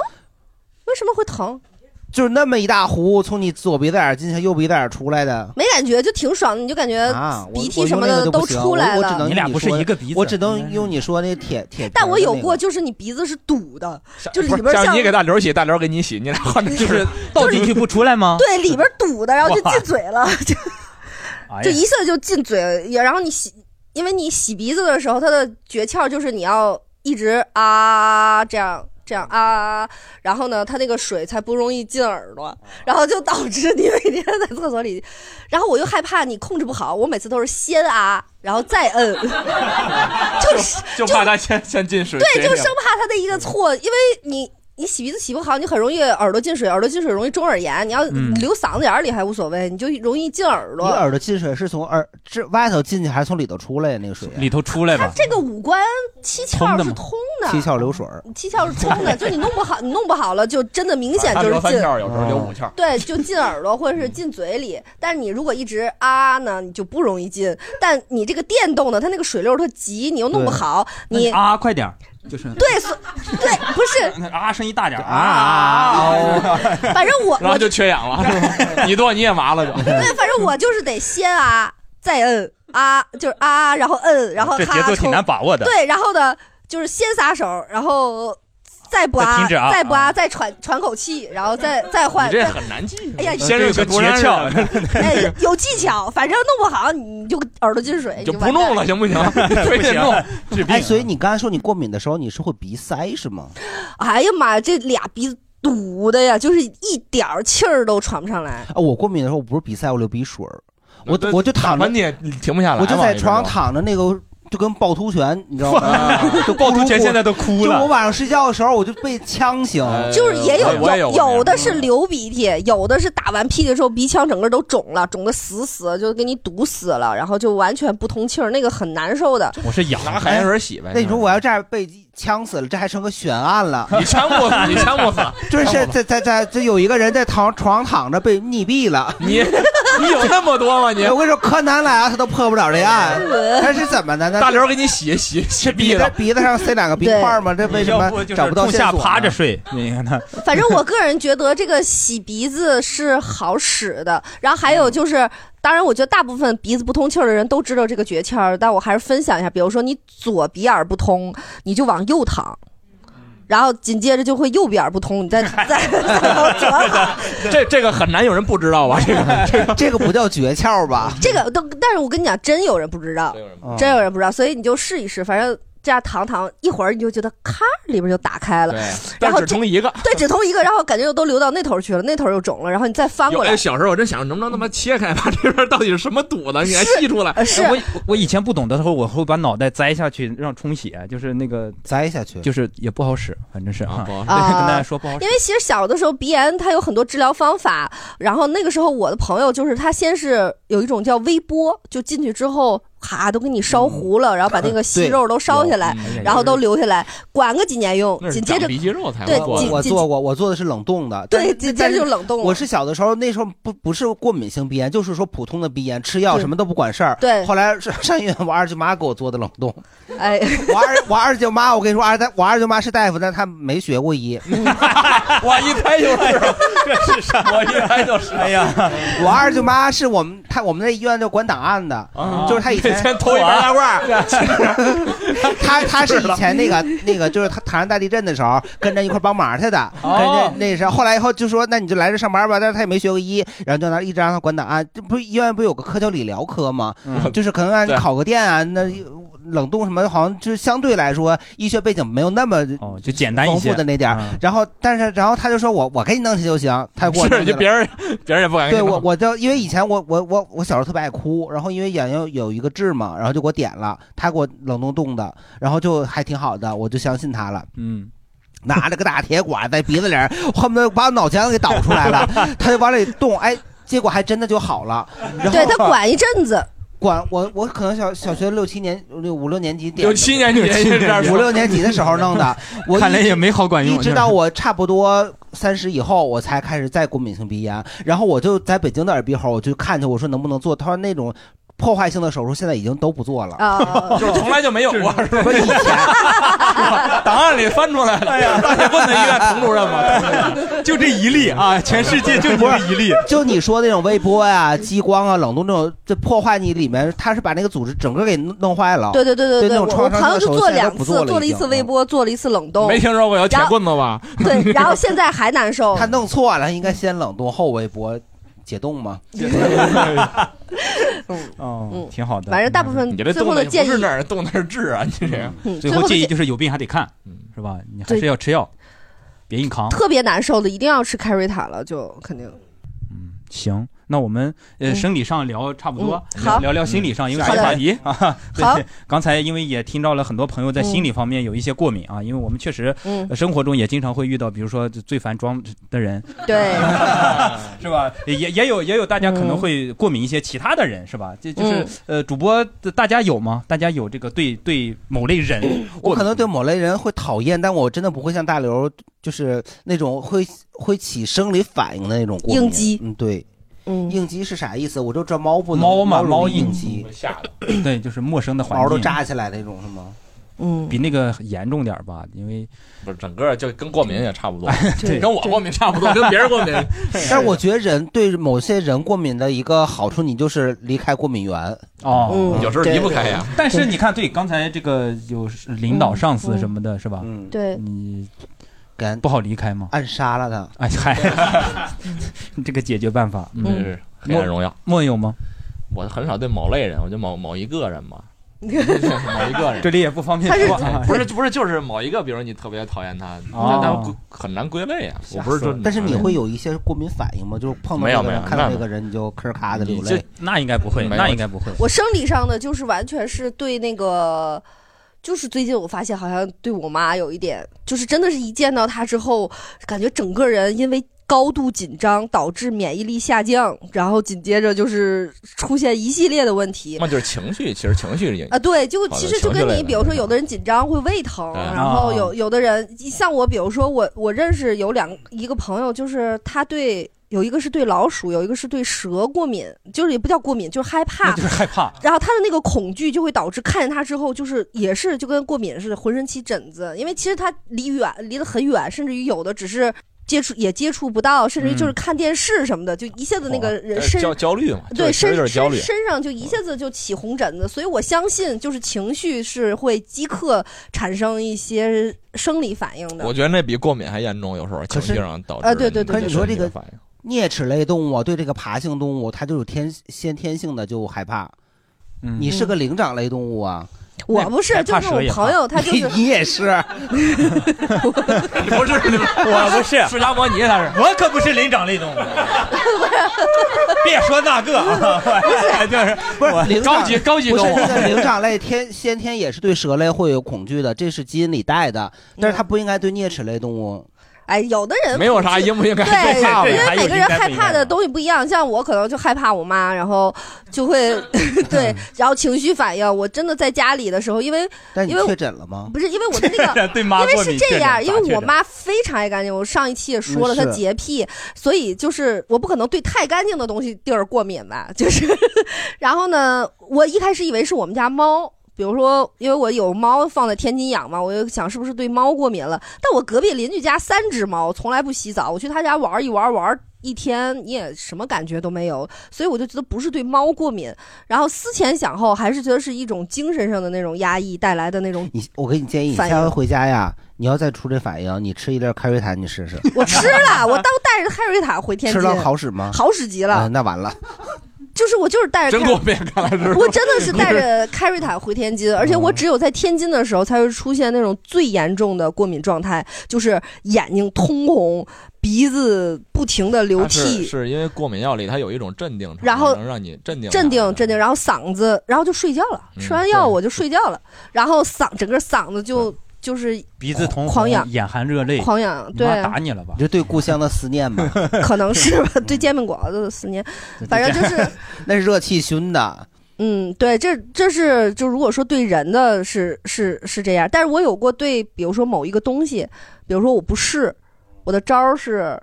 S5: 为什么会疼？
S3: 就是那么一大壶从你左鼻子眼儿进去，右鼻子眼儿出来的。
S5: 没感觉，就挺爽的，你就感觉
S3: 啊，我
S5: 呃
S3: 我
S5: 鼻涕
S3: 用
S5: 什么
S3: 那个
S5: 的
S3: 就
S5: 都
S3: 不行
S5: 出来
S3: 我我只能
S5: 了。
S3: 用
S2: 俩
S3: 你
S2: 不是
S3: 说
S2: 一个鼻子嗯
S3: 我只能用你说那铁铁。
S5: 但我
S3: 瓶儿的
S5: 有
S3: 那个
S5: 过，就是你鼻子是堵的，就里
S4: 不
S5: 边
S4: 是
S5: 像
S4: 像你给大刘洗，大刘给你洗，你俩换着
S2: 就是
S4: 吃
S2: 倒进去不出来
S4: 啊
S2: 吗？
S5: 对里边堵的，然后就
S2: 哇
S5: 进嘴了，就
S2: 哎呀
S5: 就一下就进嘴，也然后你洗，因为你洗鼻子的时候，它的诀窍就是你要一直啊这样。这样啊，然后呢，它那个水才不容易进耳朵，然后就导致你每天在厕所里，然后我又害怕你控制不好，我每次都是先啊，然后再摁，就是
S4: 就怕他先先进水。
S5: 对，
S4: 先
S5: 就
S4: 进
S5: 生怕他的一个错，因为你你洗鼻子洗不好，你很容易耳朵进水，耳朵进水容易中耳炎。你要
S3: 嗯
S5: 留嗓子眼儿里还无所谓，你就容易进耳
S3: 你耳
S5: 朵。
S3: 朵进水是从耳这外头进去还是从里头出来呀？那个水
S2: 里头出来
S5: 它这个五官七窍
S3: 通的
S5: 是
S3: 吗
S5: 通的，
S3: 七窍流水儿，
S5: 七窍是通的，就你弄不好，你弄不好了，就真的明显
S3: 啊
S4: 他
S5: 就
S4: 留
S5: 是
S4: 三
S5: 进。
S4: 窍，有时候
S3: 哦
S4: 留五窍。
S5: 对，就进耳朵或者是进嘴里，但是你如果一直啊呢，你就不容易进。但你这个电动的，它那个水流它急，你又弄不
S2: 对
S5: 好，
S2: 那
S5: 你
S2: 啊，快点儿，就是
S5: 对，所对，不是
S2: 那啊声音大点儿
S4: 啊啊
S2: 啊！
S5: 反正我
S4: 然后就缺氧了，是吧你多你也麻了就。
S5: 对，反正我就是得先啊，再摁啊，就是啊，然后摁，然后
S2: 这
S5: 哈
S2: 节奏挺
S5: 抽
S2: 难把握的
S5: 对，然后呢，就是先撒手，然后再不
S2: 再
S5: 啊，
S2: 停止啊
S5: 再不啊，再喘喘口气，然后再再换。
S4: 你这
S5: 再
S4: 很难记。
S5: 哎呀，
S4: 先生
S5: 有
S4: 有个
S2: 诀窍，
S5: 哎有有技巧，反正弄不好你就耳朵进水，你
S4: 就
S5: 完
S4: 不
S5: 蛋
S4: 弄了，行不行？ 非得弄。治病
S3: 哎，所以你刚才说你过敏的时候，你是会鼻塞是吗？
S5: 哎呀妈呀，这俩鼻子堵的呀，就是一点儿气儿都喘不上来。
S3: 啊，我过敏的时候，我不是鼻塞，我流鼻水儿，我我就躺着，
S4: 你也停不下来嘛。
S3: 我就在
S4: 你知道
S3: 床
S4: 吗
S3: 上躺着，那个就跟趵突泉，你知道吗
S4: 啊？
S3: 就
S4: 趵
S3: 咕噜咕
S4: 突泉
S3: 噜
S4: 现在都哭了哎
S3: 就我晚上睡觉的时候，我就被呛醒，
S5: 就是哎也有有有的啊是
S3: 嗯
S5: 流鼻涕，有的是打完屁的时候鼻腔整个都肿了，肿的死死的，就给你堵死了，然后就完全不通气儿，那个很难受的。
S2: 我是痒，哎
S4: 拿海盐水洗呗。
S3: 那你说我要这样被呛死了，这还成个悬案了。，
S4: 你呛不死，你呛不死
S3: 就是在在在在，这有一个人在躺床上躺着被溺毙了。
S4: 你你有那么多吗？你
S3: 我跟你说，柯南来了他都破不了这案，他是怎么的呢？
S4: 大刘给你洗 洗洗
S3: 鼻
S4: 毙
S3: 子
S4: 了，
S3: 鼻子上塞两个冰块吗？这为什
S2: 要不
S3: 么
S2: 就是
S3: 找不到
S2: 冲
S3: 线
S2: 下
S3: 索呢？
S2: 趴着睡，你看他
S5: 反正我个人觉得这个洗鼻子是好使的，然后还有就是，当然我觉得大部分鼻子不通气儿的人都知道这个诀窍，但我还是分享一下，比如说你左鼻眼儿不通，你就往右躺。然后紧接着就会右鼻眼儿不通，你再再
S4: 这这个很难有人不知道吧？啊这个这个
S3: 这个不叫诀窍吧？
S5: 这个都，但是我跟你讲，真有人不知道，
S3: 道
S5: 真有人不知道，所以你就试一试，反正这样躺躺一会儿，你就觉得咔里边就打开了，
S4: 对，
S5: 然
S4: 但
S5: 后
S4: 只通一个。
S5: 对，只通一个，然后感觉又都流到那头去了，那头又肿了，然后你再翻
S4: 有
S5: 过来
S4: 哎，，小时候我真想能不能他妈切开，把这边到底是什么堵的，你还
S5: 是
S4: 吸出来
S5: 呃？是
S4: 哎 我
S2: 我以前不懂的时候，我会把脑袋摘下去让充血，就是那个
S3: 摘下去，
S2: 就是也不好使，反正是啊， 不好
S5: 使
S2: 跟大家说不好使
S5: 呃因。为其实小的时候鼻炎它有很多治疗方法，然后那个时候我的朋友就是他先是有一种叫微波，就进去之后，咔都给你烧糊
S2: 嗯
S5: 了，然后把那个息
S3: 对
S5: 肉都烧下来
S3: 有嗯，
S5: 然后都留下来，管个几年用
S3: 那。是
S5: 哦紧接着
S3: 长鼻
S4: 肌肉才
S5: 对，
S3: 我
S5: 紧
S3: 我
S5: 紧
S3: 做过，我做的是冷冻的，
S5: 对
S3: 但是
S5: 紧接着
S3: 但是
S5: 就冷冻了
S3: 我是小的时候，那时候不不是过敏性鼻炎，就是说普通的鼻炎，吃药
S5: 对
S3: 什么都不管事儿。
S5: 对
S3: 后来上上医院，我二舅妈给我做的冷冻。
S5: 哎，
S3: 我二我二舅妈，我跟你说，二大我二舅妈是大夫，但她没学过 医。
S4: 我一猜
S3: 哎
S4: 就是，这是什么？一猜就是。哎 呀，
S3: 我二舅妈是我们她我们那医院就管档案的，就是她以前
S4: 先啊偷一盘 大 褂，
S3: 他他是以前那个那个，就是他唐山大地震的时候跟着一块帮忙去的，跟
S4: 哦
S3: 着那时候后来以后就说那你就来这上班吧，但是他也没学过医，然后就那一直让他管档案，这不是医院不有个科叫理疗科吗？就是可能让你烤个店啊，那冷冻什么，好像就是相对来说医学背景没有那么
S2: 就简单一
S3: 丰
S2: 些
S3: 富的那点儿
S2: 嗯。
S3: 然后但是然后他就说我我给你弄去就行，他给我弄
S4: 是
S3: 去
S4: 就
S3: 了
S4: 别人别人也不敢给
S3: 对
S4: 你
S3: 我
S4: 弄，
S3: 我就因为以前我我我我小时候特别爱哭，然后因为眼睛有一个痣嘛，然后就给我点了，他给我冷冻冻的，然后就还挺好的，我就相信他了。
S2: 嗯。
S3: 拿着个大铁管在鼻子里儿，恨不得把我脑浆给导出来了，他就往里冻，哎，结果还真的就好了。然后
S5: 对他管一阵子，
S3: 管我，我可能小小学六七年六五六年级点的，
S4: 六七年级
S3: 六七
S4: 就这样说
S3: 五六年级的时候弄 的，我一
S2: 看来也没好管用
S3: 一直到我差不多三十以后，我才开始再过敏性鼻炎，然后我就在北京的耳鼻喉，我就看去，我说能不能做，他说那种。破坏性的手术现在已经都不做了，
S5: 啊
S4: 就是从来就没有过， 是吧？
S3: 以
S4: 档案里翻出来
S2: 哎
S4: 了，
S3: 哎
S4: 那也问的医院童主任嘛，
S2: 就这一例啊，全世界就你这一例。
S3: 就你说那种微波呀、激光啊、冷冻这种，这破坏你里面，它是把那个组织整个给弄弄坏了。
S5: 对对对
S3: 对
S5: 对，
S3: 那
S5: 我
S3: 种创
S5: 我
S3: 伤
S5: 好
S3: 性的
S5: 像
S3: 手
S5: 就
S3: 术
S5: 做
S3: 现在都
S5: 两
S3: 不
S5: 次，
S3: 了
S5: 做了一
S3: 已经嗯
S5: 次微波，做了一次冷冻，
S4: 没听说过有铁
S5: 然后
S4: 棍子吧？
S5: 对，然后现在还难受。
S3: 他弄错了，应该先冷冻后微波解冻嘛。
S2: 哦，挺好的。
S5: 嗯反正大部分
S2: 你
S5: 最后的建议，
S4: 那儿动那儿治啊，你这样。
S5: 嗯
S2: 最
S5: 最
S2: 后
S5: 后
S2: 建议
S5: 建
S2: 就是有病还得看，是吧？你还是
S5: 对
S2: 要吃药，别硬扛。
S5: 特别难受的，一定要吃开瑞塔了，就肯定。
S2: 行，那我们呃
S5: 嗯
S2: 生理上聊差不多，
S5: 嗯
S2: 聊
S5: 好
S2: 聊聊心理上，
S5: 嗯
S2: 因为
S5: 好
S2: 这个
S5: 的
S2: 话题啊，
S5: 好
S2: 对，刚才因为也听到了很多朋友在心理方面有一些过敏啊，因为我们确实
S5: 嗯
S2: 呃生活中也经常会遇到，比如说最烦装的人，
S5: 对，
S2: 是吧？也也有也有大家可
S5: 嗯
S2: 能会过敏一些其他的人，是吧？这就是
S3: 嗯
S2: 呃，主播大家有吗？大家有这个对对某类人
S3: 我可能对某类人会讨厌，但我真的不会像大刘，就是那种会会起生理反应的那种过敏
S5: 应激
S3: 嗯，对，
S5: 嗯，
S3: 应激是啥意思？我就知道猫不能
S2: 猫嘛，
S3: 容易
S2: 猫
S3: 应
S2: 激
S3: 激，，
S4: 吓的，
S2: 对，就是陌生的环
S3: 毛
S2: 境，
S3: 都扎起来那种是吗？。
S5: 嗯，
S2: 比那个严重点儿吧，因为，
S4: 不是整个就跟过敏也差不多
S2: 哎对
S4: 跟我过敏差不多，跟别人过敏
S3: 但我觉得人对某些人过敏的一个好处，你就是离开过敏源嗯
S2: 哦
S5: 嗯
S4: 有时候离不开呀
S2: 但是你看，对刚才这个有领导、上司什么的，是吧？
S3: 嗯，
S5: 对，
S2: 你
S3: 敢
S2: 不好离开吗？
S3: 暗杀了他，
S2: 哎嗨，这个解决办法，
S4: 嗯是黑暗荣耀
S2: 莫有吗？
S4: 我很少对某类人，我就某某一个人 嘛，某一个人。
S2: 这里也不方便
S4: 他是
S2: 说啊
S4: 不是不是就是某一个，比如你特别讨厌他，
S2: 哦
S4: 那他归很难归类啊。我不是说，
S3: 但是你会有一些过敏反应吗？就是碰到
S4: 没有
S3: 那个人
S4: 没有
S3: 看到
S4: 那
S3: 那个人你就吭咔的流
S2: 你
S3: 泪
S2: 这。那应该不会，
S4: 没有
S2: 那应该不会。
S5: 我生理上的就是完全是对那个，就是最近我发现好像对我妈有一点，就是真的是一见到她之后，感觉整个人因为。高度紧张导致免疫力下降，然后紧接着就是出现一系列的问题。
S4: 那就是情绪，其实情绪是影
S5: 啊，对，就
S4: 嗯好的
S5: 其实就
S4: 情绪
S5: 跟
S4: 类
S5: 你，
S4: 的
S5: 比如说有的人紧张会胃疼，
S4: 对
S5: 然
S4: 嗯
S5: 后
S4: 啊
S5: 有有的人像我，比如说我我认识有两一个朋友，就是他对有一个是对老鼠，有一个是对蛇过敏，就是也不叫过敏，就是害怕，
S2: 就是害怕。
S5: 然后他的那个恐惧就会导致看见他之后，就是也是就跟过敏似的，浑身起疹子。因为其实他离远离得很远，甚至于有的只是接触也接触不到，甚至于就是
S4: 嗯
S5: 看电视什么的，就一下子那个人
S4: 是
S5: 身
S4: 呃焦焦虑嘛，
S5: 对
S4: 就是
S5: 身
S4: 其实就是焦虑
S5: 身身上就一下子就起红疹子，所以我相信就是情绪是会即刻产生一些生理反应的。
S4: 我觉得那比过敏还严重，有时候情绪上导致。
S5: 啊对对对
S3: 可是你说这个
S4: 反应，
S3: 啮齿类动物啊对这个爬行动物，它就有天先天性的就害怕。你是个灵长类动物啊。
S5: 嗯我不是那就害怕是我蛇也怕朋友他就是
S3: 你也是，
S4: 你 不是 我
S2: 不是
S4: 释迦摩尼，他是
S2: 我可不是灵 长类动物，别说那个啊， 就是
S3: 不是灵长
S2: 高级高级
S3: 不是
S2: 动物
S3: 那个 灵长 类天先天也是对蛇类会有恐惧的，这是基因里带的，但是它不应该对啮齿类动物。
S5: 哎，有的人
S4: 没有啥应不应该
S5: 对，
S4: 害怕吧
S5: 因为每个
S4: 还有
S5: 人
S4: 应该
S5: 害
S4: 不应该
S5: 怕的东西不一样，像我可能就害怕我妈，然后就会 对， 然后情绪反应。我真的在家里的时候，因为
S3: 但你
S5: 因为
S3: 确诊了吗？
S5: 不是因为我的那个，
S3: 对妈
S5: 因为
S3: 过
S5: 是
S3: 敏
S5: 这
S3: 确诊
S5: 样，因
S3: 咋确
S5: 为我
S3: 诊
S5: 妈非常爱干净。我上一期也说了，
S3: 嗯
S5: 她
S3: 是
S5: 洁癖，所以就是我不可能对太干净的东西地儿过敏吧，就是。 然后呢，我一开始以为是我们家猫。比如说，因为我有猫放在天津养嘛，我就想是不是对猫过敏了。但我隔壁邻居家三只猫从来不洗澡，我去他家玩儿一玩儿玩儿一天，你也什么感觉都没有，所以我就觉得不是对猫过敏。然后思前想后，还是觉得是一种精神上的那种压抑带来的那种
S3: 你我给你建议，你
S5: 反
S3: 下回
S5: 应
S3: 回家呀，你要再出这反应，你吃一粒开瑞坦，你试试。
S5: 我吃了，我当带着凯瑞塔回天津，
S3: 吃到好使吗？
S5: 好使极
S3: 嗯
S5: 了，
S3: 那完了，
S5: 就是我就是带着
S3: 真
S5: 凯
S3: 过敏看来是
S5: 我真的是 带着凯瑞塔回天津，而且我
S3: 嗯
S5: 只有在天津的时候才会出现那种最严重的过敏状态，就是眼睛通红，鼻子不停的流
S4: 它是
S5: 涕，
S4: 是因为过敏药里它有一种镇定成分，
S5: 然后
S4: 能让你镇定
S5: 镇定镇定，然后嗓子，然后就睡觉了，吃完药我就睡觉了，然后嗓整个嗓子就就是
S12: 鼻子通
S5: 狂痒
S12: 红，眼含热泪，
S5: 狂痒
S12: 你妈
S5: 对
S12: 打你了吧？
S3: 你就对故乡的思念 吧。
S5: 可能是吧，对煎饼果子的思念，反正就是。
S3: 那是热气熏的。
S5: 嗯，对，这这是就如果说对人的是是是这样，但是我有过对，比如说某一个东西，比如说我不是，我的招儿是，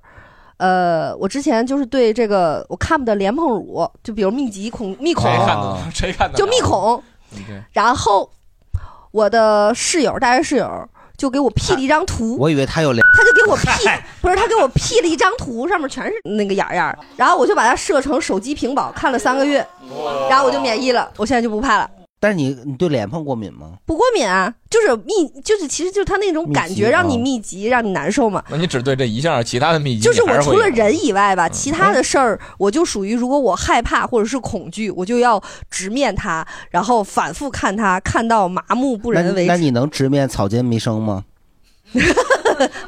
S5: 呃，我之前就是对这个我看不得莲蓬乳，就比如密集孔密孔，
S4: 谁看得懂谁看得
S5: 就
S4: 了
S5: 密孔，
S4: 对
S5: 然后我的室友，大学室友就给我 P 了一张图，
S3: 我以为他有脸，
S5: 他就 给我 P，不是他给我 P 了一张图，上面全是那个眼儿眼儿，然后我就把它设成手机屏保，看了三个月，然后我就免疫了，我现在就不怕了。
S3: 但是你你对脸碰过敏吗？
S5: 不过敏啊，就是密，就是其实就是他那种
S3: 密集
S5: 感觉让你
S3: 啊
S5: 密集，让你难受嘛。
S4: 那你只对这一项，其他的秘籍
S5: 就是
S4: 你还
S5: 我
S4: 是
S5: 除
S4: 会
S5: 了
S4: 有啊
S5: 人以外吧，其他的事儿我就属于，如果我害怕或者是恐惧，我就要直面它，然后反复看它，看到麻木不
S3: 那
S5: 仁为
S3: 那
S5: 止。
S3: 你能直面草间弥生吗？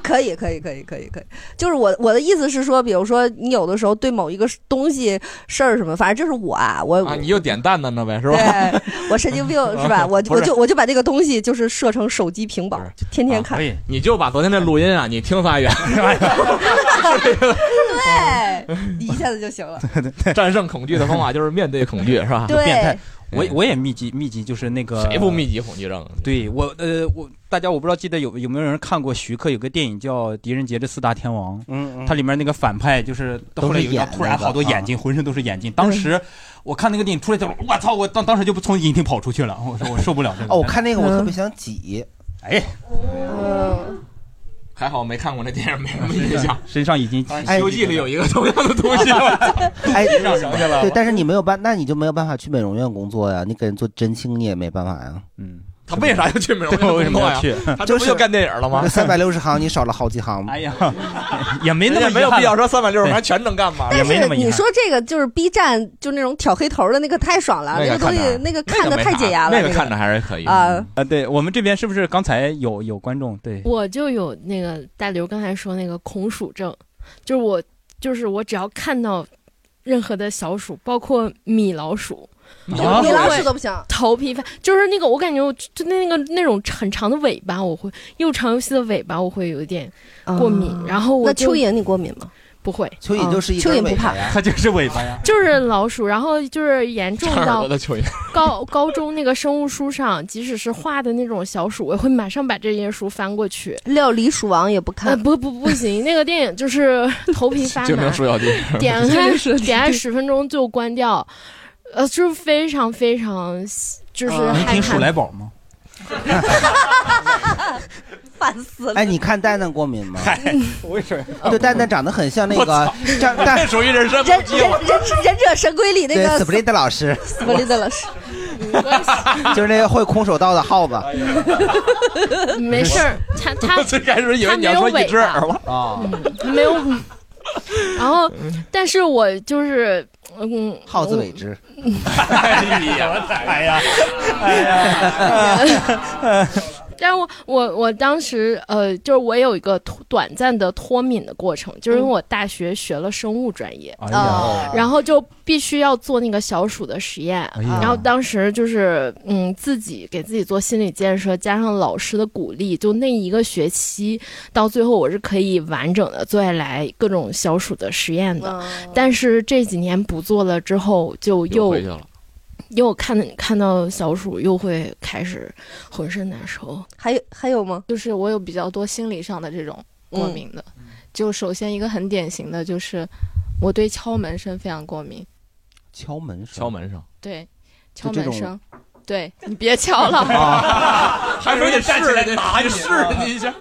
S5: 可以，可以，可以，可以，可以。就是我我的意思是说，比如说你有的时候对某一个东西事儿什么，反正这是我啊，我
S4: 啊，你又点蛋蛋呢呗，是 吧？
S5: 我神经病是吧？我
S4: 不
S5: 我
S4: 是
S5: 就我就把这个东西就是设成手机屏保，就天天看。
S4: 你就把昨天那录音啊，你听仨 月，
S5: 对，一下子就行了。
S4: 战胜恐惧的方法就是面对恐惧，是吧？
S5: 对
S12: 变
S3: 嗯
S12: 态。哎我我也密集密集，就是那个
S4: 谁不密集恐惧症？
S12: 对我呃我大家我不知道记得有有没有人看过徐克有个电影叫《狄仁杰的四大天王》，
S3: 嗯嗯
S12: 它里面那个反派就是
S3: 都是
S12: 后来有一张
S3: 演
S12: 突然
S3: 那个
S12: 好多
S3: 啊
S12: 眼睛，浑身都是眼睛。当时我看那个电影出来之后，我操，我当当时就不从影厅跑出去了，我说我受不了这个。
S3: 哦，我看那个我特别想 挤。
S12: 哎，
S4: 嗯还好没看过那电影，没什么印象。
S12: 嗯身上已经
S4: 西游记》里有一个同样的东西，
S3: 哎，
S4: 让想起来了。
S3: 对，但是你没有办，那你就没有办法去美容院工作呀。你给人做针清，你也没办法呀。
S12: 嗯，
S4: 他为啥要去美容院？
S3: 对我为什么要去
S4: 他这不就干电影了吗？
S3: 三百六十行，你少了好几 行。哎
S12: 呀，也没
S4: 人家没有必要说三百六十行全能干嘛？
S3: 嗯
S5: 但是你说这个就是 B 站，就那种挑黑头的那个太爽了，
S12: 那
S5: 那
S12: 个
S5: 个东西
S12: 看着
S5: 那个看的太解压了。那
S4: 着还是可
S5: 以啊
S12: 啊，对我们这边是不是刚才有有观众对？
S7: 我就有那个大刘刚才说那个恐鼠症，就是我就是我只要看到任何的小鼠，包括米老鼠。
S5: 米
S7: 就
S5: 老
S7: 我
S5: 鼠
S7: 会
S5: 都不行
S7: 头皮发就是那个，我感觉我就那个那种很长的尾巴，我会又长又细的尾巴，我会有一点过敏。
S5: 啊
S7: 然后我
S5: 那
S7: 就
S5: 蚯蚓你过敏吗？啊
S7: 不会，
S3: 蚯
S5: 嗯
S3: 蚓就是一根
S7: 蚯蚓不
S3: 尾
S7: 怕
S3: 巴，呀
S12: 它就是尾巴呀。
S7: 就是老鼠，然后就是严重
S4: 长耳
S7: 到
S4: 朵的蚯蚓，
S7: 高高中那个生物书上，即使是画的那种小鼠，我会马上把这页书翻过去。
S5: 料理鼠王也不看，
S7: 呃、不不不行，那个电影就是头皮 发麻，
S4: 精明鼠小弟
S7: 点
S4: 精
S7: 开
S4: 明鼠小弟
S7: 点开十分钟就关掉，呃，就是非常非常就是
S5: 啊
S12: 能
S7: 害怕。
S12: 听鼠来宝吗？
S5: 烦死了。
S3: 哎，你看蛋蛋过敏吗？
S12: 为什么？
S3: 对，蛋蛋长得很像那个张蛋，
S4: 这属于人身
S5: 人人人忍者神龟里那
S3: 对
S5: 个
S3: 斯普林特老师，
S5: 斯普林特老师，
S3: 就是那个会空手道的 耗子。
S7: 没事儿，它 它
S3: 最开始以为
S7: 它
S3: 你要
S7: 没有
S3: 说一
S7: 尾
S3: 只
S7: 巴
S3: 耳了
S4: 啊
S7: 嗯它没有。 然后，
S3: 嗯
S7: 但是我就是嗯，
S3: 耗子 尾汁，
S12: 哎呀，哎呀，哎呀，
S7: 但是我我我当时呃，就是我有一个脱短暂的脱敏的过程，就是因为我大学学了生物专业，呃
S2: 哎呀
S7: 然后就必须要做那个小鼠的实验，
S2: 哎呀
S7: 然后当时就是嗯，自己给自己做心理建设，加上老师的鼓励，就那一个学期到最后我是可以完整的做下来各种小鼠的实验的，但是这几年不做了之后，就又
S4: 回去了。
S7: 又看看到小鼠，又会开始浑身难受。
S5: 还有还有吗？嗯
S23: 就是我有比较多心理上的这种过敏的，就首先一个很典型的就是我对敲门声非常过敏，
S3: 敲门声，
S4: 敲门声，
S23: 对，
S3: 就
S23: 敲
S3: 这
S23: 门
S3: 种
S23: 声，对你别敲了，
S5: 啊
S2: 还说你站起来得打你，
S23: 是
S4: 啊
S2: 试你一下。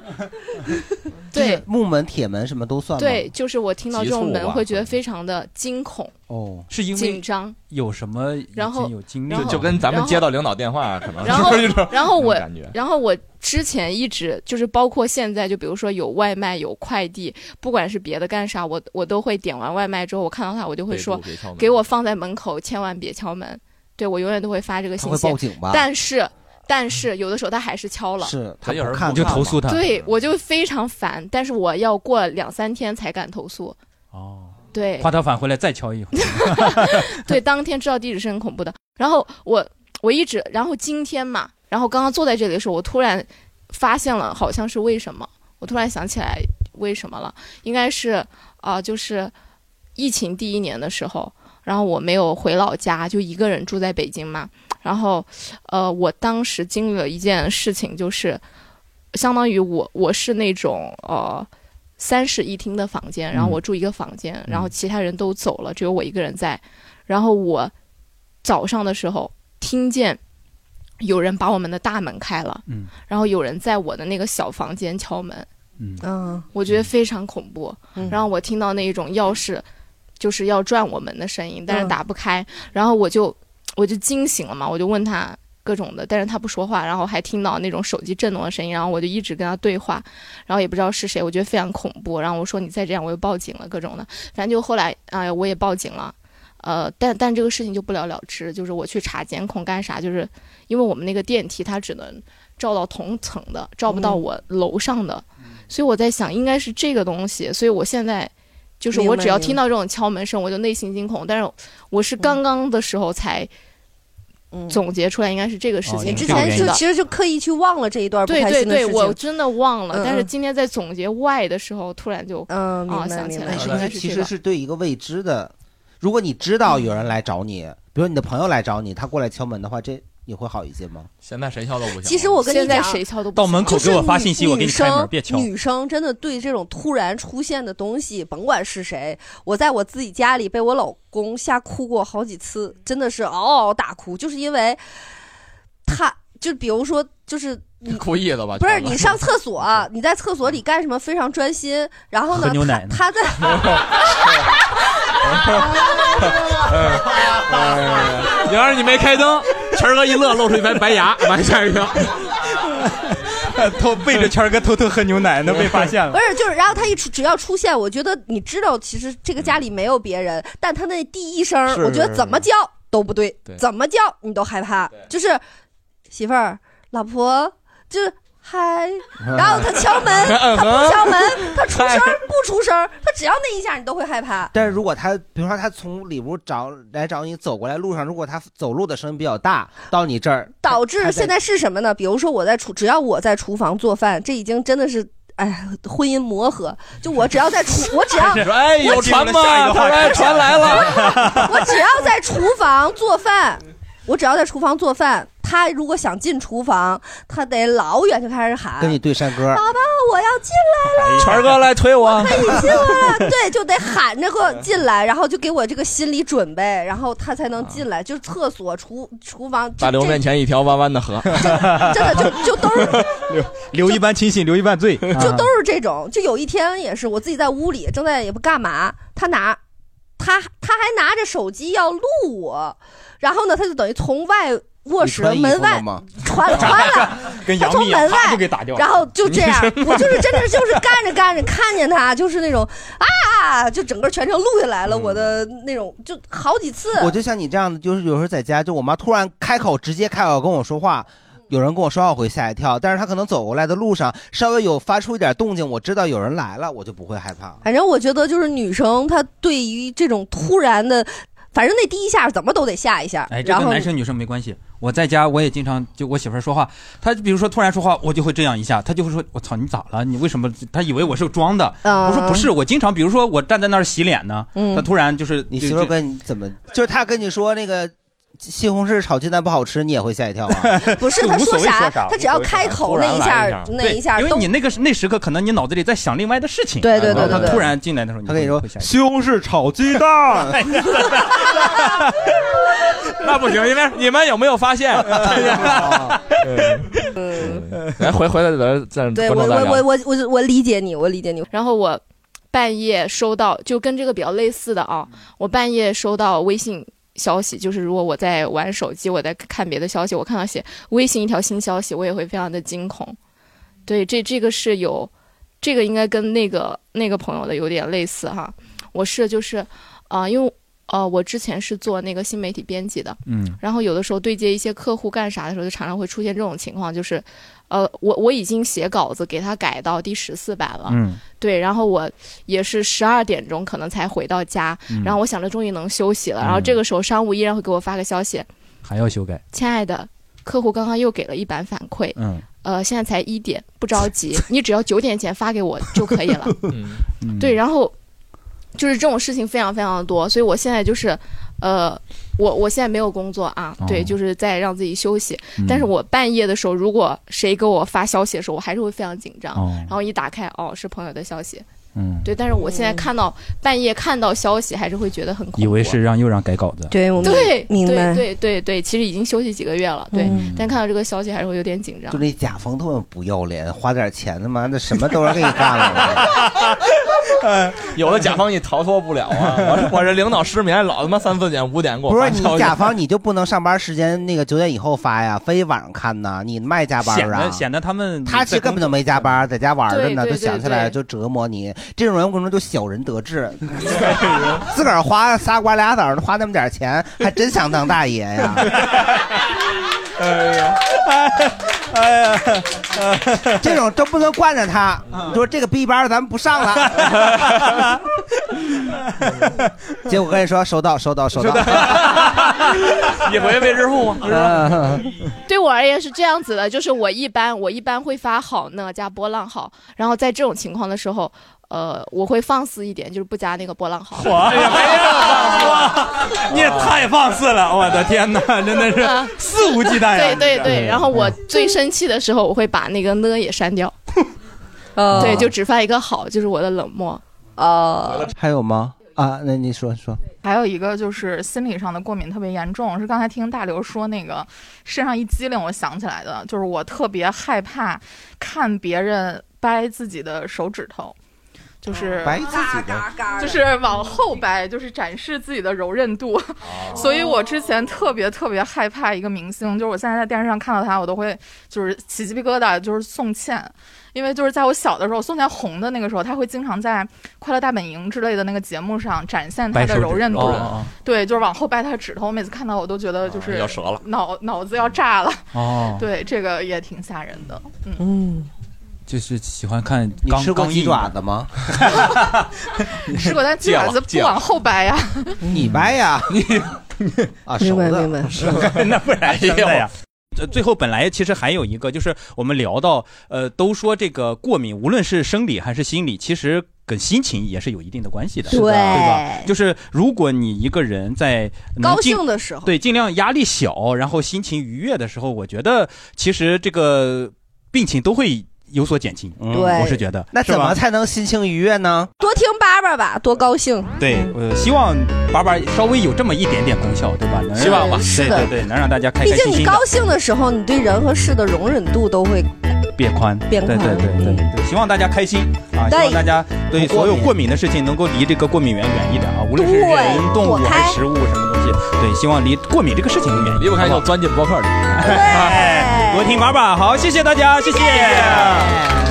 S3: 对，木门、铁门什么都算吗？
S23: 对，就是我听到这种
S2: 急促
S23: 门
S2: 吧
S23: 会觉得非常的惊恐，
S3: 哦，
S2: 是因为
S23: 紧张，
S2: 有什么已
S23: 然后
S2: 经有经历
S23: 然
S2: 了
S23: 后
S2: 吗，
S23: 就跟咱们然后接
S4: 到领导电话可
S2: 啊
S4: 能
S23: 然后然后我
S4: 感觉
S23: 然后我之前一直就是包括现在，就比如说有外卖有快递，不管是别的干啥，我我都会点完外卖之后，我看到他我就会
S2: 备注
S23: 说
S2: 别敲门
S23: 给我放在门口，千万别敲门。对我永远都会发这个
S3: 他
S23: 信
S3: 会
S23: 息。
S3: 报警吧
S23: 但是但是有的时候他还是敲 了。
S3: 是
S2: 他
S3: 他
S2: 有
S3: 不
S2: 人
S3: 看
S2: 不就
S3: 看
S2: 投
S3: 吗
S2: 诉他
S23: 对，我就非常烦，但是我要过两三天才敢投诉。
S2: 哦，
S23: 对，
S2: 夸他返回来再敲 一回。
S23: 对，当天知道地址是很恐怖的。然后我我一直，然后今天嘛，然后刚刚坐在这里的时候，我突然发现了，好像是为什么，我突然想起来为什么了，应该是啊、就是疫情第一年的时候，然后我没有回老家，就一个人住在北京嘛。然后，呃，我当时经历了一件事情，就是相当于我我是那种呃三室一厅的房间，然后我住一个房间，然后其他人都走了，只有我一个人在。然后我早上的时候听见有人把我们的大门开了，
S2: 嗯
S23: 然后有人在我的那个小房间敲门，
S2: 嗯
S5: 嗯，
S23: 我觉得非常恐怖。然后我听到那一种钥匙就是要转我门的声音，但是
S5: 嗯
S23: 打不开，然后我就我就惊醒了嘛，我就问他。各种的，但是他不说话，然后还听到那种手机震动的声音，然后我就一直跟他对话，然后也不知道是谁，我觉得非常恐怖。然后我说你再这样，我就报警了，各种的，反正就后来，哎、我也报警了，呃，但但这个事情就不了了之，就是我去查监控干啥，就是因为我们那个电梯它只能照到同层的，照不到
S5: 嗯
S23: 我楼上的，所以我在想应该是这个东西，所以我现在就是
S5: 明
S23: 我
S5: 白嗯
S23: 只要
S5: 明
S23: 听到这种敲门声，我就内心惊恐，但是我是刚刚的时候才总结出来应该是这个事情，
S5: 嗯哦你之前就其实就刻意去忘了这一段不
S23: 对
S5: 开
S23: 对
S5: 心的
S23: 对，
S5: 事情。
S23: 我真的忘了，
S5: 嗯
S23: 但是
S5: 嗯
S23: 今天在总结 why 的时候，突然就
S5: 嗯
S23: 啊
S5: 明白
S23: 想起
S5: 明
S23: 来
S5: 白
S3: 哎是
S23: 了，应
S3: 不
S23: 该
S3: 是
S23: 是
S3: 其
S23: 这
S3: 实
S23: 个。
S3: 是对一个未知的？如果你知道有人来找你，比如你的朋友来找你，他过来敲门的话，这你会好一些吗？
S4: 现在谁敲都不行。
S5: 其实我跟你
S23: 现在
S5: 讲，
S23: 谁敲都
S2: 不到行门口
S5: 就是
S2: 给我发
S5: 女
S2: 信息我给你开门别敲
S5: 女生女生真的对这种突然出现的东西，甭管是谁，我在我自己家里被我老公吓哭过好几次，真的是嗷嗷大哭，就是因为他就比如说就是 你
S4: 故意的吧？
S5: 不是
S4: 敲的
S5: 你 上厕所、啊你在厕所里干什么非常专心，然后呢，
S2: 喝牛奶呢
S5: 他他在。
S4: 嗯你要是你没开灯，晨儿哥一乐，露出一排白牙，完吓一跳。
S2: 偷背着谦儿哥偷偷喝牛奶呢，被发现 了
S5: 不。是，就是，然后他一出只要出现，我觉得你知道，其实这个家里没有别人，但他那第一声儿，
S2: 嗯是
S5: 我觉得怎么叫都不对，
S2: 对
S5: 怎么叫你都害怕。就是媳妇儿、老婆，就是 嗨，然后他敲门，
S3: 嗯
S5: 他
S3: 哼
S5: 不敲门，他出声儿不出声儿，他只要那一下，你都会害怕。
S3: 但是如果他，比如说他从里屋找来找你走过来路上，如果他走路的声音比较大，到你这儿，
S5: 导致现在是什么呢？比如说我在厨，只要我在厨房做饭，这已经真的是。哎呀，婚姻磨合，就我只要在厨，我只要
S2: 开始 哎有
S5: 我只
S2: 船吗下一个话题他说哎船来了
S5: 我只要在厨房做饭，我只要在厨房做饭，他如果想进厨房，他得老远就开始喊
S3: 跟你对山歌，
S5: 爸爸，我要进来了。
S2: 哎全哥来推我，
S5: 可以进来了，对，就得喊着给我进来，然后就给我这个心理准备，然后他才能进来。就是厕所、厨厨房，就
S4: 大刘面前一条弯弯的河，
S5: 真的就就都是
S2: 留留一半清醒，留一半醉，
S5: 就都是这种。就有一天也是，我自己在屋里正在也不干嘛，他拿他他还拿着手机要录我，然后呢，他就等于从外卧室
S2: 你穿衣服
S5: 门外
S2: 了吗
S5: 穿了穿了，
S2: 跟
S5: 他
S2: 杨
S5: 从
S2: 幂一样
S5: 门
S2: 啪
S5: 外
S2: 就给打掉了。，
S5: 然后就这样我就是真的就是干着干着看见他就是那种啊，就整个全程录下来了，我的
S2: 嗯
S5: 那种就好几次。
S3: 我就像你这样的，就是有时候在家，就我妈突然开口直接开口跟我说话，有人跟我说话我会吓一跳，但是他可能走过来的路上稍微有发出一点动静，我知道有人来了，我就不会害怕。
S5: 反正我觉得就是女生她对于这种突然的，反正那第一下怎么都得吓一下，
S2: 哎，这
S5: 然
S2: 跟
S5: 后
S2: 男生女生没关系。我在家我也经常就我媳妇儿说话，她比如说突然说话，我就会这样一下，她就会说：“我操，你咋了？你为什么？”她以为我是装的。
S3: 嗯
S2: 我说不是，我经常比如说我站在那儿洗脸呢，
S3: 嗯
S2: 她突然就是
S3: 你媳妇儿跟你怎么？就是他跟你说那个西红柿炒鸡蛋不好吃，你也会吓一跳啊？
S5: 不是
S2: 就
S5: 他
S2: 无所
S5: 说
S2: 谓
S5: 啥
S2: 说啥
S5: 他只要开口那一下那一下
S2: 对因
S5: 都
S2: 为你那个时那时刻可能你脑子里在想另外的事情，
S5: 对对
S2: 然
S5: 对
S2: 后
S5: 对对
S2: 她突然进来的时候，他跟你说
S22: 西红柿炒鸡蛋，
S4: 那不行，因为你们有没有发 现？ 来哎回回来咱咱
S23: 对
S4: 观众大家
S23: 我
S5: 我我我理解你，我理解你。
S23: 然后我半夜收到，就跟这个比较类似的啊，
S5: 嗯
S23: 我半夜收到微信消息，就是如果我在玩手机，我在看别的消息，我看到写微信一条新消息，我也会非常的惊恐。对，这这个是有，这个应该跟那个那个朋友的有点类似哈。我是就是，啊、因为呃，我之前是做那个新媒体编辑的，
S2: 嗯
S23: 然后有的时候对接一些客户干啥的时候，就常常会出现这种情况，就是，呃，我我已经写稿子给他改到第十四版了，
S2: 嗯
S23: 对，然后我也是十二点钟可能才回到家，
S2: 嗯
S23: 然后我想着终于能休息了，然后
S2: 嗯
S23: 这个时候商务依然会给我发个消息，
S2: 还要修改，
S23: 亲爱的，客户刚刚又给了一版反馈，
S2: 嗯
S23: 呃，现在才一点，不着急，你只要九点前发给我就可以 了。
S2: 嗯
S23: 对，然后就是这种事情非常非常的多，所以我现在就是，呃，我我现在没有工作啊，对，就是在让自己休息。
S2: 哦嗯
S23: 但是我半夜的时候，如果谁给我发消息的时候，我还是会非常紧张，
S2: 哦
S23: 然后一打开，哦，是朋友的消息。
S2: 嗯，
S23: 对，但是我现在看到、半夜看到消息，还是会觉得很恐怖。
S2: 以为是让又让改稿子，
S5: 对，我
S23: 对，
S5: 明白嗯
S23: 对对对对，其实已经休息几个月了，对，但看到这个消息还是会有点紧张
S3: 就。那甲方特别不要脸，花点钱他妈的什么都让给你干了。
S4: 有的 甲方你逃脱不了啊！我我这领导失眠，老他妈三四点五点给我
S3: 不
S4: 发
S3: 是你
S4: 消息
S3: 甲方你就不能上班时间那个九点以后发呀，非晚上看呐？你卖加班
S2: 显
S3: 啊
S2: 得？显得他们
S3: 他其实根本就没加班，在家玩着呢，
S2: 对对
S3: 就想起来
S2: 对对
S3: 就折磨你。这种人我跟你说，就小人得 志，自个儿花仨瓜俩枣儿花那么点钱，还真想当大爷 呀。
S2: 哎呀，哎呀，
S3: 这种都不能惯着他。你说这个 B 班咱们不上了。结果跟你说收到收到收到，
S4: 你回去被支付吗？
S3: 嗯
S23: 对我而言是这样子的，就是我一般我一般会发好呢加波浪号，然后在这种情况的时候，呃，我会放肆一点，就是不加那个波浪号。
S2: 你也太放肆了，我的天哪，真的
S23: 啊
S2: 是 肆无忌惮呀！
S23: 对
S2: 你
S23: 对
S2: 这嗯
S23: 对，然后我最生气的时候，我会把那个呢也删掉，
S5: 哦
S23: 对，就只发一个好，就是我的冷漠。
S3: 哦
S5: 呃，
S3: 还有吗？啊，那你说说，
S17: 还有一个就是心理上的过敏特别严重，是刚才听大刘说那个身上一激灵，我想起来的，就是我特别害怕看别人掰自己的手指头，就是
S3: 白哦自己的。
S17: 就是往后掰，就是展示自己的柔韧度。
S2: 哦
S17: 所以我之前特别特别害怕一个明星，就是我现在在电视上看到他，我都会就是起鸡皮疙瘩，就是宋茜。因为就是在我小的时候，宋茜红的那个时候，她会经常在《快乐大本营》之类的那个节目上展现她
S2: 掰手
S17: 的
S2: 指啊
S17: 柔韧度。
S2: 哦哦哦
S17: 对，就是往后掰她的指头，我每次看到我都觉得就是、
S2: 要折了
S17: 脑脑子要炸了。
S2: 哦
S17: 对，这个也挺吓人的。嗯，
S5: 嗯，
S2: 就是喜欢看
S3: 你
S2: 刚
S3: 吃过
S2: 刚
S3: 鸡
S2: 硬
S3: 爪子吗？
S17: 吃嗯过，但鸡爪子不往后掰呀。
S3: 你掰呀，
S2: 你
S3: 啊，
S5: 明白
S3: 熟的
S5: 明 白
S2: 那 不然生的
S5: 哎
S2: 呀
S5: 呦。
S2: 呃，最后本来其实还有一个，就是我们聊到，呃，都说这个过敏，无论是生理还是心理，其实跟心情也是有一定的关系的，
S5: 是的
S2: 对吧？就是如果你一个人在能
S5: 高
S2: 尽
S5: 兴的时候
S2: 对，尽量压力小，然后心情愉悦的时候，我觉得其实这个病情都会有所减轻。
S3: 对
S2: 我是觉得，
S3: 嗯那
S2: 是
S3: 怎
S2: 吧
S3: 么才能心情愉悦呢？
S5: 多听叭叭吧，多高兴。
S2: 对，我希望爸爸稍微有这么一点点功效，对吧？能让
S5: 希望吧是
S2: 对
S5: 的
S2: 对对，能让大家开
S5: 毕
S2: 开心心
S5: 竟
S2: 的。
S5: 你高兴的时候，你对人和事的容忍度都会
S2: 变宽，
S5: 变宽
S2: 对对对对对，希望大家开心啊！希
S5: 对
S2: 望大家对所有过敏的事情能够离这个过敏源远一点啊，无论是
S5: 对
S2: 人、动物
S5: 躲开
S2: 还是食物什么东西，对，希望离过敏这个事情远一点，离不开就钻进博客里，哎，多听玩吧。好，谢谢大家，谢谢